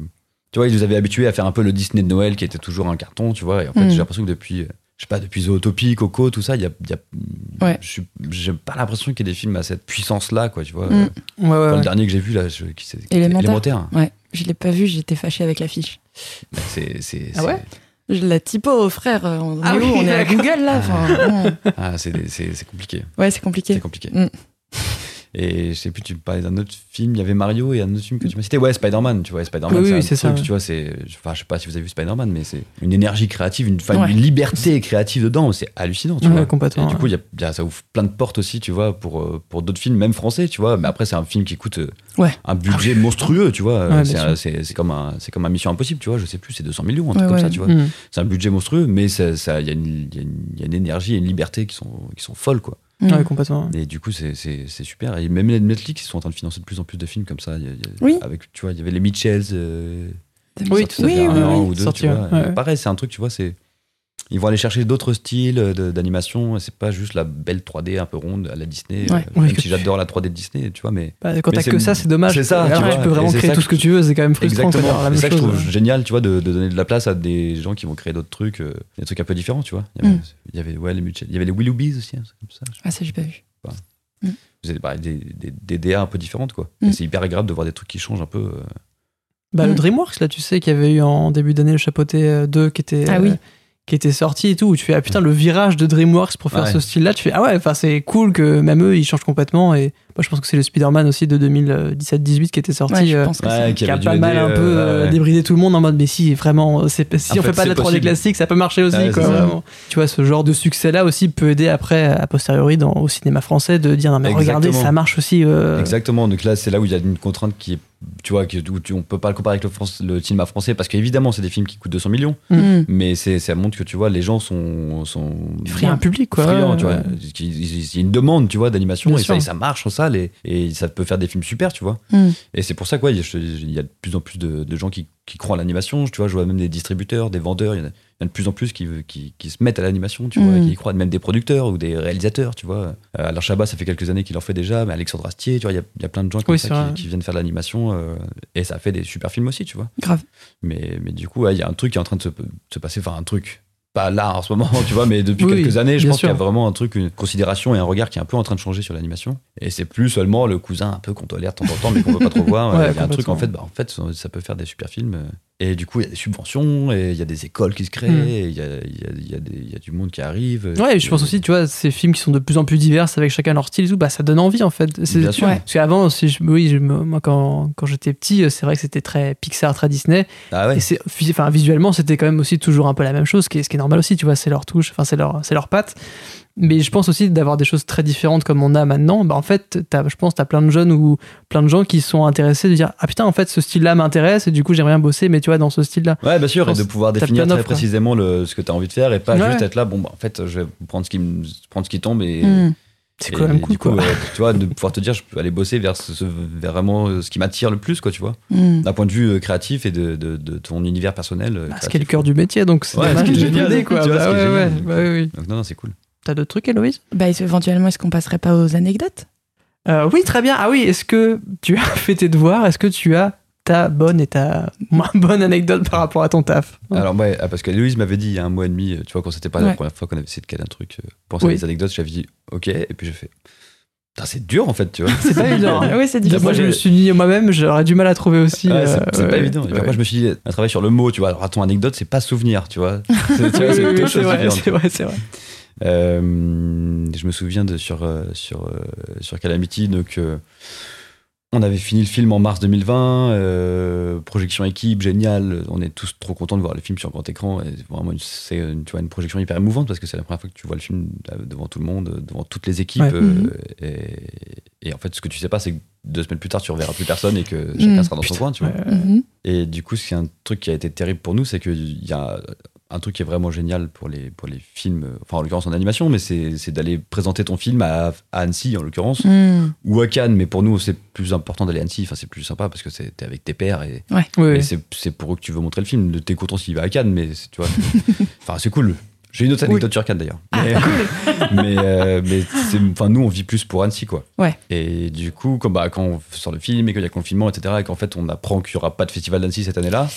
D: Tu vois, ils nous avaient habitués à faire un peu le Disney de Noël qui était toujours un carton, tu vois. Et en fait,
C: Mm.
D: j'ai l'impression que depuis, euh, je sais pas, depuis Zootopie, Coco, tout ça, il y a. il y a-
C: Ouais.
D: je suis- J'ai pas l'impression qu'il y ait des films à cette puissance-là, quoi, tu vois.
C: Mm.
D: Euh,
B: Ouais, ouais,
D: enfin,
B: ouais.
D: Le dernier que j'ai vu, là, je- qui c'est- qui était
C: Élémentaire.
D: élémentaire. Bah,
C: Ouais, je l'ai pas vu, j'étais fâchée avec l'affiche.
D: C'est. c'est-
B: Ah
D: c'est-
B: ouais
C: Je la typo, frère, euh, on est
B: Ah
C: où
B: oui,
C: On est à
B: d'accord.
C: Google là enfin, bon.
D: Ah, c'est des- c'est c'est compliqué.
C: Ouais, c'est compliqué.
D: C'est compliqué.
C: Mm.
D: Et je sais plus, tu me parlais d'un autre film, il y avait Mario et un autre film que tu m'as cité. Ouais, Spider-Man, tu vois. Spider-Man,
B: Oui,
D: c'est
B: oui,
D: un
B: c'est ça,
D: truc,
B: ouais.
D: tu vois. c'est- Enfin, je sais pas si vous avez vu Spider-Man, mais c'est une énergie créative, une, enfin,
C: Ouais.
D: une liberté créative dedans. C'est hallucinant, tu
B: Ouais,
D: vois.
B: complètement,
D: Et du
B: ouais.
D: coup, il y a- il y a- ça ouvre plein de portes aussi, tu vois, pour, euh, pour d'autres films, même français, tu vois. Mais après, c'est un film qui coûte euh,
C: Ouais.
D: un budget monstrueux, tu vois.
B: Ouais, bien
D: C'est
B: sûr.
D: un- c'est c'est comme, un- c'est comme un Mission Impossible, tu vois. Je sais plus, c'est 200 millions, un truc
C: Ouais,
D: comme
C: ouais.
D: ça, tu vois.
B: Mm.
D: C'est un budget monstrueux, mais il ça, ça- il y, a une- il y a une- il y a une énergie et une liberté qui sont, qui sont folles, quoi.
C: Mm.
B: Ouais, complètement.
D: Et du coup, c'est- c'est c'est super. Et même les Netflix, ils sont en train de financer de plus en plus de films comme ça. Il y a- il y a-
C: Oui.
D: Avec, tu vois, il y avait les Mitchells. euh,
B: Oui,
D: sortis ça
C: oui,
D: fait un
C: oui,
D: an
B: oui.
D: ou deux,
B: Sorti,
D: tu vois.
B: ouais, ouais.
D: Et Pareil, c'est un truc, tu vois, c'est. Ils vont aller chercher d'autres styles euh, de- d'animation. C'est pas juste la belle 3D un peu ronde à la Disney.
C: Ouais.
D: euh, même
B: Ouais, que
D: si j'adore la 3D de Disney, tu vois, mais.
B: Bah, quand
D: Mais
B: t'as
D: c'est-
B: que ça, c'est dommage.
D: c'est ça,
B: Alors,
D: tu
B: tu,
D: vois,
B: peux
D: et
B: vraiment
D: c'est
B: créer
D: ça
B: tout
D: que
B: ce que
D: je-
B: tu veux, c'est quand même frustrant. quoi, d'avoir
D: Exactement.
B: la même
D: C'est ça que je
B: chose. hein.
D: trouve génial, tu vois, de, de donner de la place à des gens qui vont créer d'autres trucs, euh, des trucs un peu différents, tu vois. Il y avait,
C: Mm.
D: il y avait, ouais, les Mitchells. Il y avait les Willoughbys aussi, un truc comme ça.
C: Ah, ça, j'ai pas vu.
D: Vous avez pareil, des, des, des DA un peu différentes, quoi.
C: Mm.
D: Et c'est hyper agréable de voir des trucs qui changent un peu. euh,
B: Bah, Le
C: Mm.
B: DreamWorks, là, tu sais, qu'il y avait eu en début d'année le Chapoté euh, 2 qui était,
C: Ah
B: euh,
C: oui.
B: qui était sorti et tout, où tu fais, ah putain, le virage de DreamWorks pour faire
D: Ouais.
B: ce style-là, tu fais, ah ouais, enfin, c'est cool que même eux, ils changent complètement. Et moi, je pense que c'est le Spider-Man aussi de 2017-18 qui était sorti.
C: Ouais, je
B: euh,
C: pense que
D: Ouais,
C: c'est-
D: qui
B: qui a
D: avait dû
B: pas
D: aider,
B: mal un
D: euh,
B: peu euh,
D: ouais.
B: débridé tout le monde en mode mais si vraiment euh, c'est si
D: En
B: on fait,
D: fait,
B: pas de
D: c'est
B: la 3D
D: possible.
B: classique ça peut marcher aussi
D: Ouais,
B: quoi,
D: c'est ça.
B: vraiment. tu vois ce genre de succès là aussi peut aider après à posteriori dans, au cinéma français de dire non mais regardez
D: Exactement.
B: ça marche aussi euh,
D: Exactement. Donc là, c'est là où il y a une contrainte qui est, tu vois, qui- où tu, on peut pas le comparer avec le, France- le cinéma français parce qu'évidemment, c'est des films qui coûtent 200 millions,
C: Mm.
D: mais c'est, ça montre que tu vois, les gens sont, sont
B: friand, un public quoi
D: friands, tu vois.
B: Ouais.
D: Ils- ils- Il y a une demande, tu vois, d'animation
B: Bien
D: et ça,
B: sûr. Hmm.
D: et ça marche en salle et, et ça peut faire des films super, tu vois.
C: Mm.
D: Et c'est pour ça quoi, il y a- je- il y a de plus en plus de, de gens qui, qui croient à l'animation. Tu vois, je vois même des distributeurs, des vendeurs. Il y en a, il y en a de plus en plus qui, qui, qui se mettent à l'animation, tu vois,
B: Hmm.
C: Mm.
D: qui y croient, même des producteurs ou des réalisateurs, tu vois. Euh, alors Chabat, ça fait quelques années qu'il en fait déjà, mais Alexandre Astier, tu vois, il y a, il y a plein de gens comme
B: Oui,
D: ça
B: c'est vrai.
D: qui, qui viennent faire de l'animation euh, et ça fait des super films aussi, tu vois.
C: Grave.
D: Mais, mais du coup, ouais, il y a un truc qui est en train de se, se passer, enfin un truc. Pas là en ce moment, tu vois, mais depuis
B: Oui,
D: quelques années, je
B: bien
D: pense qu'il y a
B: sûr.
D: vraiment un truc, une considération et un regard qui est un peu en train de changer sur l'animation. Et c'est plus seulement le cousin un peu qu'on tolère de temps en temps, mais qu'on veut pas trop voir.
B: Ouais,
D: il y a un truc
B: complètement.
D: en fait, bah, en fait, ça peut faire des super films. euh, Et du coup, il y a des subventions, et il y a des écoles qui se créent,
B: Mm.
D: et il y a, il y a- il y a des- il y a du monde qui arrive.
B: Ouais, et je pense aussi, tu vois, ces films qui sont de plus en plus divers avec chacun leur style et tout, bah, ça donne envie en fait. C'est-
D: Bien sûr.
C: Ouais.
B: Parce qu'avant, si je- oui, je me- moi quand, quand j'étais petit, euh, c'est vrai que c'était très Pixar, très Disney.
D: Ah ouais.
B: Et c'est, fi- enfin, visuellement, c'était quand même aussi toujours un peu la même chose, ce qui est, ce qui est normal aussi, tu vois, c'est leur touche, enfin, c'est leur, c'est leur patte. Mais je pense aussi d'avoir des choses très différentes comme on a maintenant. Bah, en fait, t'as- je pense que tu as plein de jeunes ou plein de gens qui sont intéressés de dire Ah putain, en fait, ce style-là m'intéresse et du coup, j'aimerais bien bosser, mais tu vois, dans ce style-là.
D: Ouais, bien sûr,
B: Je
D: et
B: pense
D: de pouvoir
B: que t'as
D: définir
B: plein
D: très
B: d'offres, quoi.
D: précisément le, ce que tu as envie de faire et pas
B: Ouais. Hmm.
D: juste être là, bon, bah, en fait, je vais prendre ce qui, me- prendre ce qui tombe et.
C: Mm.
B: C'est
D: et
B: quand même
D: du
B: cool,
D: coup,
B: quoi.
D: euh, tu vois, de pouvoir te dire, je peux aller bosser vers, ce- ce- vers vraiment euh, ce qui m'attire le plus, quoi, tu vois.
C: Mm.
D: D'un point de vue euh, créatif et de, de- de ton univers personnel. euh,
B: Bah, ce
D: créatif.
B: qui est le cœur du métier, donc c'est
D: Ouais,
B: dommage
D: ce qui
B: de
D: est génial,
B: brider, quoi.
D: tu vois, ce
B: Bah
D: qui est
B: ouais, ouais,
D: génial.
B: bah oui, oui.
D: Donc, non, non, c'est cool.
B: T'as d'autres trucs, Héloïse
C: Bah, est-ce- éventuellement, est-ce qu'on passerait pas aux anecdotes
B: Euh, oui, très bien. Ah oui, est-ce que tu as fait tes devoirs Est-ce que tu as ta bonne et ta moins bonne anecdote par rapport à ton taf
D: Alors, ouais, ah, parce que Louise m'avait dit il y a un mois et demi, euh, tu vois, quand c'était pas la
C: Ouais.
D: première fois qu'on avait essayé de caler un truc, euh, penser
B: Oui.
D: à des anecdotes, j'avais dit ok, et puis j'ai fait, putain, c'est dur en fait, tu vois.
B: C'est pas
D: Ah.
B: évident. hein.
C: Oui, Ah c'est
D: Dis-moi,
B: Moi,
C: difficile.
B: je me suis dit moi-même, j'aurais du mal à trouver aussi.
D: Ouais,
B: euh,
D: c'est c'est pas
B: ouais.
D: évident. Et puis
B: Ouais.
D: après, je me suis dit, un travail sur le mot, tu vois. Alors, ton anecdote, c'est pas souvenir, tu vois. C'est tu
B: Oui,
D: vois, c'est
B: oui,
D: deux
B: oui, C'est
D: choses
B: vrai,
D: différentes.
B: c'est vrai, c'est vrai.
D: Euh, je me souviens de sur euh, sur euh, sur Calamity donc euh, on avait fini le film en mars 2020 euh, projection équipe génial on est tous trop contents de voir le film sur grand écran et c'est vraiment une- c'est une, tu vois, une projection hyper émouvante parce que c'est la première fois que tu vois le film euh, devant tout le monde devant toutes les équipes
B: Ouais.
D: euh,
C: Mhm.
D: et, et en fait ce que tu sais pas c'est que deux semaines plus tard tu reverras plus personne et que chacun
C: Mhm.
D: sera dans son coin tu vois
B: Ouais.
C: Mhm.
D: et du coup, c'est un truc qui a été terrible pour nous, c'est qu'il y a un truc qui est vraiment génial pour les, pour les films, euh, enfin en l'occurrence en animation, mais c'est c'est d'aller présenter ton film à, à Annecy en l'occurrence,
C: Mm.
D: ou à Cannes, mais pour nous c'est plus important d'aller à Annecy, enfin c'est plus sympa parce que c'est- t'es avec tes pères et,
B: Oui,
D: et
B: oui.
D: c'est c'est pour eux que tu veux montrer le film. T'es content s'il va à Cannes, mais c'est- tu vois, c'est- enfin c'est cool. J'ai une autre anecdote sur Cannes d'ailleurs. Mais- mais, euh, mais c'est- enfin, nous, on vit plus pour Annecy, quoi.
C: Ouais.
D: Et du coup, quand, bah, quand on sort le film et qu'il y a confinement, etc., et qu'en fait, on apprend qu'il n'y aura pas de festival d'Annecy cette année-là,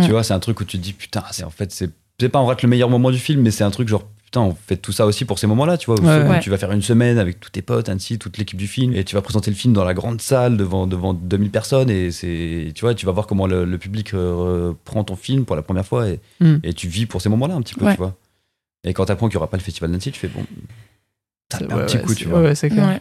C: Mm.
D: tu vois, c'est un truc où tu te dis, putain, c'est en fait, c'est c'est pas en rate le meilleur moment du film, mais c'est un truc genre. Putain, on fait tout ça aussi pour ces moments-là, tu vois.
B: Ouais,
D: où
C: ouais.
D: Tu vas faire une semaine avec tous tes potes, Annecy, toute l'équipe du film, et tu vas présenter le film dans la grande salle devant, devant 2000 personnes, et c'est, tu vois, tu vas voir comment le, le public euh, prend ton film pour la première fois, et,
B: Mm.
D: et tu vis pour ces moments-là un petit peu,
C: Ouais.
D: tu vois. Et quand t'apprends qu'il n'y aura pas le festival d'Annecy, tu fais bon. t'as
B: C'est-
D: un
B: ouais,
D: petit
B: ouais,
D: coup,
B: c'est-
D: tu vois.
B: ouais, c'est clair.
C: Ouais.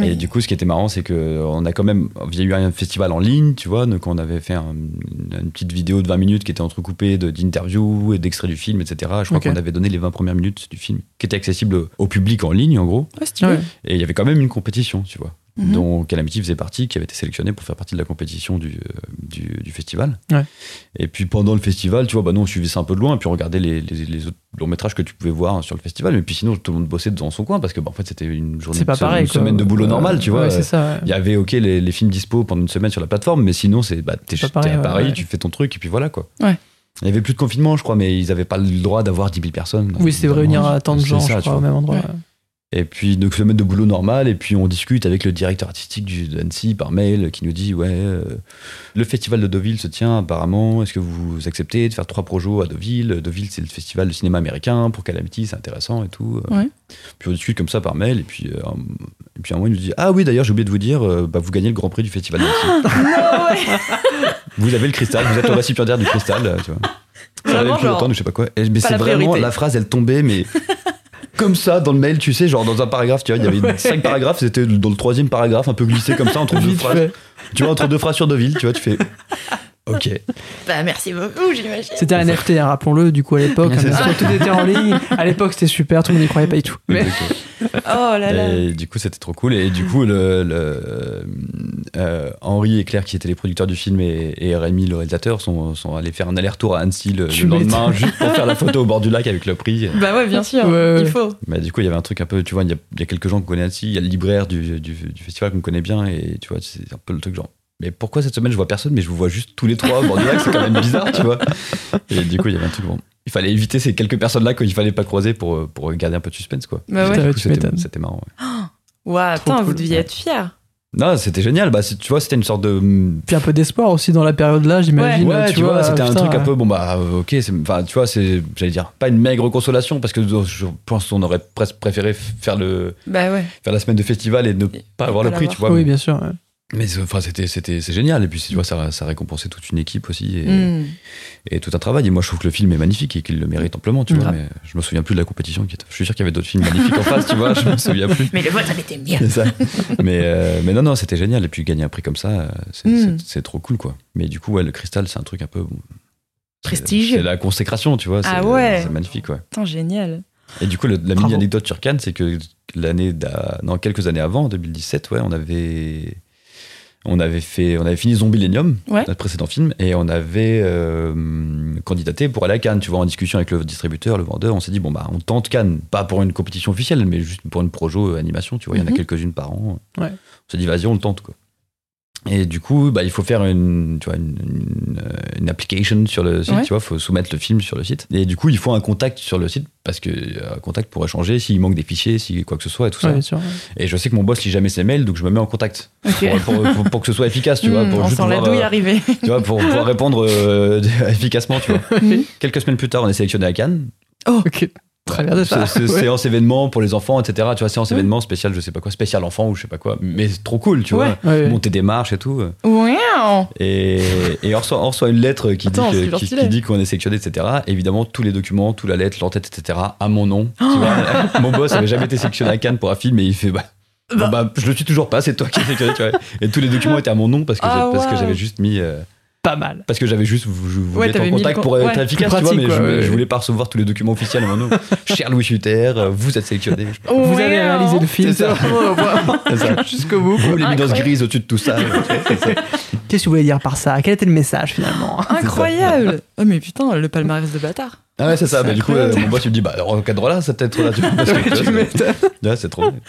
C: Mais-
D: Et du coup, ce qui était marrant, c'est que euh, on a quand même, il y a eu un festival en ligne, tu vois, donc on avait fait un- une petite vidéo de 20 minutes qui était entrecoupée de- d'interviews et d'extraits du film, etc. Je crois
B: Ok.
D: qu'on avait donné les 20 premières minutes du film, qui était accessible au public en ligne, en gros.
C: Ouais, Oh, stylé.
B: Ouais.
D: Et il y avait quand même une compétition, tu vois.
C: Mhm.
D: dont Calamity faisait partie, qui avait été sélectionné pour faire partie de la compétition du, euh, du, du festival.
B: Ouais.
D: Et puis pendant le festival, tu vois, bah nous on suivait ça un peu de loin, et puis on regardait les, les, les autres longs métrages que tu pouvais voir sur le festival, mais puis sinon tout le monde bossait dans son coin, parce que bah, en fait c'était une journée,
B: C'est pas
D: une semaine-
B: pareil.
D: une
B: quoi.
D: semaine de boulot
B: Euh,
D: normal, tu vois.
B: ouais, c'est ça. ouais.
D: Il y avait, ok, les, les films dispo pendant une semaine sur la plateforme, mais sinon, c'est bah, t'es
B: C'est pas
D: t'es
B: pareil,
D: à
B: ouais,
D: Paris,
B: ouais.
D: tu fais ton truc, et puis voilà quoi.
C: Ouais.
D: Il y avait plus de confinement, je crois, mais ils avaient pas le droit d'avoir 10 000 personnes.
B: Oui, c'est réunir à tant de
D: C'est
B: gens,
D: ça,
B: je
D: tu
B: crois, au
D: vois.
B: même endroit.
C: Ouais.
D: Et puis, donc, se mettre de boulot normal, et puis on discute avec le directeur artistique du d'Annecy par mail qui nous dit Ouais, euh, le festival de Deauville se tient apparemment, est-ce que vous acceptez de faire trois projets à Deauville Deauville, c'est le festival de cinéma américain, pour Calamity, c'est intéressant et tout.
C: Ouais.
D: Puis on discute comme ça par mail, et puis, euh, et puis à un moment, il nous dit Ah oui, d'ailleurs, j'ai oublié de vous dire, euh, bah, vous gagnez le grand prix du festival d'Annecy.
C: Ah,
D: vous avez le cristal, vous êtes le récipiendaire du cristal, euh, tu vois. Ça valait
C: Vraiment,
D: le prix
C: genre,
D: d'autant, ou je sais pas quoi. Et- mais
C: pas
D: c'est
C: la
D: vraiment,
C: priorité.
D: la phrase, elle tombait, mais comme ça dans le mail, tu sais, genre dans un paragraphe, tu vois, il y avait
B: Ouais.
D: cinq paragraphes, c'était dans le troisième paragraphe, un peu glissé comme ça entre deux
B: Vite
D: phrases.
B: fait.
D: Tu vois, entre deux phrases sur Deville, tu vois, tu fais. Ok.
C: Bah, merci beaucoup, j'imagine.
B: C'était un NFT, hein, rappelons-le, du coup, à l'époque.
D: C'est
B: hein,
D: ça.
B: Tout était en ligne. À l'époque, c'était super, tout le monde n'y croyait pas du tout. Mais
D: Exactement.
C: Oh là là.
D: Et du coup, c'était trop cool. Et du coup, le, le, euh, Henri et Claire, qui étaient les producteurs du film, et, et Rémi, le réalisateur, sont, sont allés faire un aller-retour à Annecy le, le
B: Tu
D: lendemain,
B: m'étonnes.
D: juste pour faire la photo au bord du lac avec le prix.
C: Bah ouais, bien sûr,
B: Ouais, ouais.
C: il faut.
D: Mais du coup, il y avait un truc un peu, tu vois, il y a, il y a quelques gens qu'on connaît aussi, il y a le libraire du, du- du festival qu'on connaît bien, et tu vois, c'est un peu le truc genre. Mais pourquoi cette semaine je vois personne, mais je vous vois juste tous les trois au bord du lac, c'est quand même bizarre, tu vois. Et du coup, il y avait un truc bon. Il fallait éviter ces quelques personnes-là qu'il fallait pas croiser pour, euh, pour garder un peu de suspense, quoi.
C: Bah
D: Et
C: ouais.
D: du coup,
B: Tu
D: c'était-
B: m'étonnes.
D: C'était marrant. ouais.
C: Waouh,
B: Trop
C: putain, vous
B: cool.
C: deviez être fiers.
D: Non, c'était génial. Bah, c'est- tu vois, c'était une sorte de.
B: Puis un peu d'espoir aussi dans la période-là, j'imagine.
D: Ouais, tu, vois, c'était un
B: putain,
D: truc un peu bon bah euh, ok, c'est- enfin tu vois, c'est j'allais dire pas une maigre consolation parce que oh, je pense qu'on aurait presque préféré faire le
C: Bah ouais.
D: faire la semaine de festival et ne pas avoir le
C: pas
D: prix,
C: l'avoir.
D: tu vois.
B: Oui,
D: mais-
B: bien sûr. ouais.
D: Mais c'est- enfin, c'était, c'était, c'est génial. Et puis, tu vois, ça, ça récompensait toute une équipe aussi et,
C: Mm.
D: et tout un travail. Et moi, je trouve que le film est magnifique et qu'il le mérite amplement, tu
C: Mm.
D: vois.
C: Grave.
D: Mais je me souviens plus de la compétition. Qui était... Je suis sûr qu'il y avait d'autres films magnifiques en face, tu vois. Je me souviens plus.
C: Mais le vote avait été bien.
D: C'est ça. Mais, euh, mais non, non, c'était génial. Et puis, gagner un prix comme ça, euh, c'est,
C: Mm.
D: c'est- c'est trop cool, quoi. Mais du coup, ouais, le cristal, c'est un truc un peu. bon, c'est-
C: Prestigieux.
D: C'est la consécration, tu vois. C'est,
C: Ah ouais.
D: C'est magnifique, ouais.
C: Putain, génial.
D: Et du coup, le- la
B: Bravo.
D: mini anecdote sur Cannes, c'est que l'année d'a- non, quelques années avant, en 2017, ouais, on avait on avait fait on avait fini Zombielenium,
C: Ouais.
D: notre précédent film, et on avait euh, candidaté pour aller à Cannes. Tu vois, en discussion avec le distributeur, le vendeur, on s'est dit bon bah on tente Cannes, pas pour une compétition officielle, mais juste pour une projo euh, animation. Tu vois, il y en
C: Mhm.
D: a quelques-unes par an.
B: Ouais.
D: On s'est dit vas-y, on le tente quoi. Et du coup, bah, il faut faire une, tu vois, une, une, euh, une application sur le site,
C: Ouais.
D: tu vois, faut soumettre le film sur le site. Et du coup, il faut un contact sur le site parce que euh, un contact pour échanger s'il manque des fichiers, si quoi que ce soit et tout
B: Ouais,
D: ça.
B: bien sûr.
D: Et je sais que mon boss lit jamais ses mails, donc je me mets en contact
C: Ok.
D: pour, pour- pour- pour que ce soit efficace, tu vois,
C: Mm,
D: pour
C: on
D: juste
C: sent la
D: pouvoir,
C: douille
D: euh,
C: arriver.
D: tu vois, pour pouvoir répondre euh, efficacement, tu vois.
C: Mm.
D: Quelques semaines plus tard, on est sélectionné à Cannes
B: Ok, très bien de ça.
D: c'est- c'est-
B: Ouais.
D: Séance événement pour les enfants, etc. Tu vois,
C: Hmm.
D: séance événement spécial, je sais pas quoi, spécial enfant ou je sais pas quoi. Mais c'est trop cool, tu
C: Ouais.
D: vois.
B: Ouais, ouais.
D: Monter des marches et tout.
C: Wow.
D: Et, et on, reçoit, on reçoit une lettre qui
C: Attends, c'est
D: dit que-
C: super
D: qui- qui
C: stylé.
D: dit qu'on est sectionné, etc. Évidemment, tous les documents, toute la lettre, l'entête, etc. à mon nom. Tu
C: Oh.
D: vois, mon boss avait jamais été sectionné à Cannes pour un film et il fait bah, bon, bah, je le suis toujours pas, c'est toi qui es sectionné. tu vois. Et tous les documents étaient à mon nom parce que
C: Ah,
D: j'ai- parce que
C: waouh.
D: j'avais juste mis. euh,
B: Pas mal.
D: parce que j'avais juste vou- je voulais
C: Ouais,
D: être
C: t'avais
D: en
C: mis le
D: contact
C: con-
D: pour être
C: ouais.
D: efficace,
B: Plus
D: tu vois, mais
B: pratique,
D: je,
B: quoi, ouais.
D: je voulais pas recevoir tous les documents officiels à mon nom. Cher Louis Chuter, euh, vous êtes sélectionné. Je sais pas.
B: Vous
C: Wow.
B: avez réalisé le film.
D: C'est ça.
B: c'est vraiment, euh,
D: C'est ça.
B: Jusqu'au bout.
D: Vous, l'éminence
C: Ah, Incroyable.
D: grise au-dessus de tout ça. C'est ça.
B: Qu'est-ce que vous voulez dire par ça Quel était le message finalement
C: Incroyable. Oh, mais putain, le palmarès de bâtard.
D: Ah ouais, c'est ça.
C: C'est
D: Bah, du coup,
C: incroyable.
D: euh, mon boss, il me dit, bah, encadre là, ça peut-être là. Tu vois, parce que, tu vois, c'est- Ouais, c'est trop bien.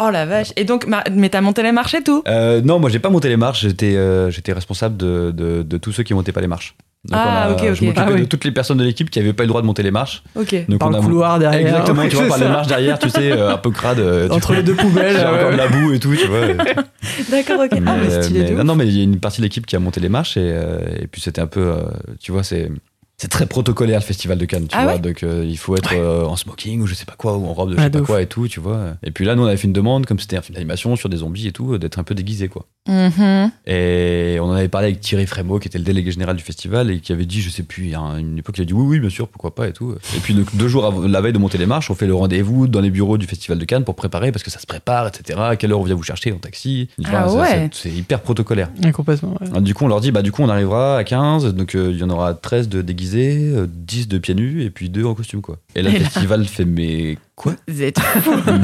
C: Oh la vache. Et donc, ma- mais t'as monté les marchés tout
D: Euh, non, moi, j'ai pas monté les marches. J'étais euh, j'étais responsable de, de, de tous ceux qui montaient pas les marches. Donc,
C: Ah,
D: on a-
C: ok, ok.
D: Je m'occupais
B: Ah, oui.
D: de toutes les personnes de l'équipe qui n'avaient pas eu le droit de monter les marches.
C: Ok.
D: Donc,
B: Par
D: on
B: le
D: a-
B: couloir derrière.
D: Exactement, tu vois,
B: C'est
D: par les
B: ça.
D: marches derrière, tu sais, euh, un peu crade. euh, tu
B: Entre
D: vois.
B: les deux poubelles.
D: J'ai encore de
B: euh,
D: la boue et tout, tu vois.
C: D'accord, ok. Ah, mais
D: Mais,
C: stylé
D: Euh, mais-
C: de
D: non,
C: ouf.
D: non, mais il y a une partie de l'équipe qui a monté les marches et, euh, et puis c'était un peu, euh, tu vois, c'est c'est très protocolaire le festival de Cannes, tu
C: Ah
D: vois.
C: ouais
D: donc euh, il faut être euh, en smoking ou je sais pas quoi ou en robe de je
B: Ouais,
D: sais
B: de
D: pas
B: ouf.
D: quoi et tout, tu vois. Et puis là, nous on avait fait une demande comme c'était un film d'animation sur des zombies et tout, euh, d'être un peu déguisé quoi.
C: Mhm.
D: Et on en avait parlé avec Thierry Frémaux, qui était le délégué général du festival, et qui avait dit, je sais plus, à une époque, il a dit oui, oui, bien sûr, pourquoi pas et tout. Et puis, donc, deux jours avant, la veille de monter les marches, on fait le rendez-vous dans les bureaux du festival de Cannes pour préparer, parce que ça se prépare, etc. À quelle heure on vient vous chercher en taxi Enfin,
C: Ah
D: ça-
C: ouais.
D: C'est c'est hyper protocolaire.
B: Complètement. ouais.
D: Alors, du coup, on leur dit, bah, du coup, on arrivera à 15, donc euh, il y en aura 13 de déguisés, euh, 10 de pieds nus, et puis 2 en costume, quoi. Et là,
C: Et
D: le
C: là-
D: festival fait, mais quoi
C: Vous êtes-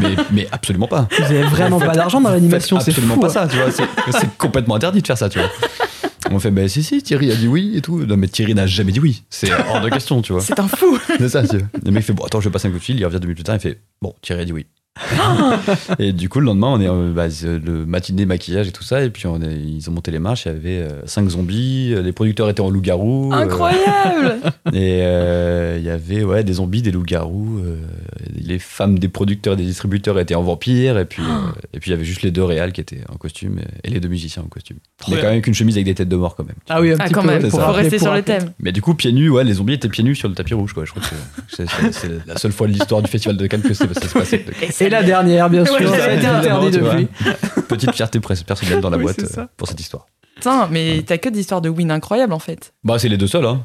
D: mais, mais absolument pas.
B: Vous avez vraiment pas d'argent dans l'animation,
D: Faites
B: c'est
D: absolument
B: fou.
D: pas
B: hein.
D: ça, tu vois. C'est c'est complètement interdit de faire ça, tu vois. On fait, bah si, si, Thierry a dit oui et tout. Non, mais Thierry n'a jamais dit oui. C'est hors de question, tu vois.
C: C'est un fou.
D: C'est ça, tu vois. Le mec fait, bon, attends, je vais passer un coup de fil. Il revient deux minutes plus tard, il fait, bon, Thierry a dit oui.
B: Ah.
D: et du coup, le lendemain, on est euh, bah, c'est le matinée maquillage et tout ça. Et puis, on est- ils ont monté les marches. Il y avait euh, cinq zombies. euh, Les producteurs étaient en loup-garou. euh,
C: Incroyable.
D: et euh, il y avait ouais, des zombies, des loups-garous. euh, les femmes des producteurs et des distributeurs étaient en vampire. Et puis,
B: Ah.
D: euh, et puis il y avait juste les deux réals qui étaient en costume euh, et les deux musiciens en costume. Il y a quand même qu'une chemise avec des têtes de mort quand même.
B: Ah oui, un
C: Ah,
B: petit
C: quand
B: peu.
C: même,
D: c'est
C: pour
D: ça.
B: rappeler,
C: rester sur
B: pour
C: le
B: rappeler.
C: thème.
D: Mais du coup, pieds nus, ouais, les zombies étaient pieds nus sur le tapis rouge. Quoi. Je crois que c'est- c'est- c'est la seule fois de l'histoire du Festival de Cannes que c'est- ça se passait. Donc,
B: Et la dernière, bien sûr.
C: Ouais,
B: ça a été
D: évidemment,
B: interdit
D: tu vois.
B: depuis.
D: Petite fierté pres- personnelle dans la
B: Oui,
D: boîte
B: c'est ça.
D: euh, pour cette histoire.
C: Putain, mais t'as que des histoires de win incroyables en fait.
D: Bah, c'est les deux seuls, hein.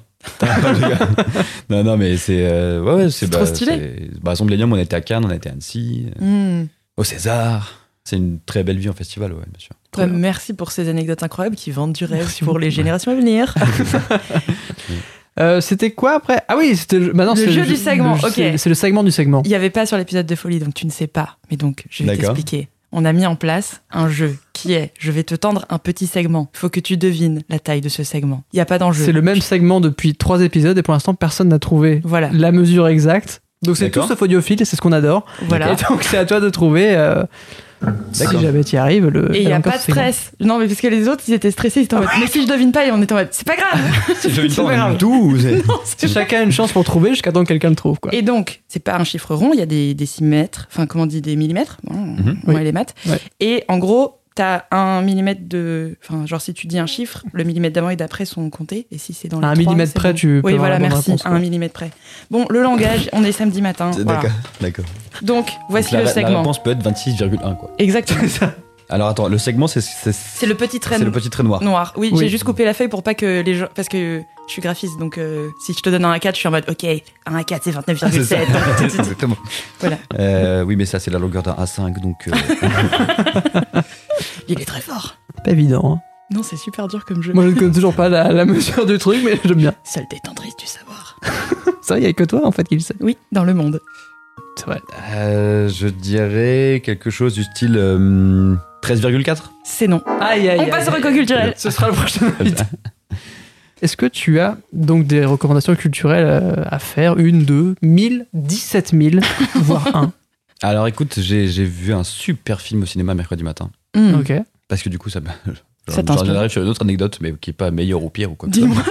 D: non, non, mais c'est. euh, ouais, ouais,
C: C'est trop stylé.
D: c'est- Bah, Zomblenium, on était à Cannes, on était à Annecy. euh,
C: Hmm.
D: Au César. C'est une très belle vie en festival, ouais, bien sûr.
C: Toi, merci pour ces anecdotes incroyables qui vendent du rêve pour les générations à venir.
B: Euh, c'était quoi après Ah oui, c'était bah non,
C: Le
B: c'est
C: jeu du segment,
B: le-
C: ok.
B: C'est c'est le segment du segment.
C: Il n'y avait pas sur l'épisode de folie, donc tu ne sais pas. Mais donc, je vais
D: D'accord.
C: t'expliquer. On a mis en place un jeu qui est je vais te tendre un petit segment. Faut que tu devines la taille de ce segment. Il n'y a pas d'enjeu.
B: C'est le même segment depuis trois épisodes et pour l'instant personne n'a trouvé
C: Voilà.
B: la mesure exacte. Donc c'est tout
D: D'accord.
B: sauf audiophile et c'est ce qu'on adore.
C: voilà.
B: Et donc c'est à toi de trouver euh, si
D: D'accord.
B: jamais tu y arrives. Le,
C: Et il n'y a
B: encore
C: pas de
B: ce segment.
C: stress. Non, mais parce que les autres, ils étaient stressés. Ils étaient en mode, mais si je devine pas, et on était en mode, c'est pas grave.
D: Si je
B: C'est pas grave.
D: tout, ou c'est-
B: Chacun a une chance pour trouver jusqu'à temps que quelqu'un le trouve. Quoi.
C: Et donc, c'est pas un chiffre rond, il y a des décimètres, enfin, comment on dit, des millimètres. Bon, On
B: Mhm. Oui.
C: les maths.
B: Ouais.
C: Et en gros, t'as un millimètre de. Enfin, genre, si tu dis un chiffre, le millimètre d'avant et d'après sont comptés. Et si c'est dans le.
B: À un millimètre près, tu peux
C: Oui,
B: avoir
C: voilà,
B: la bonne
C: merci.
B: réponse,
C: À
B: quoi.
C: un millimètre près. Bon, le langage, on est samedi matin.
D: C'est-
C: voilà.
D: D'accord, d'accord.
C: Donc, voici
D: Donc, la,
C: le
D: la
C: segment.
D: réponse peut être 26,1, quoi.
C: Exactement.
D: Alors attends, le segment, c'est c'est-
C: C'est le petit trait
D: c'est le petit trait noir.
C: noir. Oui,
B: Oui.
C: j'ai juste coupé la feuille pour pas que les gens. Parce que je suis graphiste, donc euh, si je te donne un A4, je suis en mode OK, un A4, c'est
D: Ah, c'est ça.
C: 29,7.
D: Exactement.
C: Voilà.
D: Euh, oui, mais ça, c'est la longueur d'un A5, donc. euh,
C: Il est très fort.
B: Pas évident. hein.
C: Non, c'est super dur comme jeu.
B: Moi, je ne connais toujours pas la, la mesure du truc, mais j'aime bien.
C: Seule détendrice du savoir.
B: Ça, il n'y a que toi, en fait, qui le sait.
C: Oui, dans le monde.
B: C'est vrai.
D: euh, je dirais quelque chose du style euh, 13,4.
C: C'est non.
B: Aïe, aïe,
C: On
B: aïe,
C: passe au
B: aïe.
C: reco culturel.
B: Ce sera le prochain invité. Est-ce que tu as donc des recommandations culturelles euh, à faire Une, deux, mille, dix-sept mille, voire un.
D: Alors écoute, j'ai j'ai vu un super film au cinéma mercredi matin.
C: Hmm.
B: Ok.
D: Parce que du coup, ça m'a.
C: Ça
D: J'en
C: t'inspire.
D: arrive sur une autre anecdote, mais qui est pas meilleure ou pire ou quoi. que ce soit.
C: Dis-moi.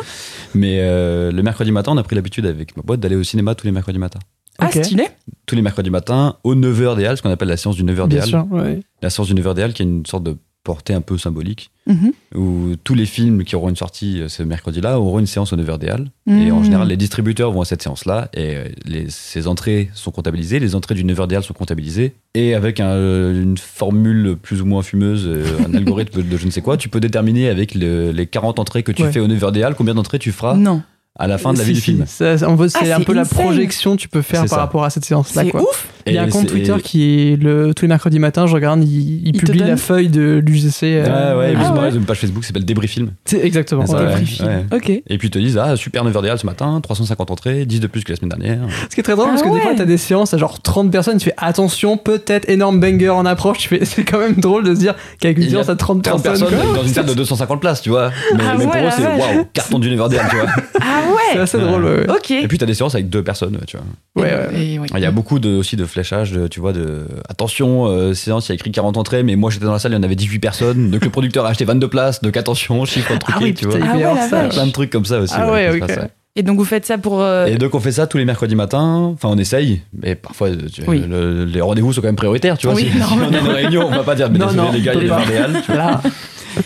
D: Mais euh, le mercredi matin, on a pris l'habitude avec ma boîte d'aller au cinéma tous les mercredis matins.
C: Ah,
B: Ok.
C: stylé.
D: Tous les mercredis matins, aux 9h des Halles, ce qu'on appelle la séance du 9h des
B: Bien
D: Halles.
B: sûr. ouais.
D: La séance du 9h des Halles qui a une sorte de portée un peu symbolique,
C: Mhm.
D: où tous les films qui auront une sortie euh, ce mercredi-là auront une séance au 9h des Halles. Et en
B: Hmm.
C: Mhm.
D: général, les distributeurs vont à cette séance-là et euh, les, ces entrées sont comptabilisées, les entrées du 9h des Halles sont comptabilisées. Et avec un, euh, une formule plus ou moins fumeuse, euh, un algorithme de je ne sais quoi, tu peux déterminer avec le- les 40 entrées que tu
B: Ouais.
D: fais au 9h des Halles combien d'entrées tu feras
C: Non.
D: à la fin de la
B: Si,
D: vie du
B: si.
D: film.
B: Ça, ça, en fait, c'est
C: Ah,
B: un
C: c'est
B: peu la
C: insane.
B: projection que tu peux faire
D: C'est
B: par
D: ça.
B: rapport à cette séance-là.
C: C'est
B: quoi.
C: ouf.
B: Il y a
D: Et
B: un compte
D: c'est-
B: Twitter qui est le, tous les mercredis matins, je regarde, il, il
C: Il te
B: publie la
C: donne
B: feuille de l'UGC. euh,
D: Ah ouais, mais c'est
C: ouais.
D: pareil, ils ont une page Facebook qui s'appelle Débrifilm.
B: Exactement.
D: Ah, ça,
B: ouais.
D: ouais.
C: Ok.
D: Et puis ils te disent Ah, super 9 des Halles ce matin, 350 entrées, 10 de plus que la semaine dernière.
B: Ce qui est très drôle,
C: Ah
B: parce que des
C: ouais.
B: fois, t'as des séances à genre 30 personnes, tu fais attention, peut-être énorme banger en approche, tu fais, c'est quand même drôle de se dire qu'avec une
D: Il y a
B: séance à 30,
D: 30
B: personnes,
D: personnes
B: quoi.
D: dans une salle de 250 places, tu vois. Mais,
C: Ah
D: mais
C: ouais,
D: pour
C: la
D: eux, c'est
C: vache.
D: waouh, carton du 9 des Halles, tu vois.
C: Ah
B: c'est
C: ouais.
B: assez drôle. Ouais,
C: Ok.
D: Et puis t'as des séances avec deux personnes, tu vois.
B: ouais. ouais, ouais.
C: Et oui.
D: Ah, Il y a beaucoup de, aussi de fléchage, de- tu vois, de attention, euh, séance, il y a écrit 40 entrées, mais moi j'étais dans la salle, il y en avait 18 personnes, donc le producteur a acheté 22 places, donc attention, chiffre truqué,
B: Ah oui,
D: tu
B: putain, il
D: vois.
B: peut y
C: Ah ouais,
B: avoir
C: la
B: ça.
C: vache.
D: Plein de trucs comme ça aussi.
B: Ah ouais,
D: qui se
B: ok.
D: passent,
C: Et donc vous faites ça pour. euh,
D: Et donc on fait ça tous les mercredis matins. Enfin, on essaye, mais parfois euh, tu-
C: Oui.
D: le- les rendez-vous sont quand même prioritaires, tu vois.
C: Oui,
D: si, si on est en réunion, on va pas dire mais
B: Non,
D: désolé
B: non,
D: les gars,
B: on peut
D: il est
B: pas.
D: Bardéal.
B: Là,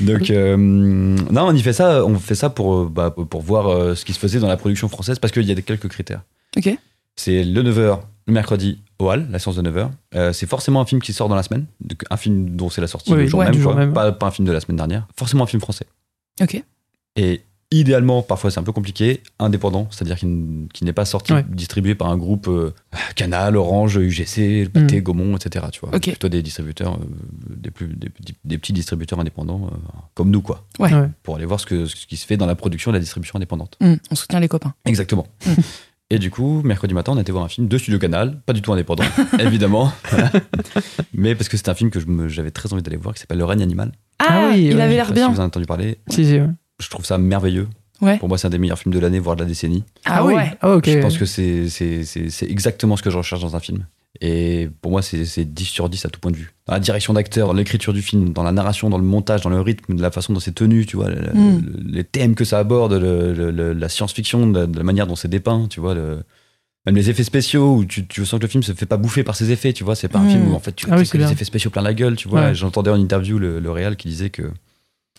D: Donc euh, non, on y fait ça, on fait ça pour euh, bah, pour voir euh, ce qui se faisait dans la production française parce qu'il y a des- quelques critères.
C: Ok.
D: C'est le 9h le mercredi au Hall, la séance de 9h. Euh, c'est forcément un film qui sort dans la semaine, donc un film dont c'est la sortie
B: Oui,
D: le jour
B: ouais,
D: même,
B: du jour
D: quoi.
B: même.
D: Pas, pas un film de la semaine dernière. Forcément un film français.
C: Ok.
D: Et idéalement, parfois c'est un peu compliqué, indépendant, c'est-à-dire qu'il n- qu'il n'est pas sorti,
B: Ouais.
D: distribué par un groupe euh, Canal, Orange, UGC, PT,
B: Mm.
D: Gaumont, etc. Tu vois.
C: Ok.
D: Plutôt des distributeurs, euh, des, plus, des, petits- des petits distributeurs indépendants, euh, comme nous, quoi.
C: Ouais.
B: Ouais.
D: Pour aller voir ce, que, ce qui se fait dans la production et la distribution indépendante.
C: Hmm, on soutient les copains.
D: Exactement.
C: Mm.
D: Et du coup, mercredi matin, on a été voir un film de Studio Canal, pas du tout indépendant, évidemment. Voilà. Mais parce que c'est un film que je me- j'avais très envie d'aller voir, qui s'appelle Le règne animal.
C: Ah,
B: oui,
C: il
B: ouais.
C: avait
D: Je sais
C: l'air
D: pas si
C: bien.
D: vous en avez entendu parler.
B: si, si, ouais.
D: Je trouve ça merveilleux.
C: Ouais.
D: Pour moi, c'est un des meilleurs films de l'année, voire de la décennie.
C: Ah
B: oui.
C: ouais.
B: Ah, ok.
D: Je pense que c'est- c'est c'est- c'est exactement ce que je recherche dans un film. Et pour moi, c'est c'est 10 sur 10 à tout point de vue. Dans la direction d'acteur, dans l'écriture du film, dans la narration, dans le montage, dans le rythme, de la façon dont c'est tenu, tu vois, le-
B: Hmm.
C: Mm.
D: le- les thèmes que ça aborde, le- le- le- la science-fiction, de, la- de la manière dont c'est dépeint, tu vois, le- même les effets spéciaux, où tu, tu sens que le film se fait pas bouffer par ses effets, tu vois, c'est pas un
C: Mm.
D: film où en fait tu
B: Ah oui,
D: as
B: c'est bien.
D: les effets spéciaux plein la gueule, tu vois.
B: Ouais.
D: J'entendais en interview le, le réal qui disait que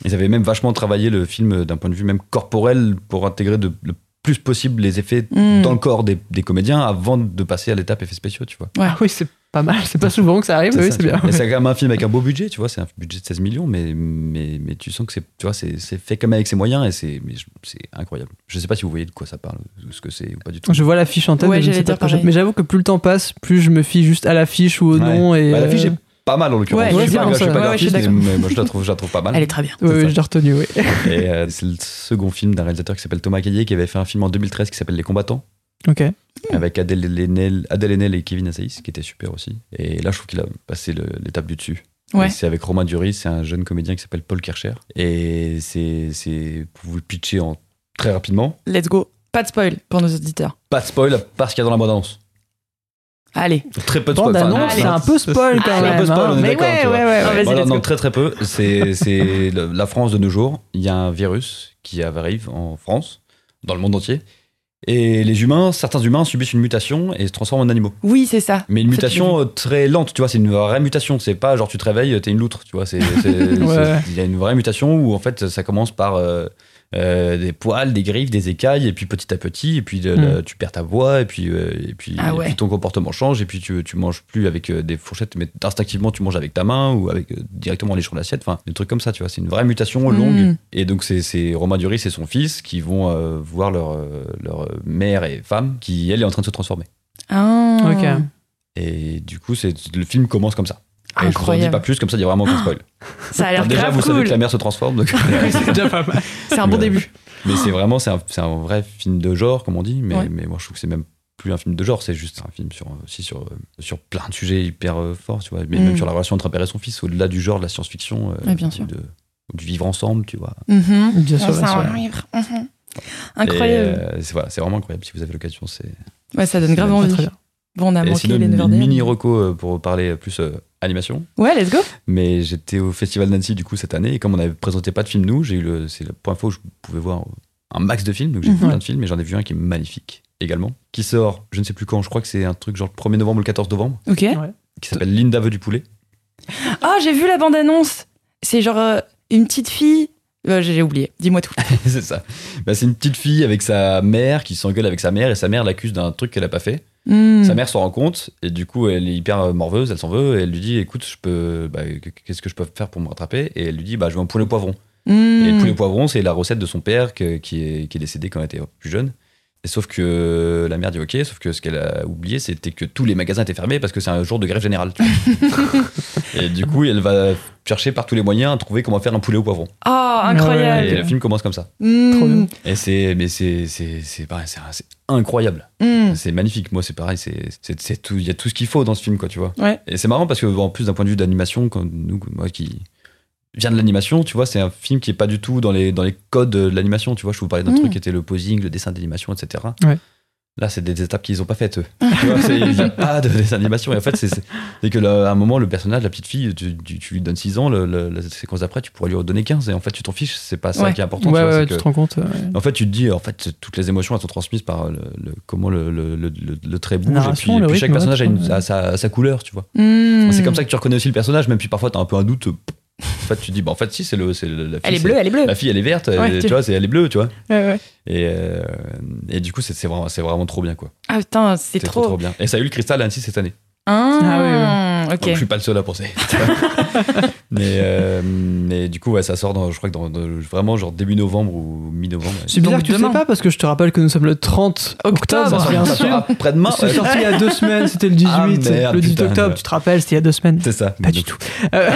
D: ils avaient même vachement travaillé le film d'un point de vue même corporel pour intégrer de- le plus possible les effets
C: Hmm.
D: dans le corps des, des comédiens avant de passer à l'étape effets spéciaux, tu vois.
B: Ah oui, c'est pas mal. C'est pas souvent que ça
C: Eh
B: arrive, mais oui,
D: ça,
B: c'est
D: tu
B: bien.
D: vois. Et c'est quand même un film avec un beau budget, tu vois, c'est un budget de 16 millions, mais, mais, mais tu sens que c'est, tu vois, c'est, c'est fait comme avec ses moyens et c'est, mais je- c'est incroyable. Je sais pas si vous voyez de quoi ça parle, ou ce que c'est, ou pas du tout.
B: Je vois l'affiche en tête,
C: Ouais,
B: mais je ne
C: j'allais
B: sais pas
C: dire
B: de quoi je-
C: pareil.
B: Mais j'avoue que plus le temps passe, plus je me fie juste à l'affiche ou au
D: Ouais.
B: nom. Et
D: Bah, l'affiche
B: euh,
D: est pas mal en l'occurrence.
C: Ouais,
D: je suis
B: ouais,
D: pas,
B: c'est
D: je suis
B: bon,
D: pas
C: ça. Ouais, ouais, je suis
D: graphiste, mais, mais moi je la trouve, je la trouve pas mal.
C: Elle est très bien.
B: ouais,
D: c'est
B: ouais,
D: ça.
B: je l'ai retenu, oui.
D: Et euh, c'est le second film d'un réalisateur qui s'appelle Thomas Caillier qui avait fait un film en 2013 qui s'appelle Les Combattants.
B: ok.
C: Hmm.
D: avec Adèle Haenel, Adèle Haenel et Kevin Assaïs, qui était super aussi. Et là, je trouve qu'il a passé le- l'étape du dessus.
C: Ouais.
D: Et C'est avec Romain Duris, c'est un jeune comédien qui s'appelle Paul Kircher. Et c'est, c'est- pour vous le pitcher en, très rapidement,
C: Let's go. Pas de spoil pour nos auditeurs.
D: pas de spoil, parce qu'il y a dans la bande-annonce.
C: Allez.
D: Très peu de spoil.
B: Bande
D: enfin,
B: annonce,
C: allez.
B: c'est un peu spoil quand
C: Allez.
B: même.
D: Un peu spoil,
B: hein.
D: on est
B: Mais
D: d'accord,
B: ouais,
D: tu vois.
B: ouais, ouais,
C: Ah,
B: ouais.
C: hein. vas-y,
D: Voilà,
C: let's
D: non,
C: go.
D: très très peu. C'est c'est le- la France de nos jours. Il y a un virus qui arrive en France, dans le monde entier. Et les humains, certains humains subissent une mutation et se transforment en animaux.
C: Oui, c'est ça.
D: Mais une
C: Ça, tu l'as
D: mutation euh, très lente, tu vois, c'est une vraie mutation. C'est pas genre tu te réveilles, t'es une loutre, tu vois. c'est- c'est- c'est-
B: Ouais.
D: Il y a une vraie mutation où en fait ça commence par euh, euh, des poils, des griffes, des écailles, et puis petit à petit, et puis de-
B: Mm.
D: de- tu perds ta voix, et puis, euh, et puis,
C: Hmm. Ah
D: et
C: ouais.
D: puis ton comportement change, et puis tu, tu manges plus avec euh, des fourchettes, mais instinctivement tu manges avec ta main ou avec euh, directement les champs d'assiette, enfin des trucs comme ça, tu vois. C'est une vraie mutation longue.
C: Mm.
D: Et donc c'est- c'est Romain Duris et son fils qui vont euh, voir leur, euh, leur mère et femme qui, elle, est en train de se transformer.
C: Ah.
B: Ok.
D: Et du coup, c'est le film commence comme ça. Et je vous en dis
C: Incroyable.
D: pas plus, comme ça, il n'y a vraiment aucun spoil.
C: Ça a l'air
D: Enfin, déjà,
C: grave
D: vous savez
C: cool.
D: que la mère se transforme, donc-
B: C'est déjà pas mal.
C: C'est un bon
D: Mais, euh,
C: début.
D: mais c'est vraiment, c'est un, c'est un vrai film de genre, comme on dit, mais,
C: Ouais.
D: mais moi je trouve que c'est même plus un film de genre, c'est juste un film sur, aussi sur, euh, sur plein de sujets hyper euh, forts, tu vois, mais
C: Mm.
D: même sur la relation entre un père et son fils, au-delà du genre de la science-fiction, euh,
C: Ouais, bien sûr.
D: ou de- ou du vivre ensemble, tu vois.
C: Mhm.
B: Bien sûr,
C: Ouais,
B: bien
C: c'est
B: sûr.
C: un livre. Mhm.
D: Et,
C: Incroyable.
D: euh, c'est voilà, c'est vraiment incroyable, si vous avez l'occasion, c'est...
C: ouais, ça donne grave
D: c'est
C: envie.
B: très bien.
C: Bon, on a
D: Et
C: manqué
D: sinon,
C: les 9
D: mini reco pour parler plus euh, animation,
C: Ouais, let's go.
D: mais j'étais au Festival d'Annecy du coup cette année, et comme on n'avait présenté pas de film nous, j'ai eu le, c'est la première fois où je pouvais voir un max de films, donc j'ai vu
C: Mhm.
D: plein de films, et j'en ai vu un qui est magnifique également, qui sort, je ne sais plus quand, je crois que c'est un truc genre le 1er novembre ou le 14 novembre,
C: Ok.
D: qui s'appelle Linda veut du poulet.
C: Ah, j'ai vu la bande-annonce. C'est genre euh, une petite fille. Euh, j'ai j'ai oublié. Dis-moi tout.
D: c'est ça. Bah, c'est une petite fille avec sa mère qui s'engueule avec sa mère, et sa mère l'accuse d'un truc qu'elle a pas fait.
C: Hmm.
D: Sa mère s'en rend compte et du coup elle est hyper euh, morveuse, elle s'en veut et elle lui dit écoute je peux bah, que- qu'est-ce que je peux faire pour me rattraper et elle lui dit bah je veux un poulet au poivron.
C: Hmm.
D: Et le poulet au poivron c'est la recette de son père que- qui, est, qui est décédé quand elle était plus jeune. Et sauf que la mère dit ok, sauf que ce qu'elle a oublié c'était que tous les magasins étaient fermés parce que c'est un jour de grève générale. tu vois. et du coup elle va chercher par tous les moyens à trouver comment faire un poulet au poivron.
C: Ah,
B: Ah,
D: Et
C: incroyable.
B: Ouais, ok.
D: le film commence comme ça.
C: Hmm.
B: Trop bien.
D: Et c'est mais c'est c'est c'est pareil, c'est un- c'est incroyable.
C: Hmm.
D: C'est magnifique. Moi, c'est pareil. C'est, c'est, c'est tout. Il y a tout ce qu'il faut dans ce film, quoi, tu vois.
C: Ouais.
D: Et c'est marrant parce que, en plus, d'un point de vue d'animation, quand nous, moi qui viens de l'animation, tu vois, c'est un film qui est pas du tout dans les, dans les codes de l'animation, tu vois. Je vous parlais d'un
C: Mm.
D: truc qui était le posing, le dessin d'animation, etc.
B: Hmm. Ouais.
D: Là, c'est des étapes qu'ils ont pas faites, eux. Tu vois, c'est- il n'y a pas de dessin d'animation. Et en fait, c'est, c'est, c'est que là, à un moment, le personnage, la petite fille, tu, tu- tu lui donnes 6 ans, le- le- la séquence d'après, tu pourrais lui redonner 15. Et en fait, tu t'en fiches. C'est pas ça
C: Ouais.
D: qui est important.
B: Ouais,
D: tu
B: ouais,
D: vois, c'est
B: ouais,
D: que-
B: tu te rends compte. ouais.
D: en fait, tu te dis, en fait, toutes les émotions, elles sont transmises par le, le- comment le, le, le- le- le trait bouge. Et puis,
B: Narration,
D: et
B: le
D: puis
B: rythme,
D: chaque personnage
B: ouais,
D: a, une-
B: tout ça,
D: a sa, a sa couleur, tu vois.
C: Hmm.
D: C'est comme ça que tu reconnais aussi le personnage, même si parfois tu as un peu un doute. euh, En fait, tu te dis, bah, en fait, si, c'est le, c'est le- la fille.
C: Elle est
D: c'est-
C: bleue, elle est bleue.
D: La fille, elle est verte, elle-
C: Ouais, tu-
D: tu vois, c'est- elle est bleue, tu vois.
C: Ouais, ouais.
D: Et, euh, et du coup, c'est c'est vraiment, c'est vraiment trop bien, quoi.
C: Ah putain, c'est
D: C'est
C: trop.
D: trop, trop bien. Et ça a eu le cristal à Annecy cette année.
C: Ah,
D: Donc, je
C: Ok.
D: suis pas le seul à penser. tu vois. mais, euh, mais du coup, ouais, ça sort, dans, je crois que dans, dans- vraiment, genre début novembre ou mi-novembre.
B: C'est bizarre
C: Donc
B: que tu ne
C: demain.
B: sais pas parce que je te rappelle que nous sommes le 30
C: Octobre.
B: octobre.
C: Ça
B: bien
D: Ça sort
B: sûr.
D: après-demain.
B: C'est
D: ouais.
B: sorti il y a deux semaines, c'était le 18,
D: Ah, merde,
B: le 18
D: putain,
B: octobre,
D: ouais.
B: tu te rappelles, c'était il y a deux semaines.
D: C'est ça.
B: Pas du tout. Euh,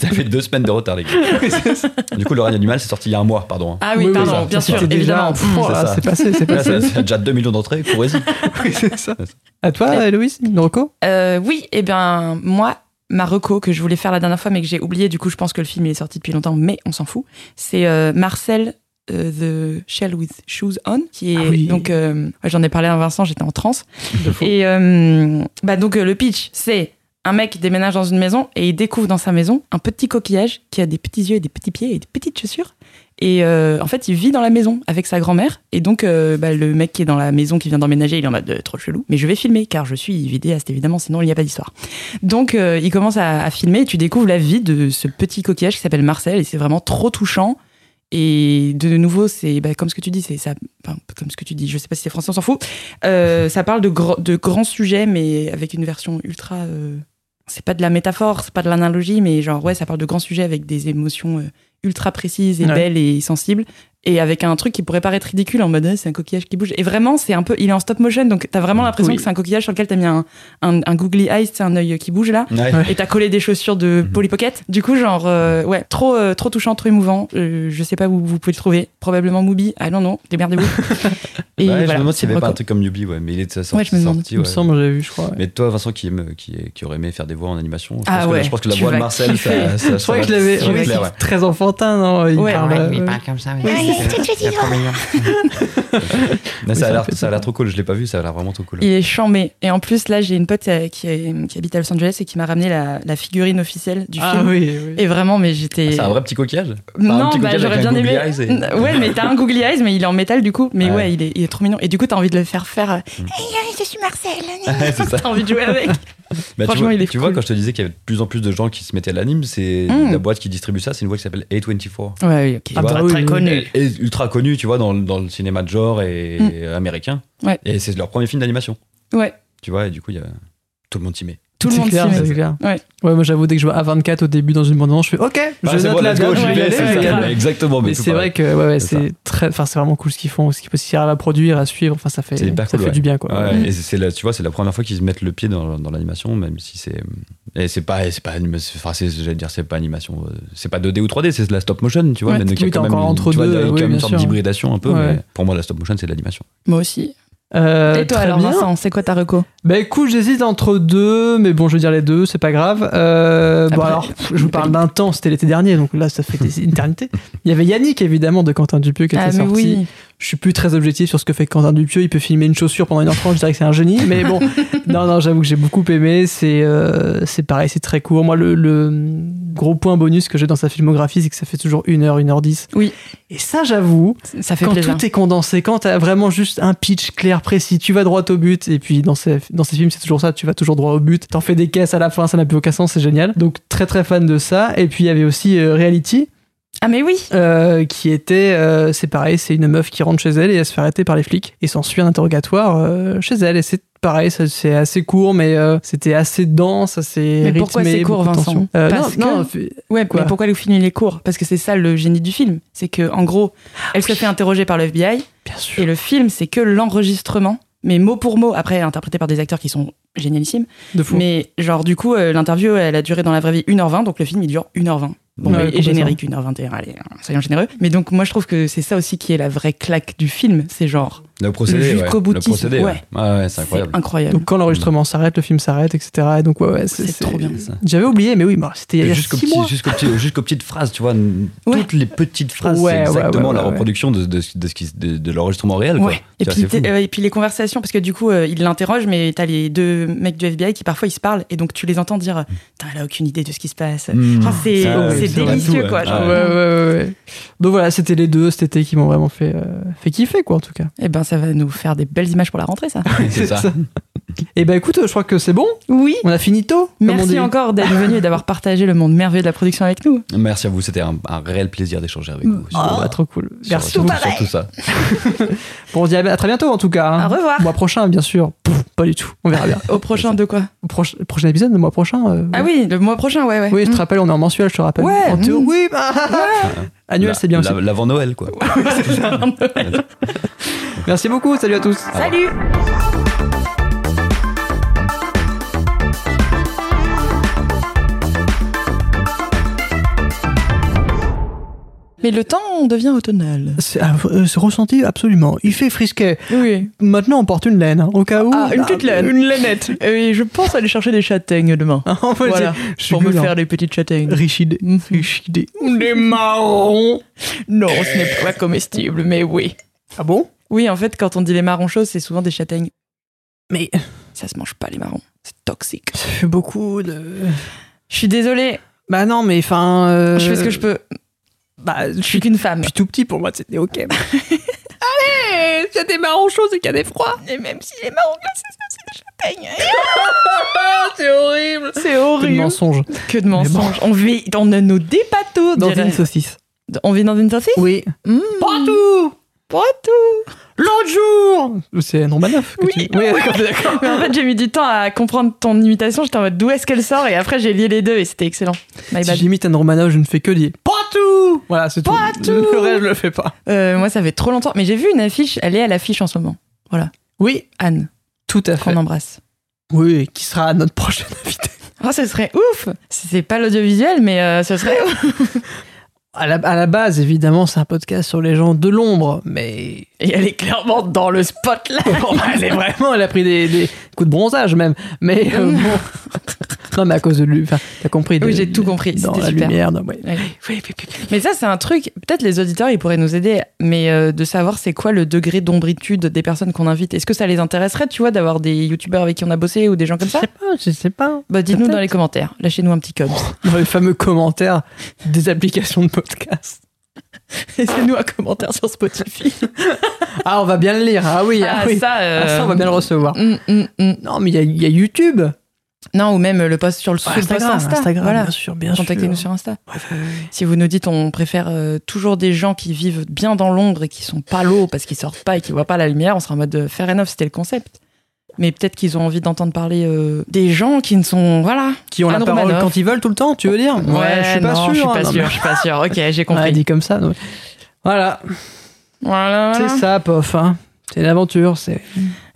D: Ça fait deux semaines de retard, les gars. du coup, le règne animal, c'est sorti il y a un mois, pardon. hein.
C: Ah oui, pardon,
B: ça,
C: bien
B: c'était
C: sûr,
B: déjà-
C: évidemment.
B: Pff,
D: C'est
B: ah,
D: ça.
B: C'est passé, c'est
D: Là,
B: passé.
D: ça, ça a déjà 2 millions d'entrées, courez-y.
B: Oui, c'est ça. À toi, Héloïse, une reco
C: Euh, oui, eh bien, moi, ma reco que je voulais faire la dernière fois, mais que j'ai oublié, du coup, je pense que le film il est sorti depuis longtemps, mais on s'en fout. C'est euh, Marcel. euh, The Shell with Shoes On, qui est
B: Ah oui.
C: donc euh, ouais, j'en ai parlé à Vincent, j'étais en transe.
B: De fou.
C: Et euh, bah donc euh, le pitch, c'est un mec déménage dans une maison et il découvre dans sa maison un petit coquillage qui a des petits yeux et des petits pieds et des petites chaussures. Et euh, en fait, il vit dans la maison avec sa grand-mère. Et donc, euh, bah, le mec qui est dans la maison, qui vient d'emménager, il est en mode euh, trop chelou. Mais je vais filmer, car je suis vidéaste, évidemment, sinon il n'y a pas d'histoire. Donc, euh, il commence à, à filmer et tu découvres la vie de ce petit coquillage qui s'appelle Marcel. Et c'est vraiment trop touchant. Et de nouveau, c'est bah, comme ce que tu dis, c'est ça, enfin, comme ce que tu dis, je sais pas si c'est français, on s'en fout, euh, ça parle de, gro- de grands sujets, mais avec une version ultra. euh, c'est pas de la métaphore, c'est pas de l'analogie, mais genre, ouais, ça parle de grands sujets avec des émotions euh, ultra précises et
B: Ouais.
C: belles et sensibles. Et avec un truc qui pourrait paraître ridicule en mode eh, c'est un coquillage qui bouge. Et vraiment, c'est un peu. Il est en stop motion, donc t'as vraiment l'impression
B: Oui.
C: que c'est un coquillage sur lequel t'as mis un, un, un googly eyes, c'est un œil qui bouge là
D: Ouais.
C: et t'as collé des chaussures de
D: Mhm.
C: Polly Pocket. Du coup, genre, euh, ouais, trop, euh, trop touchant, trop émouvant. Euh, je sais pas où vous pouvez le trouver. Probablement Mubi. Ah non, non, démerdez-vous. Et
D: Ouais, je
C: voilà,
D: me demande
C: c'est
D: s'il n'y avait pas
C: reco.
D: un truc comme Yubi, ouais, mais il est sorti.
C: Ouais, je me demande.
D: sorti,
B: Il me
D: ouais.
B: semble, j'avais vu, je crois. ouais.
D: Mais toi, Vincent, qui, aime, qui, est- qui aurait aimé faire des voix en animation, je pense,
C: Ah
D: que,
C: ouais,
D: je pense que la
C: tu
D: voix de
C: vas
D: Marcel,
C: kiffer.
D: ça, ça,
B: Je croyais
D: ça
B: que
D: va-
B: je l'avais.
D: ça va
C: ouais,
D: plaire,
B: c'est très enfantin, non Il
C: Ouais.
B: parle,
F: Ah ouais,
B: euh,
F: il parle comme ça.
C: Oui, c'est
F: tout de suite, il
D: Mais
B: ça
D: ça a
B: me
D: l'air-
B: fait
D: ça a l'air trop cool, je l'ai pas vu, ça a l'air vraiment trop cool.
C: Il est chambé. Et en plus, là, j'ai une pote euh, qui, est- qui habite à Los Angeles et qui m'a ramené la, la figurine officielle du
B: Ah
C: film.
B: oui, oui.
C: Et vraiment, mais j'étais.
D: Ah, C'est un vrai petit coquillage un
C: Non,
D: petit
C: bah,
D: coquillage
C: j'aurais
D: avec un
C: bien aimé.
D: googly eyes et-
C: Ouais, mais t'as un googly eyes, mais il est en métal du coup. Mais ouais,
D: Ouais.
C: il, est, il est trop mignon. Et du coup, t'as envie de le faire faire. euh,
F: Je suis Marcel.
D: Ouais, c'est ça.
C: T'as envie de jouer avec.
G: Bah, tu
C: Franchement,
G: vois,
C: il est
G: tu vois,
C: cool.
G: quand je te disais qu'il y avait de plus en plus de gens qui se mettaient à l'anime, c'est
C: Mm.
G: la boîte qui distribue ça, c'est une boîte qui s'appelle A24.
C: Ouais, oui, ok.
G: Ah bah
C: Très,
B: oui,
C: très
B: oui.
C: connu.
G: Et ultra connue, tu vois, dans, le- dans le cinéma de genre et
B: Mm.
G: américain.
C: Ouais.
G: Et c'est leur premier film d'animation,
C: Ouais,
G: tu vois, et du coup, il y a... tout le monde s'y met.
C: tout le
B: C'est
C: monde s'y
B: clair,
C: met.
B: c'est clair.
C: Ouais.
B: moi j'avoue, dès que je vois A24 au début dans une bande annonce, je fais OK,
G: Ah,
B: je
G: c'est
B: note
G: bon,
B: la
G: let's go,
B: date,
G: j'y
B: je vais y
G: vais,
B: aller,
G: c'est
B: c'est
G: ça.
B: grave.
G: Exactement,
B: Mais c'est vrai que ouais, ouais,
G: C'est
B: c'est très, enfin c'est vraiment cool ce qu'ils font, ce qu'ils s'y arrivent à produire, à suivre. Enfin ça fait,
G: C'est hyper
B: ça
G: cool,
B: fait
G: ouais.
B: du bien quoi.
G: Ouais,
C: Mm.
G: et c'est la, tu vois, c'est la première fois qu'ils se mettent le pied dans, dans l'animation, même si c'est. Et c'est pas, et c'est pas, anima- c'est- enfin, c'est, j'allais dire, c'est pas animation, euh, c'est pas 2D ou 3D, c'est de la stop motion, tu vois.
C: Ouais,
G: mais donc il y a
B: oui, t'es
G: quand même
B: encore
G: une-
B: entre
G: tu vois,
B: deux,
G: il y a
B: euh,
G: quand
B: oui,
G: même
B: bien
G: une sorte
B: sûr.
G: d'hybridation un peu,
B: Ouais.
G: mais pour moi, la stop motion, c'est de l'animation.
C: Moi aussi.
B: Euh,
C: Et toi
B: très
C: alors,
B: bien.
C: Vincent, c'est quoi ta reco
B: Bah écoute, j'hésite entre deux, mais bon, je veux dire les deux, c'est pas grave. Euh, bon
C: Après,
B: alors, pff, je vous parle d'un temps, c'était l'été dernier, donc là ça fait des éternités. Il y avait Yannick évidemment de Quentin Dupieux qui
C: Ah,
B: était
C: mais
B: sorti.
C: oui.
B: Je suis plus très objectif sur ce que fait Quentin Dupieux. Il peut filmer une chaussure pendant une heure trente, je dirais que c'est un génie. Mais bon, non, non, j'avoue que j'ai beaucoup aimé. C'est euh, c'est pareil, c'est très court. Moi, le, le gros point bonus que j'ai dans sa filmographie, c'est que ça fait toujours une heure, une heure dix.
C: Oui.
B: Et ça, j'avoue,
C: Ça fait
B: quand
C: plaisir.
B: tout est condensé, quand t'as vraiment juste un pitch clair, précis, tu vas droit au but. Et puis dans ces, dans ces films, c'est toujours ça, tu vas toujours droit au but. T'en fais des caisses à la fin, ça n'a plus aucun sens, c'est génial. Donc très très fan de ça. Et puis il y avait aussi euh, Reality,
C: Ah, mais oui.
B: euh, qui était, euh, c'est pareil, c'est une meuf qui rentre chez elle et elle se fait arrêter par les flics. Et s'ensuit un interrogatoire euh, chez elle. Et c'est pareil, ça- c'est assez court, mais euh, c'était assez dense, assez
C: Mais pourquoi
B: rythmé,
C: c'est court,
B: beaucoup de
C: Vincent
B: tension. Euh,
C: Parce
B: non,
C: que-
B: non, fait-
C: Ouais,
B: Quoi
C: mais pourquoi le film il est court Parce que c'est ça le génie du film. C'est que en gros, elle se fait interroger par le FBI
B: bien sûr.
C: et le film c'est que l'enregistrement, mais mot pour mot, après interprété par des acteurs qui sont génialissimes.
B: De fou.
C: Mais genre du coup, euh, l'interview elle a duré dans la vraie vie 1h20, donc le film il dure 1h20. Bon,
B: Ouais,
C: mais- et
B: complètement.
C: générique 1h21, allez, hein, soyons généreux. Mais donc moi je trouve que c'est ça aussi qui est la vraie claque du film, c'est genre
G: Le procédé, ouais.
C: jusqu'au
G: le
C: boutisme,
G: procédé, ouais.
C: ouais.
G: Ah ouais, c'est
C: c'est
G: incroyable.
C: incroyable.
B: Donc quand l'enregistrement s'arrête, le film s'arrête, etc. Et donc ouais, ouais,
C: C'est trop bien.
G: ça.
B: J'avais oublié, mais oui, bah, c'était il y a
G: Jusqu'aux
B: six
G: petits-
B: mois.
G: jusqu'aux petits- jusqu'aux petites phrases, tu vois, n-
C: Ouais.
G: toutes les petites phrases,
B: Ouais, ouais,
G: c'est exactement
B: ouais, ouais,
G: la
B: ouais.
G: reproduction de, de, de, ce qui- de- de l'enregistrement réel. Quoi.
C: Ouais.
G: Tu
C: Et,
G: vois,
C: puis,
G: c'est fou.
C: t'es- euh, et puis les conversations, parce que du coup, euh, il l'interroge, mais t'as les deux mecs du FBI qui parfois ils se parlent, et donc tu les entends dire Putain, elle a aucune idée de ce qui se
B: euh,
C: passe.
G: Mm.
C: Enfin, c'est
G: Ah ouais,
C: c'est
G: c'est vrai,
C: délicieux,
G: tout,
C: quoi.
G: ouais.
C: genre.
G: Ah
B: Ouais, ouais, ouais, ouais. Donc voilà, c'était les deux cet été qui m'ont vraiment fait, euh, fait kiffer, quoi, en tout cas.
C: Eh ben, ça va nous faire des belles images pour la rentrée, ça.
G: C'est ça.
B: Et ben écoute, euh, je crois que c'est bon.
C: Oui.
B: On a fini tôt. comme on dit.
C: Merci encore d'être venu et d'avoir partagé le monde merveilleux de la production avec nous.
G: Merci à vous, c'était un, un réel plaisir d'échanger avec vous. sur-
B: Oh, bah, trop cool.
C: Ah.
G: sur-
B: Merci
G: sur-
B: beaucoup.
G: sur tout ça.
B: Bon, on se dit à à très bientôt en tout cas. hein.
C: Au revoir.
B: Mois prochain, bien sûr. Pouf, pas du tout. On verra bien.
C: Au prochain de quoi
B: Au proche- prochain épisode, le mois prochain. euh,
C: Ah oui, le mois prochain, ouais, ouais.
B: Oui, je
C: Mm.
B: te rappelle, on est en mensuel, je te rappelle.
C: Ouais,
B: En
C: mm.
B: théo- Oui, bah, Annuel,
G: La-
B: c'est bien aussi.
G: la- L'avant Noël, quoi.
B: Merci beaucoup. Salut à tous.
C: Salut Mais le temps, on devient automnal.
B: C'est ah, euh, ressenti absolument. Il fait frisquet.
C: Oui.
B: Maintenant, on porte une laine, hein, au cas où.
C: Ah, une petite laine.
B: Une lainette.
C: Et je pense aller chercher des châtaignes demain.
B: En fait,
C: Voilà,
B: c'est- je suis
C: Pour me
B: gueulant.
C: faire des petites châtaignes.
B: Richide.
C: Mhm.
B: Richide. Des marrons.
C: Non, ce n'est pas comestible, mais oui.
B: Ah bon
C: Oui, en fait, quand on dit les marrons chauds, c'est souvent des châtaignes.
B: Mais
C: Ça se mange pas, les marrons. C'est toxique.
B: ça fait beaucoup de.
C: Je suis désolée.
B: Bah non, mais enfin. euh,
C: Je fais ce que je peux.
B: Bah,
C: Je suis qu'une femme.
B: depuis tout petit pour moi, c'était ok.
C: Allez, Eh, il y a des marrons chauds et qu'il y a des froids. Et même si les marrons glacés, c'est aussi des châtaignes. c'est horrible. C'est
B: Quel
C: horrible.
B: mensonge.
C: Que de mensonges. On vit dans nos dépâteaux.
B: Dans
C: dirait-
B: une saucisse.
C: On vit dans une saucisse
B: Oui.
C: Mmh.
B: Pas tout
C: Pas tout.
B: L'autre jour C'est non neuf que
C: Oui.
B: tu. Oui, d'accord, d'accord.
C: Mais en fait, j'ai mis du temps à comprendre ton imitation. J'étais en mode d'où est-ce qu'elle sort Et après, j'ai lié les deux et c'était excellent. My
B: Si
C: bad.
B: j'imite un Romanov, je ne fais que dire pas tout. Voilà, c'est tout.
C: Pas tout.
B: Le reste, je le fais pas.
C: Euh, moi, ça fait trop longtemps. Mais j'ai vu une affiche. Elle est à l'affiche en ce moment.
B: Oui,
C: Anne,
B: tout à fait.
C: qu'on embrasse.
B: Oui, qui sera notre prochaine invitée.
C: Oh, ce serait ouf Si C'est pas l'audiovisuel, mais euh, ce serait ouf
B: À la, à la base, évidemment, c'est un podcast sur les gens de l'ombre, mais
C: Et elle est clairement dans le spotlight
B: Bon, bah, elle est vraiment, elle a pris des, des coups de bronzage même. Mais euh, bon. non, mais à cause de lui, enfin, t'as compris. de-
C: Oui, j'ai tout compris.
B: Dans
C: C'était
B: la
C: super.
B: lumière, non, ouais.
C: Ouais. Mais ça, c'est un truc. Peut-être les auditeurs, ils pourraient nous aider, mais euh, de savoir c'est quoi le degré d'ombritude des personnes qu'on invite. Est-ce que ça les intéresserait, tu vois, d'avoir des youtubeurs avec qui on a bossé ou des gens comme
B: Je
C: ça
B: sais pas, Ah, je sais pas.
C: Bah, dites-nous
B: Peut-être.
C: dans les commentaires. Lâchez-nous un petit code.
B: Dans les fameux commentaires des applications de podcast.
C: Laissez-nous un commentaire sur Spotify.
B: Ah, on va bien le lire. Ah oui, ah,
C: Ah,
B: oui.
C: ça,
B: Ah,
C: euh,
B: ça, on va bien le recevoir.
C: mm, mm, mm.
B: Non, mais il y a- il y, a YouTube.
C: Non, ou même le post sur le, sur le post
B: Instagram,
C: Insta.
B: Instagram,
C: voilà.
B: bien sûr, bien sûr.
C: Contactez-nous sur Insta.
B: Ouais, ouais, ouais.
C: Si vous nous dites, on préfère euh, toujours des gens qui vivent bien dans l'ombre et qui sont pas l'eau parce qu'ils sortent pas et qui voient pas la lumière, on sera en mode euh, fair enough, c'était le concept. Mais peut-être qu'ils ont envie d'entendre parler euh, des gens qui ne sont. Voilà.
B: Qui ont la
C: Anne
B: parole
C: Romanoff.
B: quand ils veulent tout le temps, tu veux dire je suis pas
C: non,
B: sûr.
C: Je suis
B: hein.
C: pas
B: Non,
C: sûr,
B: mais-
C: je suis pas sûr. Ok, j'ai
B: Ouais,
C: compris.
B: dit comme ça. non. Voilà,
C: Voilà, voilà.
B: c'est ça, pof. hein. C'est l'aventure. C'est.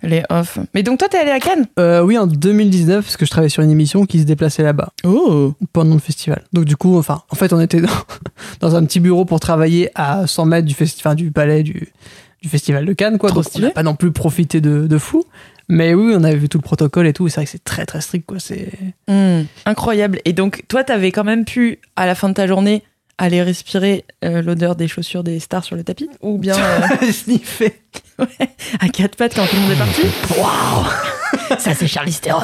C: Les off. Mais donc toi, t'es allé à Cannes
B: Euh, oui, en 2019, parce que je travaillais sur une émission qui se déplaçait là-bas.
C: Oh
B: pendant le festival. Donc du coup, enfin, en fait, on était dans, dans un petit bureau pour travailler à 100 mètres du, festi- enfin, du palais du, du festival de Cannes, quoi.
C: Trop
B: Donc,
C: stylé.
B: on n'a pas non plus profité de, de fou. Mais oui, on avait vu tout le protocole et tout. Et c'est vrai que c'est très très strict, quoi. C'est Hmm.
C: Incroyable. Et donc, toi, t'avais quand même pu, à la fin de ta journée, aller respirer euh, l'odeur des chaussures des stars sur le tapis Ou bien euh,
B: sniffé.
C: à quatre pattes quand tout le monde est parti Waouh Ça, c'est Charlie Theron.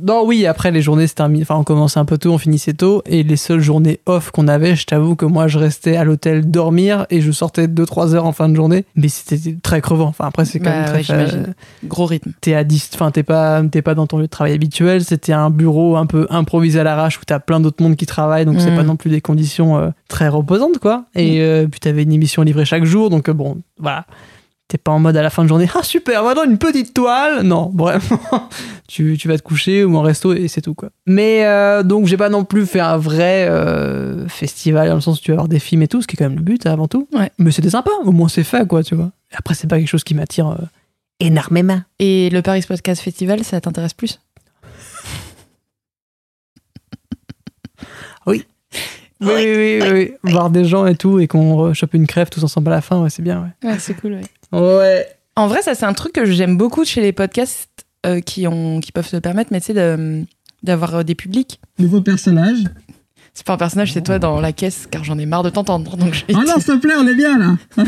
B: Non, oui. Après, les journées se terminent. Enfin, on commençait un peu tôt, on finissait tôt. Et les seules journées off qu'on avait, je t'avoue que moi, je restais à l'hôtel dormir et je sortais 2-3 heures en fin de journée. Mais c'était très crevant. Enfin, après, c'est quand
C: Bah
B: même très
C: ouais, j'imagine. Gros rythme.
B: t'es à dist- enfin t'es pas t'es pas dans ton lieu de travail habituel c'était un bureau un peu improvisé à l'arrache où t'as plein d'autres mondes qui travaillent donc c'est
C: Mm.
B: pas non plus des conditions euh, très reposantes quoi et euh, puis t'avais une émission livrée chaque jour donc euh, bon voilà t'es pas en mode à la fin de journée ah super maintenant une petite toile non vraiment tu, tu vas te coucher ou en resto et c'est tout quoi mais euh, donc j'ai pas non plus fait un vrai euh, festival dans le sens où tu vas avoir des films et tout ce qui est quand même le but hein, avant tout
C: Ouais.
B: mais c'était sympa au moins c'est fait quoi tu vois après c'est pas quelque chose qui m'attire euh, énormément
C: Et le Paris Podcast Festival, ça t'intéresse plus
B: Oui, oui, oui, oui, oui. Voir des gens et tout, et qu'on chope une crève tous ensemble à la fin, ouais, c'est bien,
C: Ouais, c'est cool, ouais.
B: ouais. Ouais.
C: En vrai, ça, c'est un truc que j'aime beaucoup chez les podcasts euh, qui, ont, qui peuvent se le permettre, mais tu sais, de- d'avoir euh, des publics.
F: Nouveau personnage.
C: C'est pas un personnage, c'est toi dans la caisse, car j'en ai marre de t'entendre. Donc je vais
F: Oh non,
C: te-
F: s'il te plaît, on est bien là.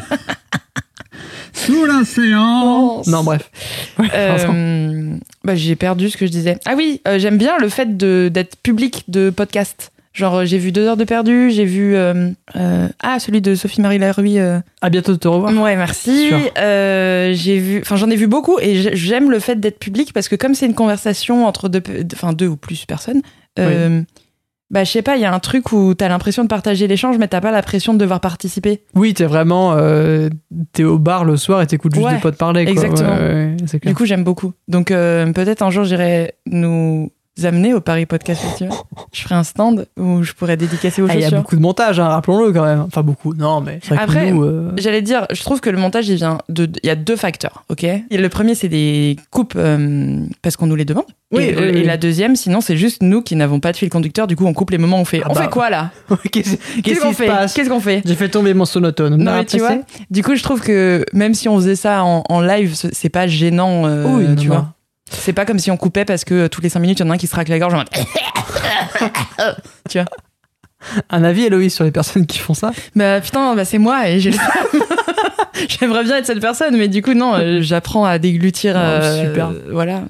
F: Sous l'océan.
B: Non, bref. Ouais, pardon.
C: Euh, bah, j'ai perdu ce que je disais. Ah oui, euh, j'aime bien le fait de- d'être public de podcast. Genre, euh, j'ai vu Deux heures de perdu, j'ai vu. euh, euh, ah, celui de Sophie-Marie Laruy. euh,
B: À bientôt de te revoir.
C: Ouais, merci.
B: Sûr.
C: Euh, j'ai vu, enfin, j'en ai vu beaucoup et j'ai- j'aime le fait d'être public parce que comme c'est une conversation entre deux, pe- enfin deux ou plus personnes, euh, bah je sais pas, il y a un truc où t'as l'impression de partager l'échange, mais t'as pas la pression de devoir participer.
B: Oui, t'es vraiment. euh, t'es au bar le soir et t'écoutes juste
C: Ouais,
B: des potes parler, quoi.
C: exactement.
B: Ouais, ouais, c'est clair.
C: Du coup, j'aime beaucoup. Donc euh, peut-être un jour j'irai nous amener au Paris Podcast Festival. je ferai un stand où je pourrais dédicacer vos
B: Ah, il y a
C: chaussures.
B: beaucoup de montage, hein, rappelons-le quand même. Enfin, beaucoup. Non, mais. c'est vrai que
C: Après-
B: nous, euh,
C: J'allais dire, je trouve que le montage, il vient de. Il y a deux facteurs, ok Et Le premier, c'est des coupes euh, parce qu'on nous les demande.
B: Oui,
C: et,
B: oui, oui.
C: et la deuxième, sinon, c'est juste nous qui n'avons pas de fil conducteur. Du coup, on coupe les moments où on fait.
B: Ah
C: on
B: bah,
C: fait quoi là
B: Qu'est-ce
C: Qu'est-ce
B: qu'est-ce
C: qu'on
B: qui se
C: fait
B: passe
C: Qu'est-ce qu'on fait
B: J'ai fait tomber mon sonotone.
C: Non,
B: Ah,
C: mais tu
B: après,
C: vois, Du coup, je trouve que même si on faisait ça en, en live, c'est c'est pas gênant, euh,
B: c'est- Oui,
C: tu
B: non, non.
C: vois. C'est pas comme si on coupait parce que euh, tous les cinq minutes, il y en a un qui se racle la gorge en mode.
B: Un avis, Héloïse, sur les personnes qui font ça
C: Bah putain, bah, c'est moi et j'ai le seum. J'aimerais bien être cette personne, mais du coup, non, euh, j'apprends à déglutir.
B: Oh,
C: euh,
B: super.
C: Voilà.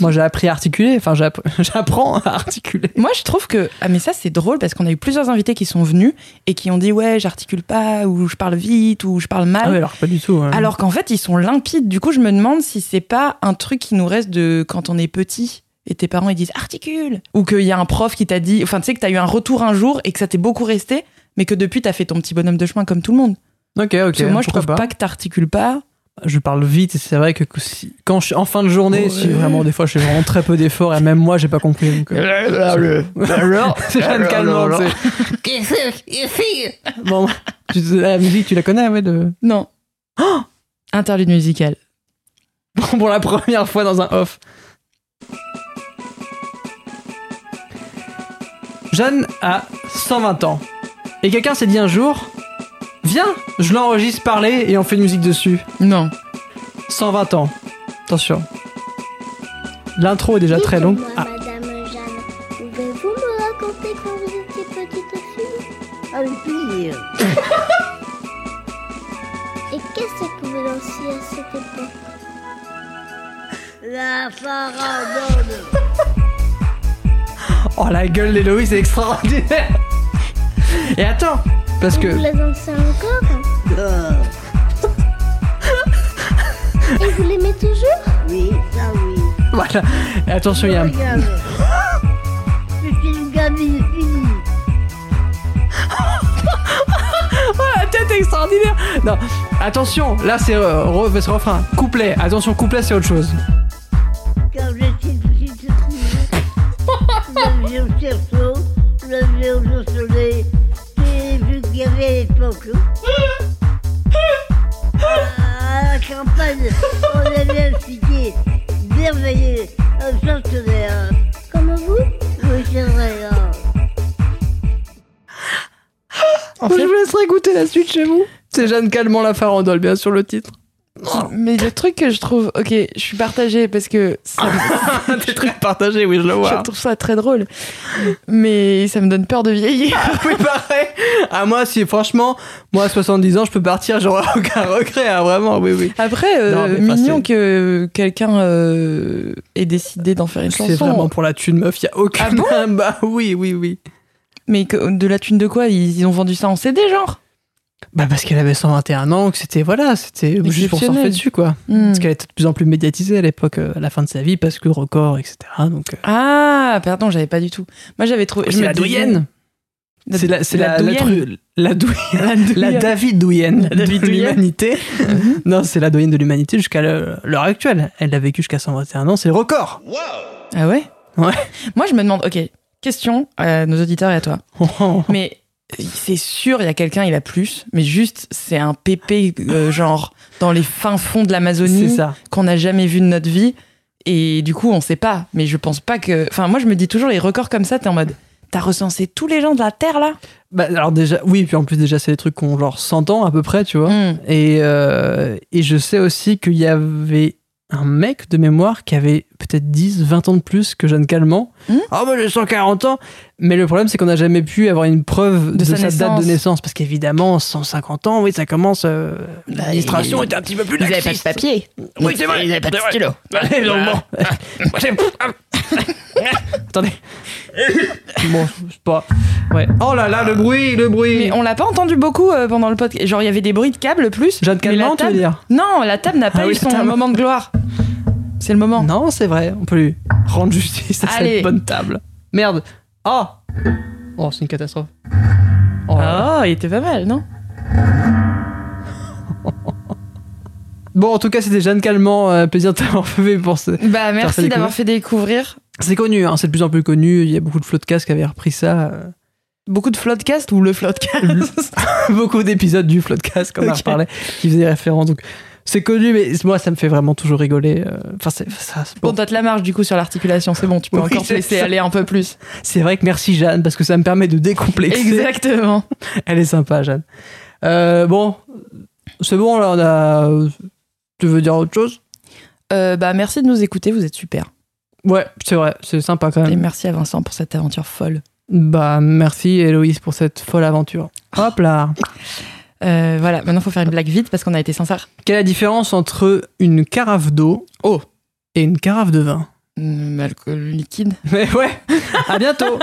B: Moi, j'ai appris à articuler. Enfin, j'ai app- j'apprends à articuler.
C: Moi, je trouve que. Ah, mais ça, c'est drôle parce qu'on a eu plusieurs invités qui sont venus et qui ont dit Ouais, j'articule pas, ou je parle vite, ou je parle mal.
B: Ah, ouais, alors, pas du tout. hein.
C: Alors qu'en fait, ils sont limpides. Du coup, je me demande si c'est pas un truc qui nous reste de quand on est petit et tes parents ils disent articule. Ou qu'il y a un prof qui t'a dit. Enfin, tu sais que t'as eu un retour un jour et que ça t'est beaucoup resté, mais que depuis, t'as fait ton petit bonhomme de chemin comme tout le monde.
B: Ok, ok.
C: Parce que moi, je
B: pourquoi
C: trouve pas, que t'articules pas.
B: je parle vite et c'est vrai que que si- quand je suis en fin de journée, si vraiment des fois je fais vraiment très peu d'efforts et même moi j'ai pas compris. donc, euh, c'est Jeanne Calment, c'est- Bon, tu te- la musique, tu la connais, ouais, de-
C: Non. Interlude musical.
B: pour la première fois dans un off. Jeanne a 120 ans et quelqu'un s'est dit un jour, viens, je l'enregistre parler et on fait une musique dessus.
C: Non.
B: 120 ans. Attention. L'intro est déjà très longue.
H: Dites-moi,
B: Ah,
H: Madame Jeanne, pouvez-vous me raconter quand vous étiez petite fille
I: Avec plaisir.
H: Et qu'est-ce que vous danciez à cette époque
I: La farandole.
B: Oh la gueule d'Héloïse c'est extraordinaire Et attends Parce que
H: Vous la dansez encore
I: Ah,
H: Et vous l'aimez toujours
I: oui, ça oui.
B: Voilà. Et attention, il y a un-
I: Regarde. C'est une gamine finie.
B: la tête extraordinaire. Non, attention, là c'est euh, re- ce refrain. Couplet, attention, couplet c'est autre chose.
I: Quand j'étais petite fille, le vieux cerceau, le vieux au soleil, c'est vu qu'il y avait à l'époque. À la Ah, campagne, on avait un cité merveilleux, un centenaire.
H: Comme vous
I: Oui, c'est vrai. hein.
C: En
B: je
C: fait,
B: vous laisserai écouter la suite chez vous. C'est Jeanne Calment la farandole, bien sûr le titre.
C: mais le truc que je trouve, ok, je suis partagée parce que ça
B: Ah,
C: me-
B: T'es très partagé, oui, je le
C: je trouve ça très drôle, mais ça me donne peur de vieillir.
B: Oui, pareil. Ah, moi, si, franchement, moi, à 70 ans, je peux partir, j'aurai aucun regret, hein, vraiment, oui, oui.
C: Après, euh,
B: Non, mais enfin,
C: mignon
B: c'est-
C: que quelqu'un euh, ait décidé d'en faire une chanson.
B: C'est vraiment pour la thune, meuf, y a aucun.
C: Ah bon
B: bah oui, oui, oui.
C: Mais que- de la thune de quoi ils, ils ont vendu ça en CD, genre
B: Bah parce qu'elle avait 121 ans, que c'était, voilà, c'était juste pour
C: Exceptionnel.
B: surfer dessus, quoi.
C: Hmm.
B: Parce qu'elle était de plus en plus médiatisée à l'époque, euh, à la fin de sa vie, parce que record, etc. Donc, euh,
C: Ah, pardon, j'avais pas du tout. Moi, j'avais trouvé. je
B: c'est
C: me
B: la
C: disais-
B: doyenne. C'est la, c'est la, la,
C: doyenne.
B: tru- la dou- la
C: doyenne.
B: David doyenne
C: La David
B: de
C: doyenne.
B: l'humanité. non, c'est la doyenne de l'humanité jusqu'à le- l'heure actuelle. Elle a vécu jusqu'à 121 ans, c'est le record.
C: Ah ouais
B: Ouais.
C: Moi, je me demande, ok, question à nos auditeurs et à toi.
B: Oh,
C: Mais c'est sûr, il y a quelqu'un, il a plus, mais juste, c'est un pépé, euh, genre, dans les fins fonds de
B: c'est
C: l'Amazonie,
B: ça.
C: qu'on n'a jamais vu de notre vie. Et du coup, on sait pas. Mais je pense pas que. Enfin, moi, je me dis toujours, les records comme ça, t'es en mode. T'as recensé tous les gens de la Terre, là
B: Bah, alors déjà, oui, puis en plus déjà, c'est des trucs qu'on genre 100 ans à peu près, tu vois.
C: Hmm.
B: Et, euh, et je sais aussi qu'il y avait un mec de mémoire qui avait peut-être 10, 20 ans de plus que Jeanne Calment. Ah,
C: Hmm.
B: bah j'ai 140 ans Mais le problème, c'est qu'on n'a jamais pu avoir une preuve de,
C: De sa
B: sa, date
C: naissance.
B: de naissance. Parce qu'évidemment, 150 ans, oui, ça commence. euh, L'administration
C: Bah, il-
B: était un petit peu plus
C: Ils avaient
B: laxiste.
C: pas de papier.
B: Oui, c'est vrai.
C: Ils avaient pas de Bah. stylo.
B: Allez, donc, bon. Ah. Attendez. bon, je sais pas. Ouais. Oh là là, le bruit, le bruit.
C: Mais on l'a pas entendu beaucoup euh, pendant le podcast. Genre, il y avait des bruits de câbles plus.
B: Jeanne
C: mais la
B: Calment, tu veux
C: table-
B: dire
C: Non, la table n'a pas
B: Ah
C: eu
B: oui,
C: son
B: la table.
C: moment de gloire. C'est le moment.
B: Non, c'est vrai, on peut lui rendre justice à
C: Allez.
B: cette bonne table. Merde. Oh Oh, c'est une catastrophe. Oh là là.
C: Oh, il était pas mal, non
B: Bon, en tout cas, c'était Jeanne Calment. euh, plaisir de t'avoir fait pour ce.
C: Bah,
B: fait
C: merci
B: découvrir.
C: d'avoir fait découvrir
B: C'est connu, hein, c'est de plus en plus connu. Il y a beaucoup de floodcasts qui avaient repris ça. euh,
C: beaucoup de floodcast ou le floodcast.
B: beaucoup d'épisodes du floodcast, comme on en
C: Ok.
B: parlait, qui faisaient référence. Donc, c'est connu, mais moi, ça me fait vraiment toujours rigoler. euh, Enfin, c'est ça. c'est-
C: bon,
B: bon.
C: t'as de la marge du coup sur l'articulation, c'est bon, tu peux
B: Oui,
C: encore te
B: c'est
C: laisser
B: ça.
C: aller un peu plus.
B: C'est vrai que merci Jeanne, parce que ça me permet de décomplexer.
C: Exactement.
B: Elle est sympa, Jeanne. Euh, bon, c'est bon, là, on a. Tu veux dire autre chose
C: Euh, bah, merci de nous écouter, vous êtes super.
B: Ouais, c'est vrai, c'est sympa quand
C: Et
B: même.
C: merci à Vincent pour cette aventure folle.
B: Bah, merci Héloïse pour cette folle aventure. Hop là
C: Euh, voilà, maintenant faut faire une blague vite parce qu'on a été sincère.
B: Quelle est la différence entre une carafe d'eau et une carafe de vin
C: Hum, alcool liquide.
B: Mais ouais À bientôt